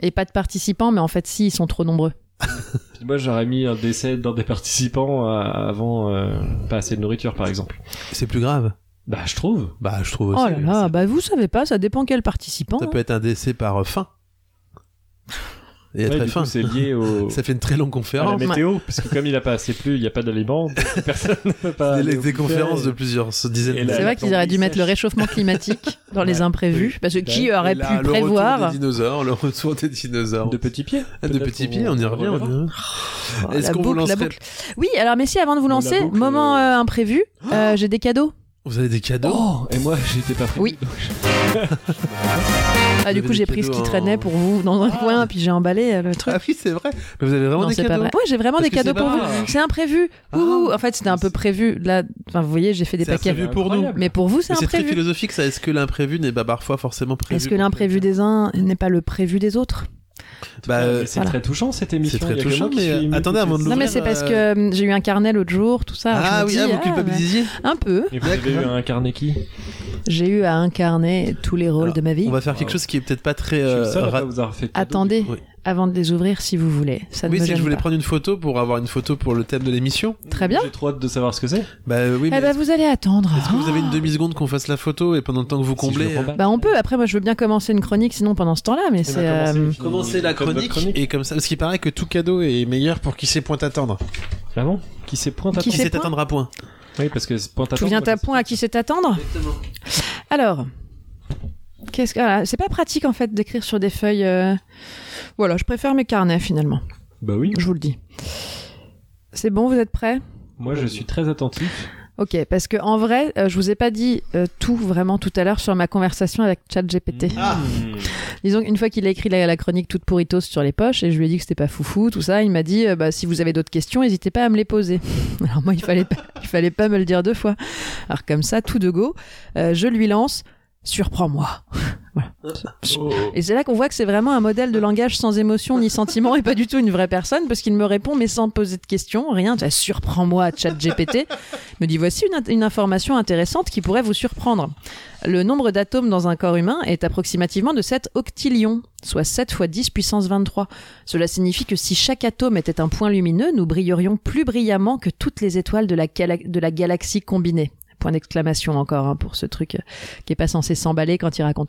[SPEAKER 2] Et pas de participants, mais en fait, si, ils sont trop nombreux.
[SPEAKER 8] Puis Moi, j'aurais mis un décès dans des participants euh, avant euh, pas assez de nourriture, par exemple.
[SPEAKER 4] C'est plus grave.
[SPEAKER 8] Bah, je trouve.
[SPEAKER 4] Bah je trouve aussi.
[SPEAKER 2] Oh là là,
[SPEAKER 4] ça-
[SPEAKER 2] bah vous savez pas, ça dépend quel participant.
[SPEAKER 4] Ça
[SPEAKER 2] hein.
[SPEAKER 4] peut être un décès par euh, faim. Et
[SPEAKER 8] Ouais,
[SPEAKER 4] très
[SPEAKER 8] du
[SPEAKER 4] faim.
[SPEAKER 8] coup, c'est lié au...
[SPEAKER 4] Ça fait une très longue
[SPEAKER 8] à la
[SPEAKER 4] conférence.
[SPEAKER 8] météo, parce que comme il a pas assez plu, il n'y a pas d'aliments, donc personne ne peut pas...
[SPEAKER 4] Des,
[SPEAKER 8] aller
[SPEAKER 4] des
[SPEAKER 8] au
[SPEAKER 4] conférences de
[SPEAKER 8] buffet.
[SPEAKER 4] plusieurs ce- dizaines
[SPEAKER 8] Et
[SPEAKER 4] de
[SPEAKER 8] la-
[SPEAKER 2] C'est vrai
[SPEAKER 8] la
[SPEAKER 2] qu'ils auraient dû
[SPEAKER 8] plomberie
[SPEAKER 2] mettre le
[SPEAKER 8] sèche.
[SPEAKER 2] réchauffement climatique dans les
[SPEAKER 8] Ouais.
[SPEAKER 2] imprévus, parce que qui
[SPEAKER 8] Ouais.
[SPEAKER 2] aurait
[SPEAKER 4] Et là,
[SPEAKER 2] pu
[SPEAKER 4] le retour
[SPEAKER 2] prévoir
[SPEAKER 4] Ben, des dinosaures, le retour des dinosaures.
[SPEAKER 8] De petits pieds
[SPEAKER 4] Ah, de
[SPEAKER 8] peut-être
[SPEAKER 4] petits
[SPEAKER 8] qu'on-
[SPEAKER 4] pieds, on y
[SPEAKER 8] on
[SPEAKER 4] revient.
[SPEAKER 8] reverra.
[SPEAKER 4] on y
[SPEAKER 2] Oh,
[SPEAKER 4] revient.
[SPEAKER 2] la
[SPEAKER 4] Est-ce qu'on vous
[SPEAKER 2] boucle, la
[SPEAKER 4] lancerait
[SPEAKER 2] boucle. Oui, alors messieurs, avant de vous
[SPEAKER 8] la
[SPEAKER 2] lancer,
[SPEAKER 8] boucle,
[SPEAKER 2] moment euh, imprévu,
[SPEAKER 4] Ah
[SPEAKER 2] euh, j'ai des cadeaux.
[SPEAKER 4] Vous avez des cadeaux
[SPEAKER 8] Oh Et moi, j'étais pas prévu.
[SPEAKER 2] Oui.
[SPEAKER 8] donc je-
[SPEAKER 2] Ah, du
[SPEAKER 4] avez
[SPEAKER 2] coup,
[SPEAKER 4] des
[SPEAKER 2] j'ai pris ce
[SPEAKER 4] cadeaux
[SPEAKER 2] qui
[SPEAKER 4] en-
[SPEAKER 2] traînait pour vous dans un coin, puis j'ai emballé euh, le truc.
[SPEAKER 4] Ah oui, c'est vrai. Mais vous avez vraiment
[SPEAKER 2] non,
[SPEAKER 4] des
[SPEAKER 2] c'est
[SPEAKER 4] cadeaux
[SPEAKER 2] pas vrai. Ouais, j'ai vraiment
[SPEAKER 4] Parce
[SPEAKER 2] des
[SPEAKER 4] que c'est
[SPEAKER 2] cadeaux pour
[SPEAKER 4] pas
[SPEAKER 2] vous.
[SPEAKER 4] grave.
[SPEAKER 2] C'est imprévu.
[SPEAKER 4] Ah.
[SPEAKER 2] Ouh, en fait, c'était un peu prévu. Là, enfin, vous voyez, j'ai fait des
[SPEAKER 4] C'est
[SPEAKER 2] paquets.
[SPEAKER 4] imprévu pour nous.
[SPEAKER 8] Incroyable.
[SPEAKER 2] Mais pour vous, c'est
[SPEAKER 4] Mais C'est très
[SPEAKER 2] imprévu.
[SPEAKER 4] philosophique ça. Est-ce que l'imprévu n'est pas parfois forcément prévu
[SPEAKER 2] Est-ce que l'imprévu des uns n'est pas le prévu des autres
[SPEAKER 8] Bah, euh, c'est voilà. très touchant cette émission.
[SPEAKER 4] C'est très touchant, mais euh, attendez avant de
[SPEAKER 2] Non, mais c'est parce que euh, j'ai eu un carnet l'autre jour, tout ça.
[SPEAKER 4] euh, Ah oui,
[SPEAKER 2] dis,
[SPEAKER 4] ah, vous culpabilisiez
[SPEAKER 2] Un peu.
[SPEAKER 8] Et vous avez eu à incarner qui
[SPEAKER 2] J'ai eu à incarner tous les rôles Alors, de ma vie.
[SPEAKER 4] On va faire quelque chose qui est peut-être pas très. euh,
[SPEAKER 8] Je suis seul à vous avoir fait
[SPEAKER 2] attendez avant de les ouvrir si vous voulez. Ça ne
[SPEAKER 4] oui,
[SPEAKER 2] me
[SPEAKER 4] si
[SPEAKER 2] gêne
[SPEAKER 4] je voulais
[SPEAKER 2] pas.
[SPEAKER 4] prendre une photo pour avoir une photo pour le thème de l'émission.
[SPEAKER 2] Très bien.
[SPEAKER 8] J'ai trop hâte de savoir ce que c'est.
[SPEAKER 4] Bah euh, oui.
[SPEAKER 2] Eh
[SPEAKER 4] mais
[SPEAKER 2] bah, vous allez attendre.
[SPEAKER 4] Est-ce que vous avez une demi seconde qu'on fasse la photo et pendant le temps que vous comblez euh,
[SPEAKER 8] je le prends pas.
[SPEAKER 2] Bah on peut. Après moi je veux bien commencer une chronique sinon pendant ce temps-là mais c'est.
[SPEAKER 4] Eh ben, commencez,
[SPEAKER 2] euh,
[SPEAKER 4] la chronique, et comme ça parce qu'il paraît que tout cadeau est meilleur pour qui sait point attendre.
[SPEAKER 8] Ah bon Qui s'est point
[SPEAKER 2] Qui
[SPEAKER 8] à
[SPEAKER 4] Qui
[SPEAKER 2] sait
[SPEAKER 4] sait
[SPEAKER 2] point
[SPEAKER 4] attendre à point.
[SPEAKER 8] Oui, parce que c'est point à
[SPEAKER 2] Tout vient à point à qui c'est attendre. Alors. Qu'est-ce que voilà, c'est pas pratique en fait d'écrire sur des feuilles. euh, Voilà, je préfère mes carnets finalement.
[SPEAKER 8] Bah oui.
[SPEAKER 2] Je vous le dis. C'est bon, vous êtes prêts
[SPEAKER 8] Moi, je suis très attentif.
[SPEAKER 2] Ok, parce que en vrai, euh, je vous ai pas dit euh, tout vraiment tout à l'heure sur ma conversation avec ChatGPT.
[SPEAKER 3] Ah.
[SPEAKER 4] Ah.
[SPEAKER 8] Mmh.
[SPEAKER 2] Disons qu'une fois qu'il a écrit la, la chronique toute pourritos sur les poches et je lui ai dit que c'était pas foufou, tout ça, il m'a dit euh, bah, si vous avez d'autres questions, n'hésitez pas à me les poser. Alors moi, il fallait pas, il fallait pas me le dire deux fois. Alors comme ça, tout de go, euh, je lui lance surprends-moi. Voilà.
[SPEAKER 3] Oh,
[SPEAKER 2] Et c'est là qu'on voit que c'est vraiment un modèle de langage sans émotion ni sentiment et pas du tout une vraie personne parce qu'il me répond mais sans poser de questions, rien. Ça surprends-moi, chat GPT. me dit voici une, in- une information intéressante qui pourrait vous surprendre. Le nombre d'atomes dans un corps humain est approximativement de 7 octillions, soit 7 fois 10 puissance 23. Cela signifie que si chaque atome était un point lumineux, nous brillerions plus brillamment que toutes les étoiles de la, gala- de la galaxie combinée. Point d'exclamation encore hein, pour ce truc euh, qui est pas censé s'emballer quand il raconte.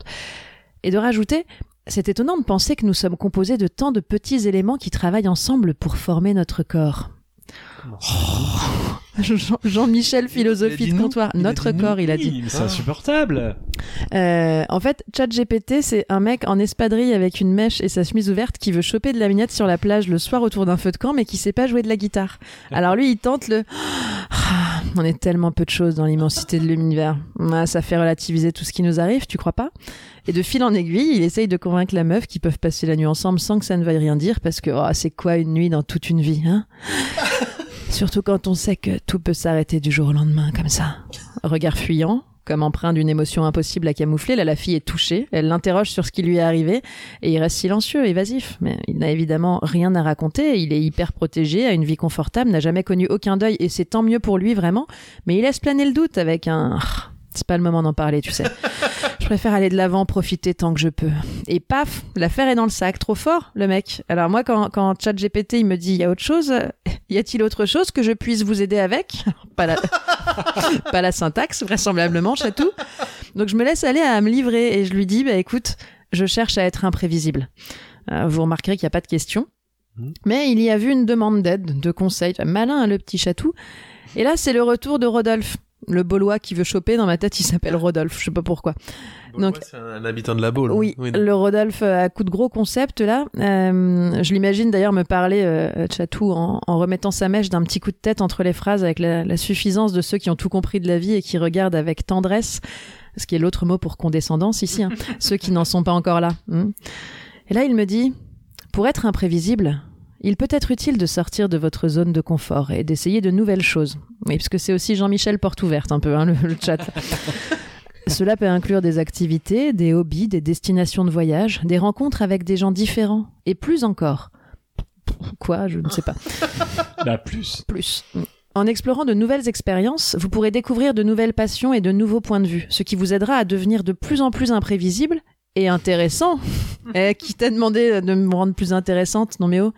[SPEAKER 2] Et de rajouter, c'est étonnant de penser que nous sommes composés de tant de petits éléments qui travaillent ensemble pour former notre corps. Oh. Jean- Jean-Michel
[SPEAKER 4] Il a
[SPEAKER 2] philosophie
[SPEAKER 4] dit
[SPEAKER 2] de
[SPEAKER 4] nous.
[SPEAKER 2] comptoir,
[SPEAKER 4] Il a
[SPEAKER 2] notre
[SPEAKER 4] dit nous.
[SPEAKER 2] corps, il a dit.
[SPEAKER 8] Oui, mais C'est insupportable.
[SPEAKER 2] Euh, en fait, ChatGPT, c'est un mec en espadrille avec une mèche et sa chemise ouverte qui veut choper de la mignette sur la plage le soir autour d'un feu de camp, mais qui sait pas jouer de la guitare. Alors lui, il tente le. Ah, On est tellement peu de choses dans l'immensité de l'univers. Ah, ça fait relativiser tout ce qui nous arrive, tu crois pas Et de fil en aiguille, il essaye de convaincre la meuf qu'ils peuvent passer la nuit ensemble sans que ça ne veuille rien dire, parce que oh, c'est quoi une nuit dans toute une vie, hein Surtout quand on sait que tout peut s'arrêter du jour au lendemain, comme ça. Regard fuyant, comme empreint d'une émotion impossible à camoufler, là la fille est touchée, elle l'interroge sur ce qui lui est arrivé, et il reste silencieux, évasif. Mais il n'a évidemment rien à raconter, il est hyper protégé, a une vie confortable, n'a jamais connu aucun deuil, et c'est tant mieux pour lui vraiment, mais il laisse planer le doute avec un... Ah, C'est pas le moment d'en parler, tu sais. Je préfère aller de l'avant, profiter tant que je peux. Et paf, l'affaire est dans le sac. Trop fort, le mec. Alors moi, quand, quand ChatGPT, il me dit, il y a autre chose, euh, y a-t-il autre chose que je puisse vous aider avec Pas la... pas la syntaxe, vraisemblablement, chatou. Donc je me laisse aller à me livrer et je lui dis, bah écoute, je cherche à être imprévisible. Euh, vous remarquerez qu'il n'y a pas de question. Mais il y a vu une demande d'aide, de conseil. Enfin, Malin, hein, le petit chatou. Et là, c'est le retour de Rodolphe. Le Gaulois qui veut choper, dans ma tête, il s'appelle Rodolphe, je sais pas pourquoi. Donc-
[SPEAKER 4] Bah, c'est un, un habitant de la hein. boule.
[SPEAKER 2] Oui, le Rodolphe euh, à coup de gros concept là. Euh, je l'imagine d'ailleurs me parler euh, Chatou en, en remettant sa mèche d'un petit coup de tête entre les phrases avec la, la suffisance de ceux qui ont tout compris de la vie et qui regardent avec tendresse, ce qui est l'autre mot pour condescendance ici, hein, ceux qui n'en sont pas encore là. hein. Et là il me dit, pour être imprévisible, il peut être utile de sortir de votre zone de confort et d'essayer de nouvelles choses. Oui, parce que c'est aussi Jean-Michel porte ouverte un peu hein, le, le chat. Cela peut inclure des activités, des hobbies, des destinations de voyage, des rencontres avec des gens différents, et plus encore. Quoi, je ne sais pas.
[SPEAKER 8] Bah plus.
[SPEAKER 2] Plus. En explorant de nouvelles expériences, vous pourrez découvrir de nouvelles passions et de nouveaux points de vue, ce qui vous aidera à devenir de plus en plus imprévisible et intéressant. Eh, qui t'a demandé de me rendre plus intéressante Non mais oh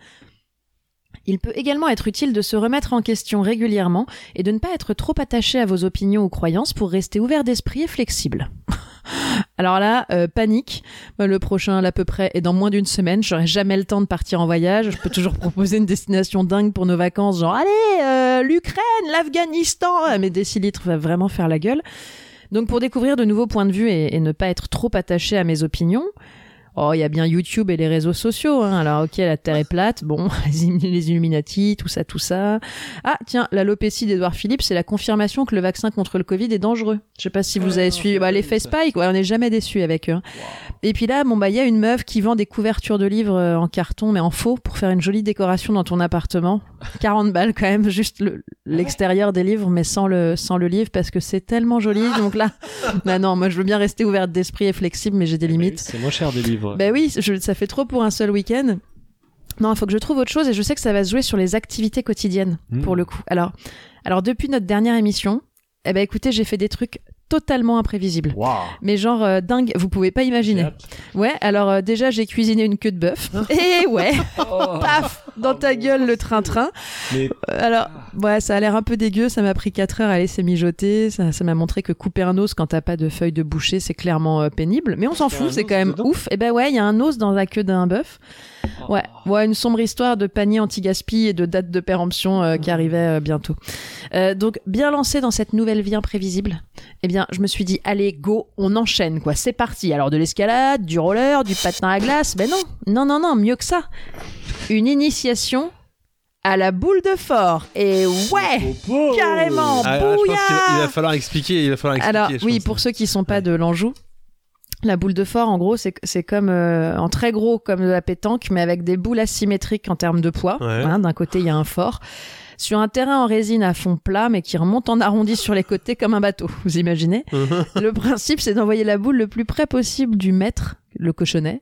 [SPEAKER 2] il peut également être utile de se remettre en question régulièrement et de ne pas être trop attaché à vos opinions ou croyances pour rester ouvert d'esprit et flexible. Alors là, euh, panique. Moi, Le prochain, là, à peu près, est dans moins d'une semaine. J'aurai jamais le temps de partir en voyage. Je peux toujours proposer une destination dingue pour nos vacances, genre allez, euh, l'Ukraine, l'Afghanistan. Ah, Mais Décilitre va vraiment faire la gueule. Donc pour découvrir de nouveaux points de vue et, et ne pas être trop attaché à mes opinions. Oh, il y a bien YouTube et les réseaux sociaux. hein. Alors, ok, la Terre est plate. Bon, les Im- les Illuminati, tout ça, tout ça. Ah, tiens, l'alopécie d'Edouard Philippe, c'est la confirmation que le vaccin contre le Covid est dangereux. Je sais pas si vous
[SPEAKER 8] Ouais,
[SPEAKER 2] avez
[SPEAKER 8] on
[SPEAKER 2] suivi
[SPEAKER 8] fait
[SPEAKER 2] bah,
[SPEAKER 8] pas
[SPEAKER 2] l'effet
[SPEAKER 8] ça.
[SPEAKER 2] Spike. Ouais, on n'est jamais déçu avec eux. hein. Et puis là, bon bah il y a une meuf qui vend des couvertures de livres euh, en carton mais en faux pour faire une jolie décoration dans ton appartement. 40 balles quand même, juste le- l'extérieur des livres mais sans le sans le livre parce que c'est
[SPEAKER 8] Eh
[SPEAKER 2] tellement joli. Donc là, non non, moi je veux bien rester ouverte d'esprit et flexible mais j'ai des limites.
[SPEAKER 8] ben, C'est moins cher des livres. suivre.
[SPEAKER 2] Ben oui, je- ça fait trop pour un seul week-end. Non, il faut que je trouve autre chose et je sais que ça va se jouer sur les activités quotidiennes
[SPEAKER 8] Mm.
[SPEAKER 2] pour le coup. Alors, alors depuis notre dernière émission, eh ben écoutez, j'ai fait des trucs totalement imprévisibles.
[SPEAKER 8] Waouh.
[SPEAKER 2] Mais genre euh, dingue, vous pouvez pas imaginer. Ouais, alors euh, déjà j'ai cuisiné une queue de bœuf. Et ouais,
[SPEAKER 8] Oh,
[SPEAKER 2] paf, dans ta gueule le train-train.
[SPEAKER 3] Mais
[SPEAKER 2] Euh, Alors, ouais, ça a l'air un peu dégueu. Ça m'a pris 4 heures à laisser mijoter. Ça ça m'a montré que couper un os quand t'as pas de feuille de boucher, c'est clairement euh, pénible. Mais on s'en
[SPEAKER 8] Il y a un
[SPEAKER 2] fout, c'est
[SPEAKER 8] os
[SPEAKER 2] quand même
[SPEAKER 8] dedans Oh.
[SPEAKER 2] ouf. Et ben ouais, il y a un os dans la queue d'un bœuf. Ouais, ouais, une sombre histoire de panier anti-gaspi et de date de péremption euh, qui arrivait euh, bientôt. Euh, donc, bien lancé dans cette nouvelle vie imprévisible, eh bien, je me suis dit, allez, go, on enchaîne, quoi, c'est parti. Alors, de l'escalade, du roller, du patin à glace, ben non, non, non, non, mieux que ça. Une initiation à la boule de fort. Et ouais, carrément,
[SPEAKER 4] Ah, je pense qu'il va- il va
[SPEAKER 2] bouillard
[SPEAKER 4] falloir expliquer. Il va falloir expliquer.
[SPEAKER 2] alors
[SPEAKER 4] je
[SPEAKER 2] oui,
[SPEAKER 4] pense.
[SPEAKER 2] pour ceux qui sont pas de l'Anjou, la boule de fort, en gros, c'est c'est comme euh, en très gros comme de la pétanque, mais avec des boules asymétriques en termes de poids.
[SPEAKER 4] Ouais.
[SPEAKER 2] Hein, D'un côté, il y a un fort. Sur un terrain en résine à fond plat, mais qui remonte en arrondi sur les côtés comme un bateau, vous imaginez Le principe, c'est d'envoyer la boule le plus près possible du maître, le cochonnet.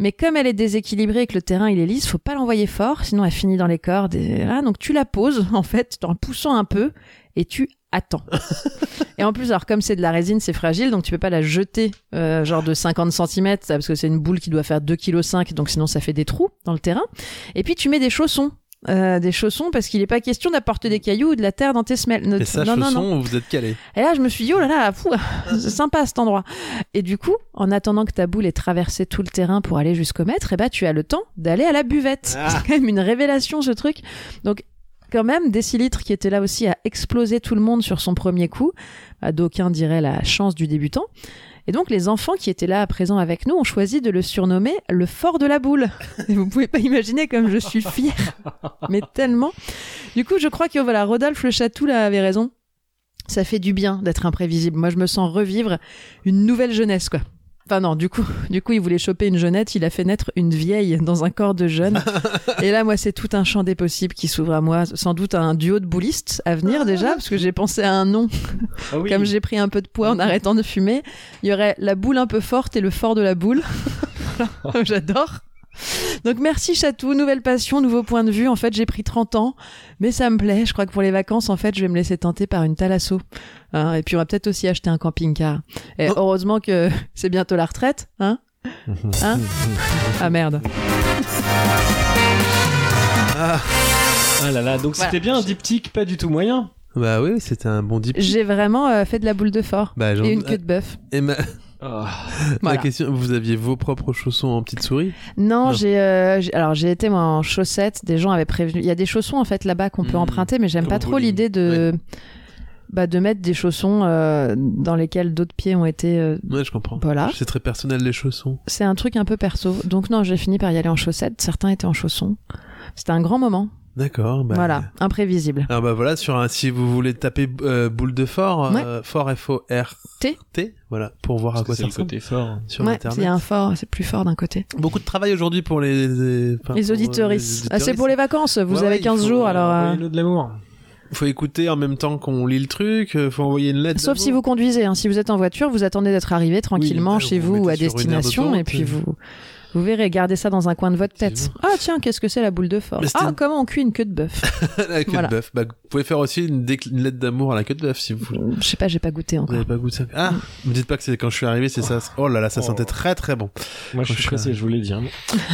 [SPEAKER 2] Mais comme elle est déséquilibrée et que le terrain il est lisse, faut pas l'envoyer fort, sinon elle finit dans les cordes. Et... voilà. donc tu la poses, en fait, en poussant un peu, et tu attends. Et en plus, alors comme c'est de la résine, c'est fragile, donc tu peux pas la jeter euh, genre de 50 cm, parce que c'est une boule qui doit faire 2,5 kg, donc sinon ça fait des trous dans le terrain. Et puis tu mets des chaussons. Euh, des chaussons parce qu'il n'est pas question d'apporter des cailloux ou de la terre dans tes semelles. Ne-
[SPEAKER 4] Et ça,
[SPEAKER 2] non, non,
[SPEAKER 4] chausson,
[SPEAKER 2] non.
[SPEAKER 4] vous êtes calé.
[SPEAKER 2] Et là, je me suis dit, oh là là, fou, c'est sympa cet endroit. Et du coup, en attendant que ta boule ait traversé tout le terrain pour aller jusqu'au maître, eh ben, tu as le temps d'aller à la buvette.
[SPEAKER 4] Ah.
[SPEAKER 2] C'est quand même une révélation, ce truc. Donc, quand même, Décilitre, qui était là aussi, a explosé tout le monde sur son premier coup. Bah, D'aucuns diraient la chance du débutant. Et donc, les enfants qui étaient là à présent avec nous ont choisi de le surnommer le fort de la boule. Et vous pouvez pas imaginer comme je suis fière, mais tellement. Du coup, je crois que voilà, Rodolphe le Chatou là avait raison. Ça fait du bien d'être imprévisible. Moi, je me sens revivre une nouvelle jeunesse, quoi. Enfin non, du coup, du coup, il voulait choper une jeunette, il a fait naître une vieille dans un corps de jeune. Et là, moi, c'est tout un champ des possibles qui s'ouvre à moi. Sans doute un duo de boulistes à venir déjà, parce que j'ai pensé à un nom.
[SPEAKER 8] Ah oui.
[SPEAKER 2] Comme j'ai pris un peu de poids en arrêtant de fumer, il y aurait la boule un peu forte et le fort de la boule. Voilà. J'adore. Donc merci Chatou, nouvelle passion, nouveau point de vue. En fait, j'ai pris 30 ans, mais ça me plaît. Je crois que pour les vacances, en fait, je vais me laisser tenter par une thalasso. Hein, et puis on va peut-être aussi acheter un camping-car. Et heureusement que c'est bientôt la retraite, hein Hein Ah merde.
[SPEAKER 8] Ah là là, donc
[SPEAKER 2] Voilà.
[SPEAKER 8] c'était bien un diptyque pas du tout moyen.
[SPEAKER 4] Bah oui, c'était un bon dip.
[SPEAKER 2] J'ai vraiment euh, fait de la boule de fort
[SPEAKER 4] Bah, j'en-
[SPEAKER 2] et une queue de bœuf.
[SPEAKER 4] Et ma...
[SPEAKER 8] Ah.
[SPEAKER 2] Voilà.
[SPEAKER 4] ma question, vous aviez vos propres chaussons en petite souris
[SPEAKER 2] Non,
[SPEAKER 4] Non.
[SPEAKER 2] j'ai euh, j'ai- alors j'ai été moi en chaussettes. Des gens avaient prévenu. Il y a des chaussons en fait là-bas qu'on peut
[SPEAKER 4] Mhm.
[SPEAKER 2] emprunter, mais j'aime
[SPEAKER 4] Comme
[SPEAKER 2] pas
[SPEAKER 4] au
[SPEAKER 2] trop
[SPEAKER 4] bowling.
[SPEAKER 2] l'idée de bah, de mettre des chaussons euh, dans lesquels d'autres pieds ont été. euh,
[SPEAKER 4] Ouais, je comprends.
[SPEAKER 2] Voilà.
[SPEAKER 4] C'est très personnel les chaussons.
[SPEAKER 2] C'est un truc un peu perso. Donc non, j'ai fini par y aller en chaussettes. Certains étaient en chaussons. C'était un grand moment.
[SPEAKER 4] D'accord. Bah...
[SPEAKER 2] Voilà, imprévisible.
[SPEAKER 4] Ah bah voilà, sur un, si vous voulez taper euh, boule de fort, euh, fort F-O-R
[SPEAKER 2] T.
[SPEAKER 4] T, voilà, pour voir à
[SPEAKER 8] Parce que
[SPEAKER 4] quoi
[SPEAKER 8] c'est
[SPEAKER 4] ça
[SPEAKER 8] le
[SPEAKER 4] ressemble
[SPEAKER 8] côté fort.
[SPEAKER 4] sur
[SPEAKER 2] ouais,
[SPEAKER 4] internet.
[SPEAKER 2] c'est un fort, c'est plus fort d'un côté.
[SPEAKER 4] Beaucoup de travail aujourd'hui pour les les, enfin,
[SPEAKER 2] les
[SPEAKER 4] pour, euh,
[SPEAKER 2] auditoristes. Ah, c'est
[SPEAKER 4] auditoristes.
[SPEAKER 2] pour les vacances. Vous
[SPEAKER 4] Ouais, ouais,
[SPEAKER 2] avez
[SPEAKER 4] il
[SPEAKER 2] 15
[SPEAKER 4] faut,
[SPEAKER 2] jours
[SPEAKER 4] euh,
[SPEAKER 2] alors. euh,
[SPEAKER 8] Envoyez-nous de l'amour.
[SPEAKER 4] Faut écouter en même temps qu'on lit le truc, euh, faut envoyer une lettre.
[SPEAKER 2] Sauf si vous conduisez. hein. Si vous êtes en voiture, vous attendez d'être arrivé tranquillement
[SPEAKER 4] bah,
[SPEAKER 2] chez
[SPEAKER 4] vous
[SPEAKER 2] vous ou à
[SPEAKER 4] mettez sur une aire
[SPEAKER 2] destination, et
[SPEAKER 4] d'autoroute,
[SPEAKER 2] puis
[SPEAKER 4] euh.
[SPEAKER 2] vous, vous verrez, gardez ça dans un coin de votre tête.
[SPEAKER 4] Effectivement.
[SPEAKER 2] Ah tiens, qu'est-ce que c'est la boule de fort
[SPEAKER 4] Mais c'était
[SPEAKER 2] Ah,
[SPEAKER 4] une-
[SPEAKER 2] comment on cuit une queue de bœuf
[SPEAKER 4] la queue
[SPEAKER 2] Voilà.
[SPEAKER 4] de bœuf. Bah, vous pouvez faire aussi une, décl- une lettre d'amour à la queue de bœuf si vous voulez.
[SPEAKER 2] Je sais pas, j'ai pas goûté
[SPEAKER 4] Vous
[SPEAKER 2] encore.
[SPEAKER 4] n'avez pas goûté ça Ah Me dites pas que c'est quand je suis arrivé, c'est ça. Oh là là, ça
[SPEAKER 8] Oh.
[SPEAKER 4] sentait très très bon.
[SPEAKER 8] Moi je
[SPEAKER 4] Je
[SPEAKER 8] suis
[SPEAKER 4] suis
[SPEAKER 8] pressé, je voulais dire.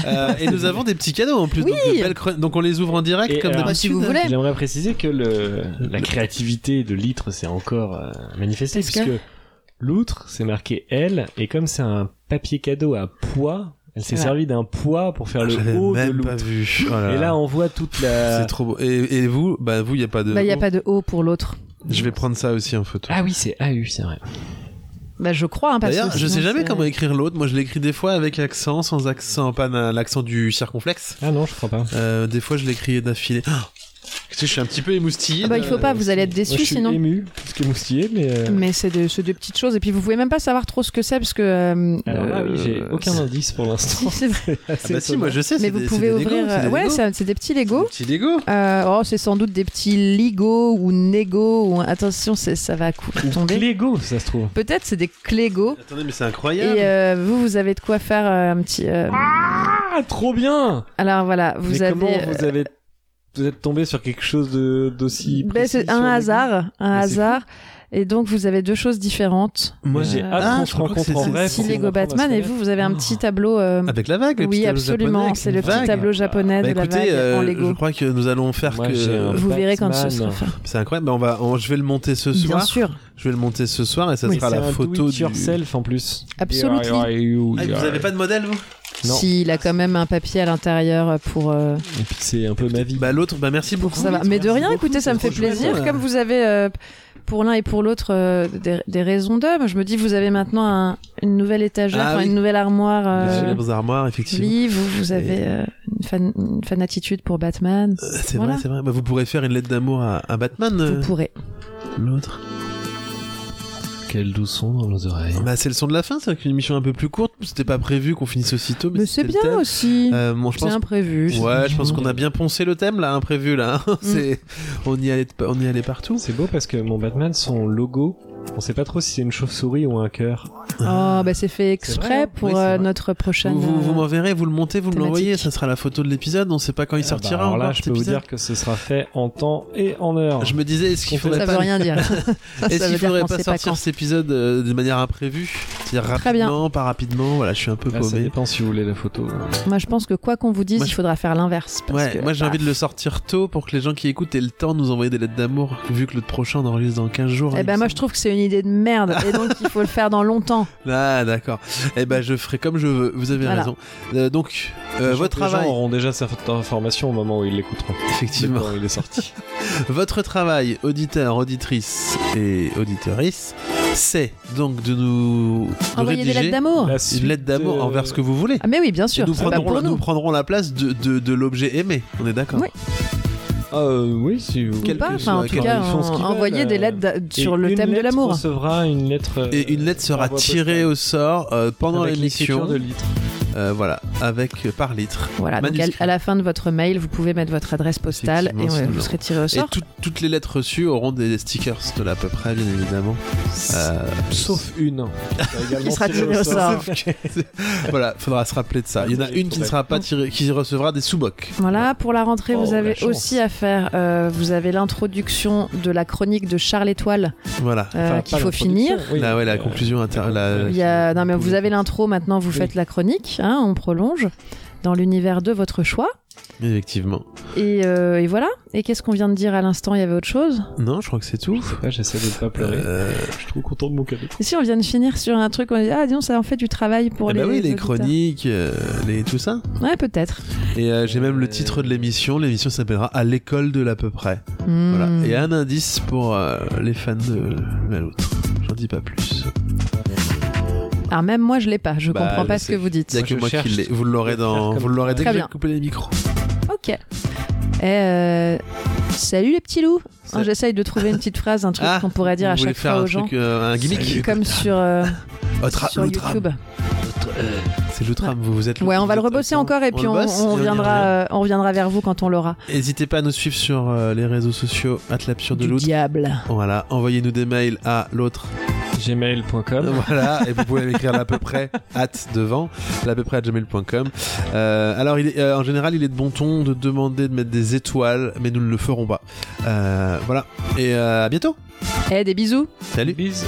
[SPEAKER 4] Euh, et nous avons des petits cadeaux en plus. donc, de belles chron- donc on les ouvre en direct
[SPEAKER 8] Et
[SPEAKER 4] comme
[SPEAKER 8] alors-
[SPEAKER 2] Bah, si vous voulez.
[SPEAKER 8] J'aimerais préciser que le, la créativité de Litre s'est encore euh, manifestée,
[SPEAKER 2] Parce que-
[SPEAKER 8] puisque l'outre, c'est marqué L, et comme c'est un papier cadeau à poids, elle s'est
[SPEAKER 2] Voilà.
[SPEAKER 8] servie d'un poids pour faire
[SPEAKER 4] Je l'avais
[SPEAKER 8] le haut de
[SPEAKER 4] même pas
[SPEAKER 8] l'outre.
[SPEAKER 4] vu. Oh là
[SPEAKER 8] Et
[SPEAKER 4] là.
[SPEAKER 8] là, on voit toute
[SPEAKER 4] C'est
[SPEAKER 8] la...
[SPEAKER 4] trop beau. Et, et vous, bah vous, il y a pas de.
[SPEAKER 2] Bah, il n'y a
[SPEAKER 4] haut.
[SPEAKER 2] pas de haut pour l'autre.
[SPEAKER 4] Je vais prendre ça aussi en photo.
[SPEAKER 8] Ah oui, c'est AU, c'est vrai.
[SPEAKER 2] Bah, je crois, hein, parce
[SPEAKER 4] D'ailleurs,
[SPEAKER 2] que
[SPEAKER 4] je sais
[SPEAKER 2] sinon,
[SPEAKER 4] jamais
[SPEAKER 2] c'est-
[SPEAKER 4] comment écrire l'autre. Moi, je l'écris des fois avec accent, sans accent, pas na- l'accent du circonflexe.
[SPEAKER 8] Ah non, je crois pas.
[SPEAKER 4] Euh, des fois, je l'écris d'affilée. Oh, Je suis un petit peu émoustillé.
[SPEAKER 2] Ah bah, il faut pas, vous allez être déçu
[SPEAKER 3] Moi, je suis
[SPEAKER 2] sinon.
[SPEAKER 3] ému, parce qu'émoustillé, mais. euh,
[SPEAKER 2] Mais c'est de- c'est des petites choses. Et puis, vous pouvez même pas savoir trop ce que c'est parce que. euh,
[SPEAKER 3] Alors là, oui, j'ai
[SPEAKER 2] euh,
[SPEAKER 3] aucun indice pour l'instant.
[SPEAKER 2] si, c'est vrai.
[SPEAKER 3] C'est
[SPEAKER 4] Ah
[SPEAKER 3] assez
[SPEAKER 4] bah si,
[SPEAKER 3] étonnant.
[SPEAKER 4] moi je sais,
[SPEAKER 2] Mais
[SPEAKER 4] c'est
[SPEAKER 2] vous
[SPEAKER 4] des-
[SPEAKER 2] pouvez
[SPEAKER 4] c'est des
[SPEAKER 2] ouvrir.
[SPEAKER 4] Legos, c'est
[SPEAKER 2] euh,
[SPEAKER 4] des
[SPEAKER 2] ouais,
[SPEAKER 4] Legos.
[SPEAKER 2] c'est c'est des petits Lego.
[SPEAKER 4] Petit Lego.
[SPEAKER 2] Euh, oh, c'est sans doute des petits Ligo ou Nego. Ou... Attention, c'est- ça va cou-
[SPEAKER 3] Ou
[SPEAKER 2] tomber.
[SPEAKER 3] Clégo, ça se trouve.
[SPEAKER 2] Peut-être c'est des Clégo.
[SPEAKER 4] Attendez, mais c'est
[SPEAKER 2] Et
[SPEAKER 4] incroyable.
[SPEAKER 2] euh, vous, vous avez de quoi faire euh, un petit. euh,
[SPEAKER 3] Ah, trop bien
[SPEAKER 2] Alors voilà, vous
[SPEAKER 3] Mais
[SPEAKER 2] avez.
[SPEAKER 3] comment
[SPEAKER 2] euh,
[SPEAKER 3] vous avez vous êtes tombé sur quelque chose de- d'aussi
[SPEAKER 2] ben,
[SPEAKER 3] précis
[SPEAKER 2] c'est
[SPEAKER 3] sur
[SPEAKER 2] un
[SPEAKER 3] le goût
[SPEAKER 2] hasard, un
[SPEAKER 3] Mais c'est fou.
[SPEAKER 2] hasard. Et donc vous avez deux choses différentes.
[SPEAKER 4] Moi
[SPEAKER 3] J'ai
[SPEAKER 2] Euh,
[SPEAKER 3] hâte
[SPEAKER 4] Ah,
[SPEAKER 3] qu'on
[SPEAKER 4] je
[SPEAKER 3] se
[SPEAKER 4] crois que
[SPEAKER 3] rencontre en
[SPEAKER 4] c'est-
[SPEAKER 3] vrai.
[SPEAKER 4] c'est
[SPEAKER 2] Petit
[SPEAKER 4] pour
[SPEAKER 2] Lego Batman et vous, vous avez un
[SPEAKER 4] Oh.
[SPEAKER 2] petit tableau. euh,
[SPEAKER 4] Avec la vague, le petit
[SPEAKER 2] oui,
[SPEAKER 4] tableau japonais
[SPEAKER 2] absolument.
[SPEAKER 4] avec
[SPEAKER 2] C'est
[SPEAKER 4] une
[SPEAKER 2] le petit
[SPEAKER 4] vague.
[SPEAKER 2] tableau japonais
[SPEAKER 4] Bah
[SPEAKER 2] de la
[SPEAKER 4] écoutez,
[SPEAKER 2] vague en
[SPEAKER 4] euh, je
[SPEAKER 2] Lego.
[SPEAKER 4] crois que nous allons faire
[SPEAKER 3] Moi, j'ai un-
[SPEAKER 4] que
[SPEAKER 2] Vous verrez quand ce
[SPEAKER 3] Batman.
[SPEAKER 2] sera fait.
[SPEAKER 4] c'est incroyable. Bah, on va, on- je vais le monter ce
[SPEAKER 2] Bien
[SPEAKER 4] soir.
[SPEAKER 2] sûr,
[SPEAKER 4] Je vais le monter ce soir et ça
[SPEAKER 3] Oui,
[SPEAKER 4] sera
[SPEAKER 3] c'est
[SPEAKER 4] la
[SPEAKER 3] un
[SPEAKER 4] photo
[SPEAKER 3] do
[SPEAKER 4] du.
[SPEAKER 3] it yourself en plus.
[SPEAKER 2] absolument.
[SPEAKER 4] Ah, vous avez pas de modèle vous
[SPEAKER 3] Non.
[SPEAKER 2] S'il a quand même un papier à l'intérieur pour. euh,
[SPEAKER 3] Et puis c'est un peu ma vie.
[SPEAKER 4] Bah l'autre, bah merci beaucoup.
[SPEAKER 2] Ça va. Mais de
[SPEAKER 4] Merci
[SPEAKER 2] rien,
[SPEAKER 4] beaucoup,
[SPEAKER 2] écoutez, ça me
[SPEAKER 4] c'est
[SPEAKER 2] fait
[SPEAKER 4] trop chouette.
[SPEAKER 2] plaisir. Comme vous avez euh, pour l'un et pour l'autre euh, des, des raisons d'homme, je me dis vous avez maintenant un- une nouvelle étagère,
[SPEAKER 4] Ah
[SPEAKER 2] enfin,
[SPEAKER 4] oui.
[SPEAKER 2] une nouvelle armoire
[SPEAKER 4] Les
[SPEAKER 2] euh,
[SPEAKER 4] célèbres armoires, effectivement.
[SPEAKER 2] livre, vous, vous avez euh, une, fan, une fan attitude pour Batman.
[SPEAKER 4] Euh, C'est
[SPEAKER 2] Voilà.
[SPEAKER 4] vrai, c'est vrai. Bah, vous pourrez faire une lettre d'amour à, à Batman, euh,
[SPEAKER 2] Vous pourrez.
[SPEAKER 4] l'autre.
[SPEAKER 8] Quel doux son dans nos oreilles.
[SPEAKER 4] Bah, c'est le son de la fin, c'est une émission un peu plus courte. C'était pas prévu qu'on finisse aussitôt, mais,
[SPEAKER 2] Mais c'est
[SPEAKER 4] c'était le
[SPEAKER 2] bien
[SPEAKER 4] thème.
[SPEAKER 2] aussi.
[SPEAKER 4] Euh, bon, je
[SPEAKER 2] c'est
[SPEAKER 4] pense
[SPEAKER 2] imprévu.
[SPEAKER 4] Ouais, je pense qu'on a bien poncé le thème là, imprévu là.
[SPEAKER 2] Mm.
[SPEAKER 4] C'est, on y allait, de pa- on y allait partout.
[SPEAKER 3] C'est beau parce que mon Batman, son logo, on sait pas trop si c'est une chauve-souris ou un cœur.
[SPEAKER 2] Oh, bah c'est fait
[SPEAKER 3] C'est
[SPEAKER 2] exprès
[SPEAKER 3] vrai, hein.
[SPEAKER 2] pour
[SPEAKER 4] Oui, c'est
[SPEAKER 2] euh,
[SPEAKER 4] vrai.
[SPEAKER 2] notre prochaine.
[SPEAKER 4] Vous, vous, vous
[SPEAKER 2] euh,
[SPEAKER 4] m'enverrez, vous le montez, vous me
[SPEAKER 2] thématique. Ah bah,
[SPEAKER 4] l'envoyez. Ça sera la photo de l'épisode. On sait pas quand il sortira.
[SPEAKER 3] Ah bah, Alors là,
[SPEAKER 4] encore,
[SPEAKER 3] je
[SPEAKER 4] cet
[SPEAKER 3] peux vous
[SPEAKER 4] épisode.
[SPEAKER 3] dire que ce sera fait en temps et en heure.
[SPEAKER 4] Je me disais, est-ce qu'il
[SPEAKER 3] Ça
[SPEAKER 4] faudrait
[SPEAKER 2] ça
[SPEAKER 4] pas,
[SPEAKER 2] veut rien dire. ça, ça
[SPEAKER 4] est-ce qu'il
[SPEAKER 2] veut dire
[SPEAKER 4] faudrait
[SPEAKER 2] qu'on
[SPEAKER 4] pas
[SPEAKER 2] sait pas
[SPEAKER 4] sortir
[SPEAKER 2] quand.
[SPEAKER 4] cet épisode euh, de manière imprévue, c'est-à-dire
[SPEAKER 2] Très bien.
[SPEAKER 4] rapidement, pas rapidement. Voilà, je suis un peu
[SPEAKER 3] Ah, ça
[SPEAKER 4] paumé.
[SPEAKER 3] dépend si vous voulez la photo.
[SPEAKER 2] Moi, je pense que quoi qu'on vous dise,
[SPEAKER 4] Moi,
[SPEAKER 2] il
[SPEAKER 4] je-
[SPEAKER 2] faudra faire l'inverse. parce
[SPEAKER 4] Ouais,
[SPEAKER 2] que,
[SPEAKER 4] moi j'ai
[SPEAKER 2] bah,
[SPEAKER 4] envie de le sortir tôt pour que les gens qui écoutent aient le temps de nous envoyer des lettres d'amour, vu que le prochain on enregistre dans 15 jours. hein,
[SPEAKER 2] Eh
[SPEAKER 4] il me
[SPEAKER 2] ben moi
[SPEAKER 4] semble.
[SPEAKER 2] je trouve que c'est une idée de merde et donc il faut le faire dans longtemps.
[SPEAKER 4] Ah d'accord. Eh ben je ferai comme je veux. Vous avez
[SPEAKER 2] Voilà.
[SPEAKER 4] raison. Euh, donc euh,
[SPEAKER 3] Sachant
[SPEAKER 4] votre
[SPEAKER 3] que Les
[SPEAKER 4] travail,
[SPEAKER 3] gens auront déjà cette information au moment où ils l'écouteront.
[SPEAKER 4] effectivement,
[SPEAKER 3] Quand il est sorti.
[SPEAKER 4] votre travail, auditeur, auditrice et auditrice, c'est donc de nous de
[SPEAKER 2] Envoyer des
[SPEAKER 4] rédiger
[SPEAKER 2] lettres Oh, d'amour.
[SPEAKER 3] La
[SPEAKER 4] une
[SPEAKER 3] suite,
[SPEAKER 4] lettre d'amour
[SPEAKER 3] euh,
[SPEAKER 4] envers ce que vous voulez.
[SPEAKER 2] Ah mais oui bien
[SPEAKER 4] Et
[SPEAKER 2] sûr.
[SPEAKER 4] nous,
[SPEAKER 2] c'est pas
[SPEAKER 4] prendrons,
[SPEAKER 2] pour
[SPEAKER 4] nous
[SPEAKER 2] nous.
[SPEAKER 4] prendrons la place de, de, de l'objet aimé. On est d'accord.
[SPEAKER 2] Oui.
[SPEAKER 3] Ah, euh, oui, si vous
[SPEAKER 2] Ou
[SPEAKER 4] quel-
[SPEAKER 2] pas,
[SPEAKER 4] que
[SPEAKER 2] enfin, en
[SPEAKER 4] soit-
[SPEAKER 2] tout
[SPEAKER 4] quel-
[SPEAKER 2] cas
[SPEAKER 3] ils font ce
[SPEAKER 2] en-
[SPEAKER 3] qu'ils
[SPEAKER 2] envoyer
[SPEAKER 3] veulent,
[SPEAKER 2] des
[SPEAKER 3] euh,
[SPEAKER 2] lettres d'a- sur
[SPEAKER 3] Et
[SPEAKER 2] le
[SPEAKER 3] une
[SPEAKER 2] thème de
[SPEAKER 3] lettre
[SPEAKER 2] l'amour.
[SPEAKER 3] recevra une lettre. euh,
[SPEAKER 4] Et une lettre sera tirée au sort euh, pendant l'émission.
[SPEAKER 3] de litre.
[SPEAKER 4] Euh, voilà, avec euh, par litre.
[SPEAKER 2] Voilà, donc à,
[SPEAKER 4] Manuscrit.
[SPEAKER 2] à la fin de votre mail, vous pouvez mettre votre adresse postale et
[SPEAKER 4] Effectivement,
[SPEAKER 2] euh,
[SPEAKER 4] c'est
[SPEAKER 2] vous
[SPEAKER 4] toujours-
[SPEAKER 2] serez tiré au
[SPEAKER 4] Et
[SPEAKER 2] sort.
[SPEAKER 4] tout- toutes les lettres reçues auront des stickers de là à peu près, bien évidemment. Euh,
[SPEAKER 3] Sauf une.
[SPEAKER 2] Qui sera tirée au sort. Euh,
[SPEAKER 4] voilà, faudra se rappeler de ça. Il y en a une qui ne sera pas tirée, qui recevra des sous-bocs.
[SPEAKER 2] Voilà, pour la rentrée,
[SPEAKER 3] Oh,
[SPEAKER 2] vous
[SPEAKER 3] la
[SPEAKER 2] avez
[SPEAKER 3] chance.
[SPEAKER 2] aussi à faire, euh, vous avez l'introduction de la chronique de Charles Étoile
[SPEAKER 4] Voilà.
[SPEAKER 2] euh, qu'il faut finir. Bah
[SPEAKER 4] Là, ouais, la
[SPEAKER 3] Euh,
[SPEAKER 4] conclusion inter- la-
[SPEAKER 2] Il y a... Non mais vous avez l'intro, maintenant vous
[SPEAKER 3] Oui.
[SPEAKER 2] faites la chronique, hein, on prolonge, dans l'univers de votre choix.
[SPEAKER 4] Effectivement.
[SPEAKER 2] Et, euh, et voilà. Et qu'est-ce qu'on vient de dire à l'instant Il y avait autre chose
[SPEAKER 4] Non, je crois que c'est tout.
[SPEAKER 3] J'essaie de ne pas pleurer.
[SPEAKER 4] Euh,
[SPEAKER 3] Je suis trop content de mon cadeau.
[SPEAKER 2] Et si on vient de finir sur un truc, on dit ah disons ça en fait du travail pour
[SPEAKER 4] eh
[SPEAKER 2] les.
[SPEAKER 4] bah oui, les
[SPEAKER 2] auditeurs.
[SPEAKER 4] chroniques, euh, les, tout ça.
[SPEAKER 2] Ouais peut-être.
[SPEAKER 4] Et euh, j'ai même le titre de l'émission. L'émission s'appellera À l'école de l'à peu près.
[SPEAKER 2] Hmm.
[SPEAKER 4] Voilà. Et un indice pour euh, les fans de l'un à l'autre. J'en dis pas plus.
[SPEAKER 2] Alors même moi je l'ai pas, je
[SPEAKER 4] Bah,
[SPEAKER 2] comprends
[SPEAKER 4] je
[SPEAKER 2] pas ce
[SPEAKER 4] sais.
[SPEAKER 2] que vous
[SPEAKER 4] Il y a
[SPEAKER 2] dites.
[SPEAKER 4] que
[SPEAKER 3] je
[SPEAKER 4] moi qui
[SPEAKER 3] cherche.
[SPEAKER 4] l'ai. Vous l'aurez dans.
[SPEAKER 3] Faire comme-
[SPEAKER 4] Vous l'aurez dès
[SPEAKER 2] Très
[SPEAKER 4] que j'ai
[SPEAKER 2] bien.
[SPEAKER 4] coupé les micros.
[SPEAKER 2] Ok. Et euh, Salut les petits loups.
[SPEAKER 4] Ça-
[SPEAKER 2] Hein, J'essaye de trouver une petite phrase, un truc
[SPEAKER 4] Ah,
[SPEAKER 2] qu'on pourrait dire
[SPEAKER 4] Vous
[SPEAKER 2] à
[SPEAKER 4] voulez
[SPEAKER 2] chaque
[SPEAKER 4] faire
[SPEAKER 2] fois
[SPEAKER 4] un
[SPEAKER 2] aux gens.
[SPEAKER 4] truc, euh, un gimmick
[SPEAKER 2] Comme sur, euh,
[SPEAKER 4] Autre-
[SPEAKER 2] sur
[SPEAKER 4] l'autre âme.
[SPEAKER 2] YouTube.
[SPEAKER 4] C'est l'outrame, vous vous êtes
[SPEAKER 2] Ouais, on va le
[SPEAKER 4] vous êtes-
[SPEAKER 2] rebosser encore et
[SPEAKER 4] on
[SPEAKER 2] puis
[SPEAKER 4] le
[SPEAKER 2] on,
[SPEAKER 4] bosse et
[SPEAKER 2] on
[SPEAKER 4] on y
[SPEAKER 2] reviendra, euh, on reviendra vers vous quand on l'aura.
[SPEAKER 4] N'hésitez pas à nous suivre sur euh, les réseaux sociaux, Atlapsure de
[SPEAKER 2] Du
[SPEAKER 4] l'autre.
[SPEAKER 2] diable.
[SPEAKER 4] Voilà, envoyez-nous des mails à l'autre.
[SPEAKER 3] Gmail.com.
[SPEAKER 4] Voilà, et vous pouvez m'écrire à peu près hâte devant, à peu près à gmail.com. Euh, alors, il est, euh, en général, il est de bon ton de demander de mettre des étoiles, mais nous ne le ferons pas. Euh, voilà, et euh, à bientôt.
[SPEAKER 2] Eh des bisous.
[SPEAKER 4] Salut.
[SPEAKER 3] Bisous.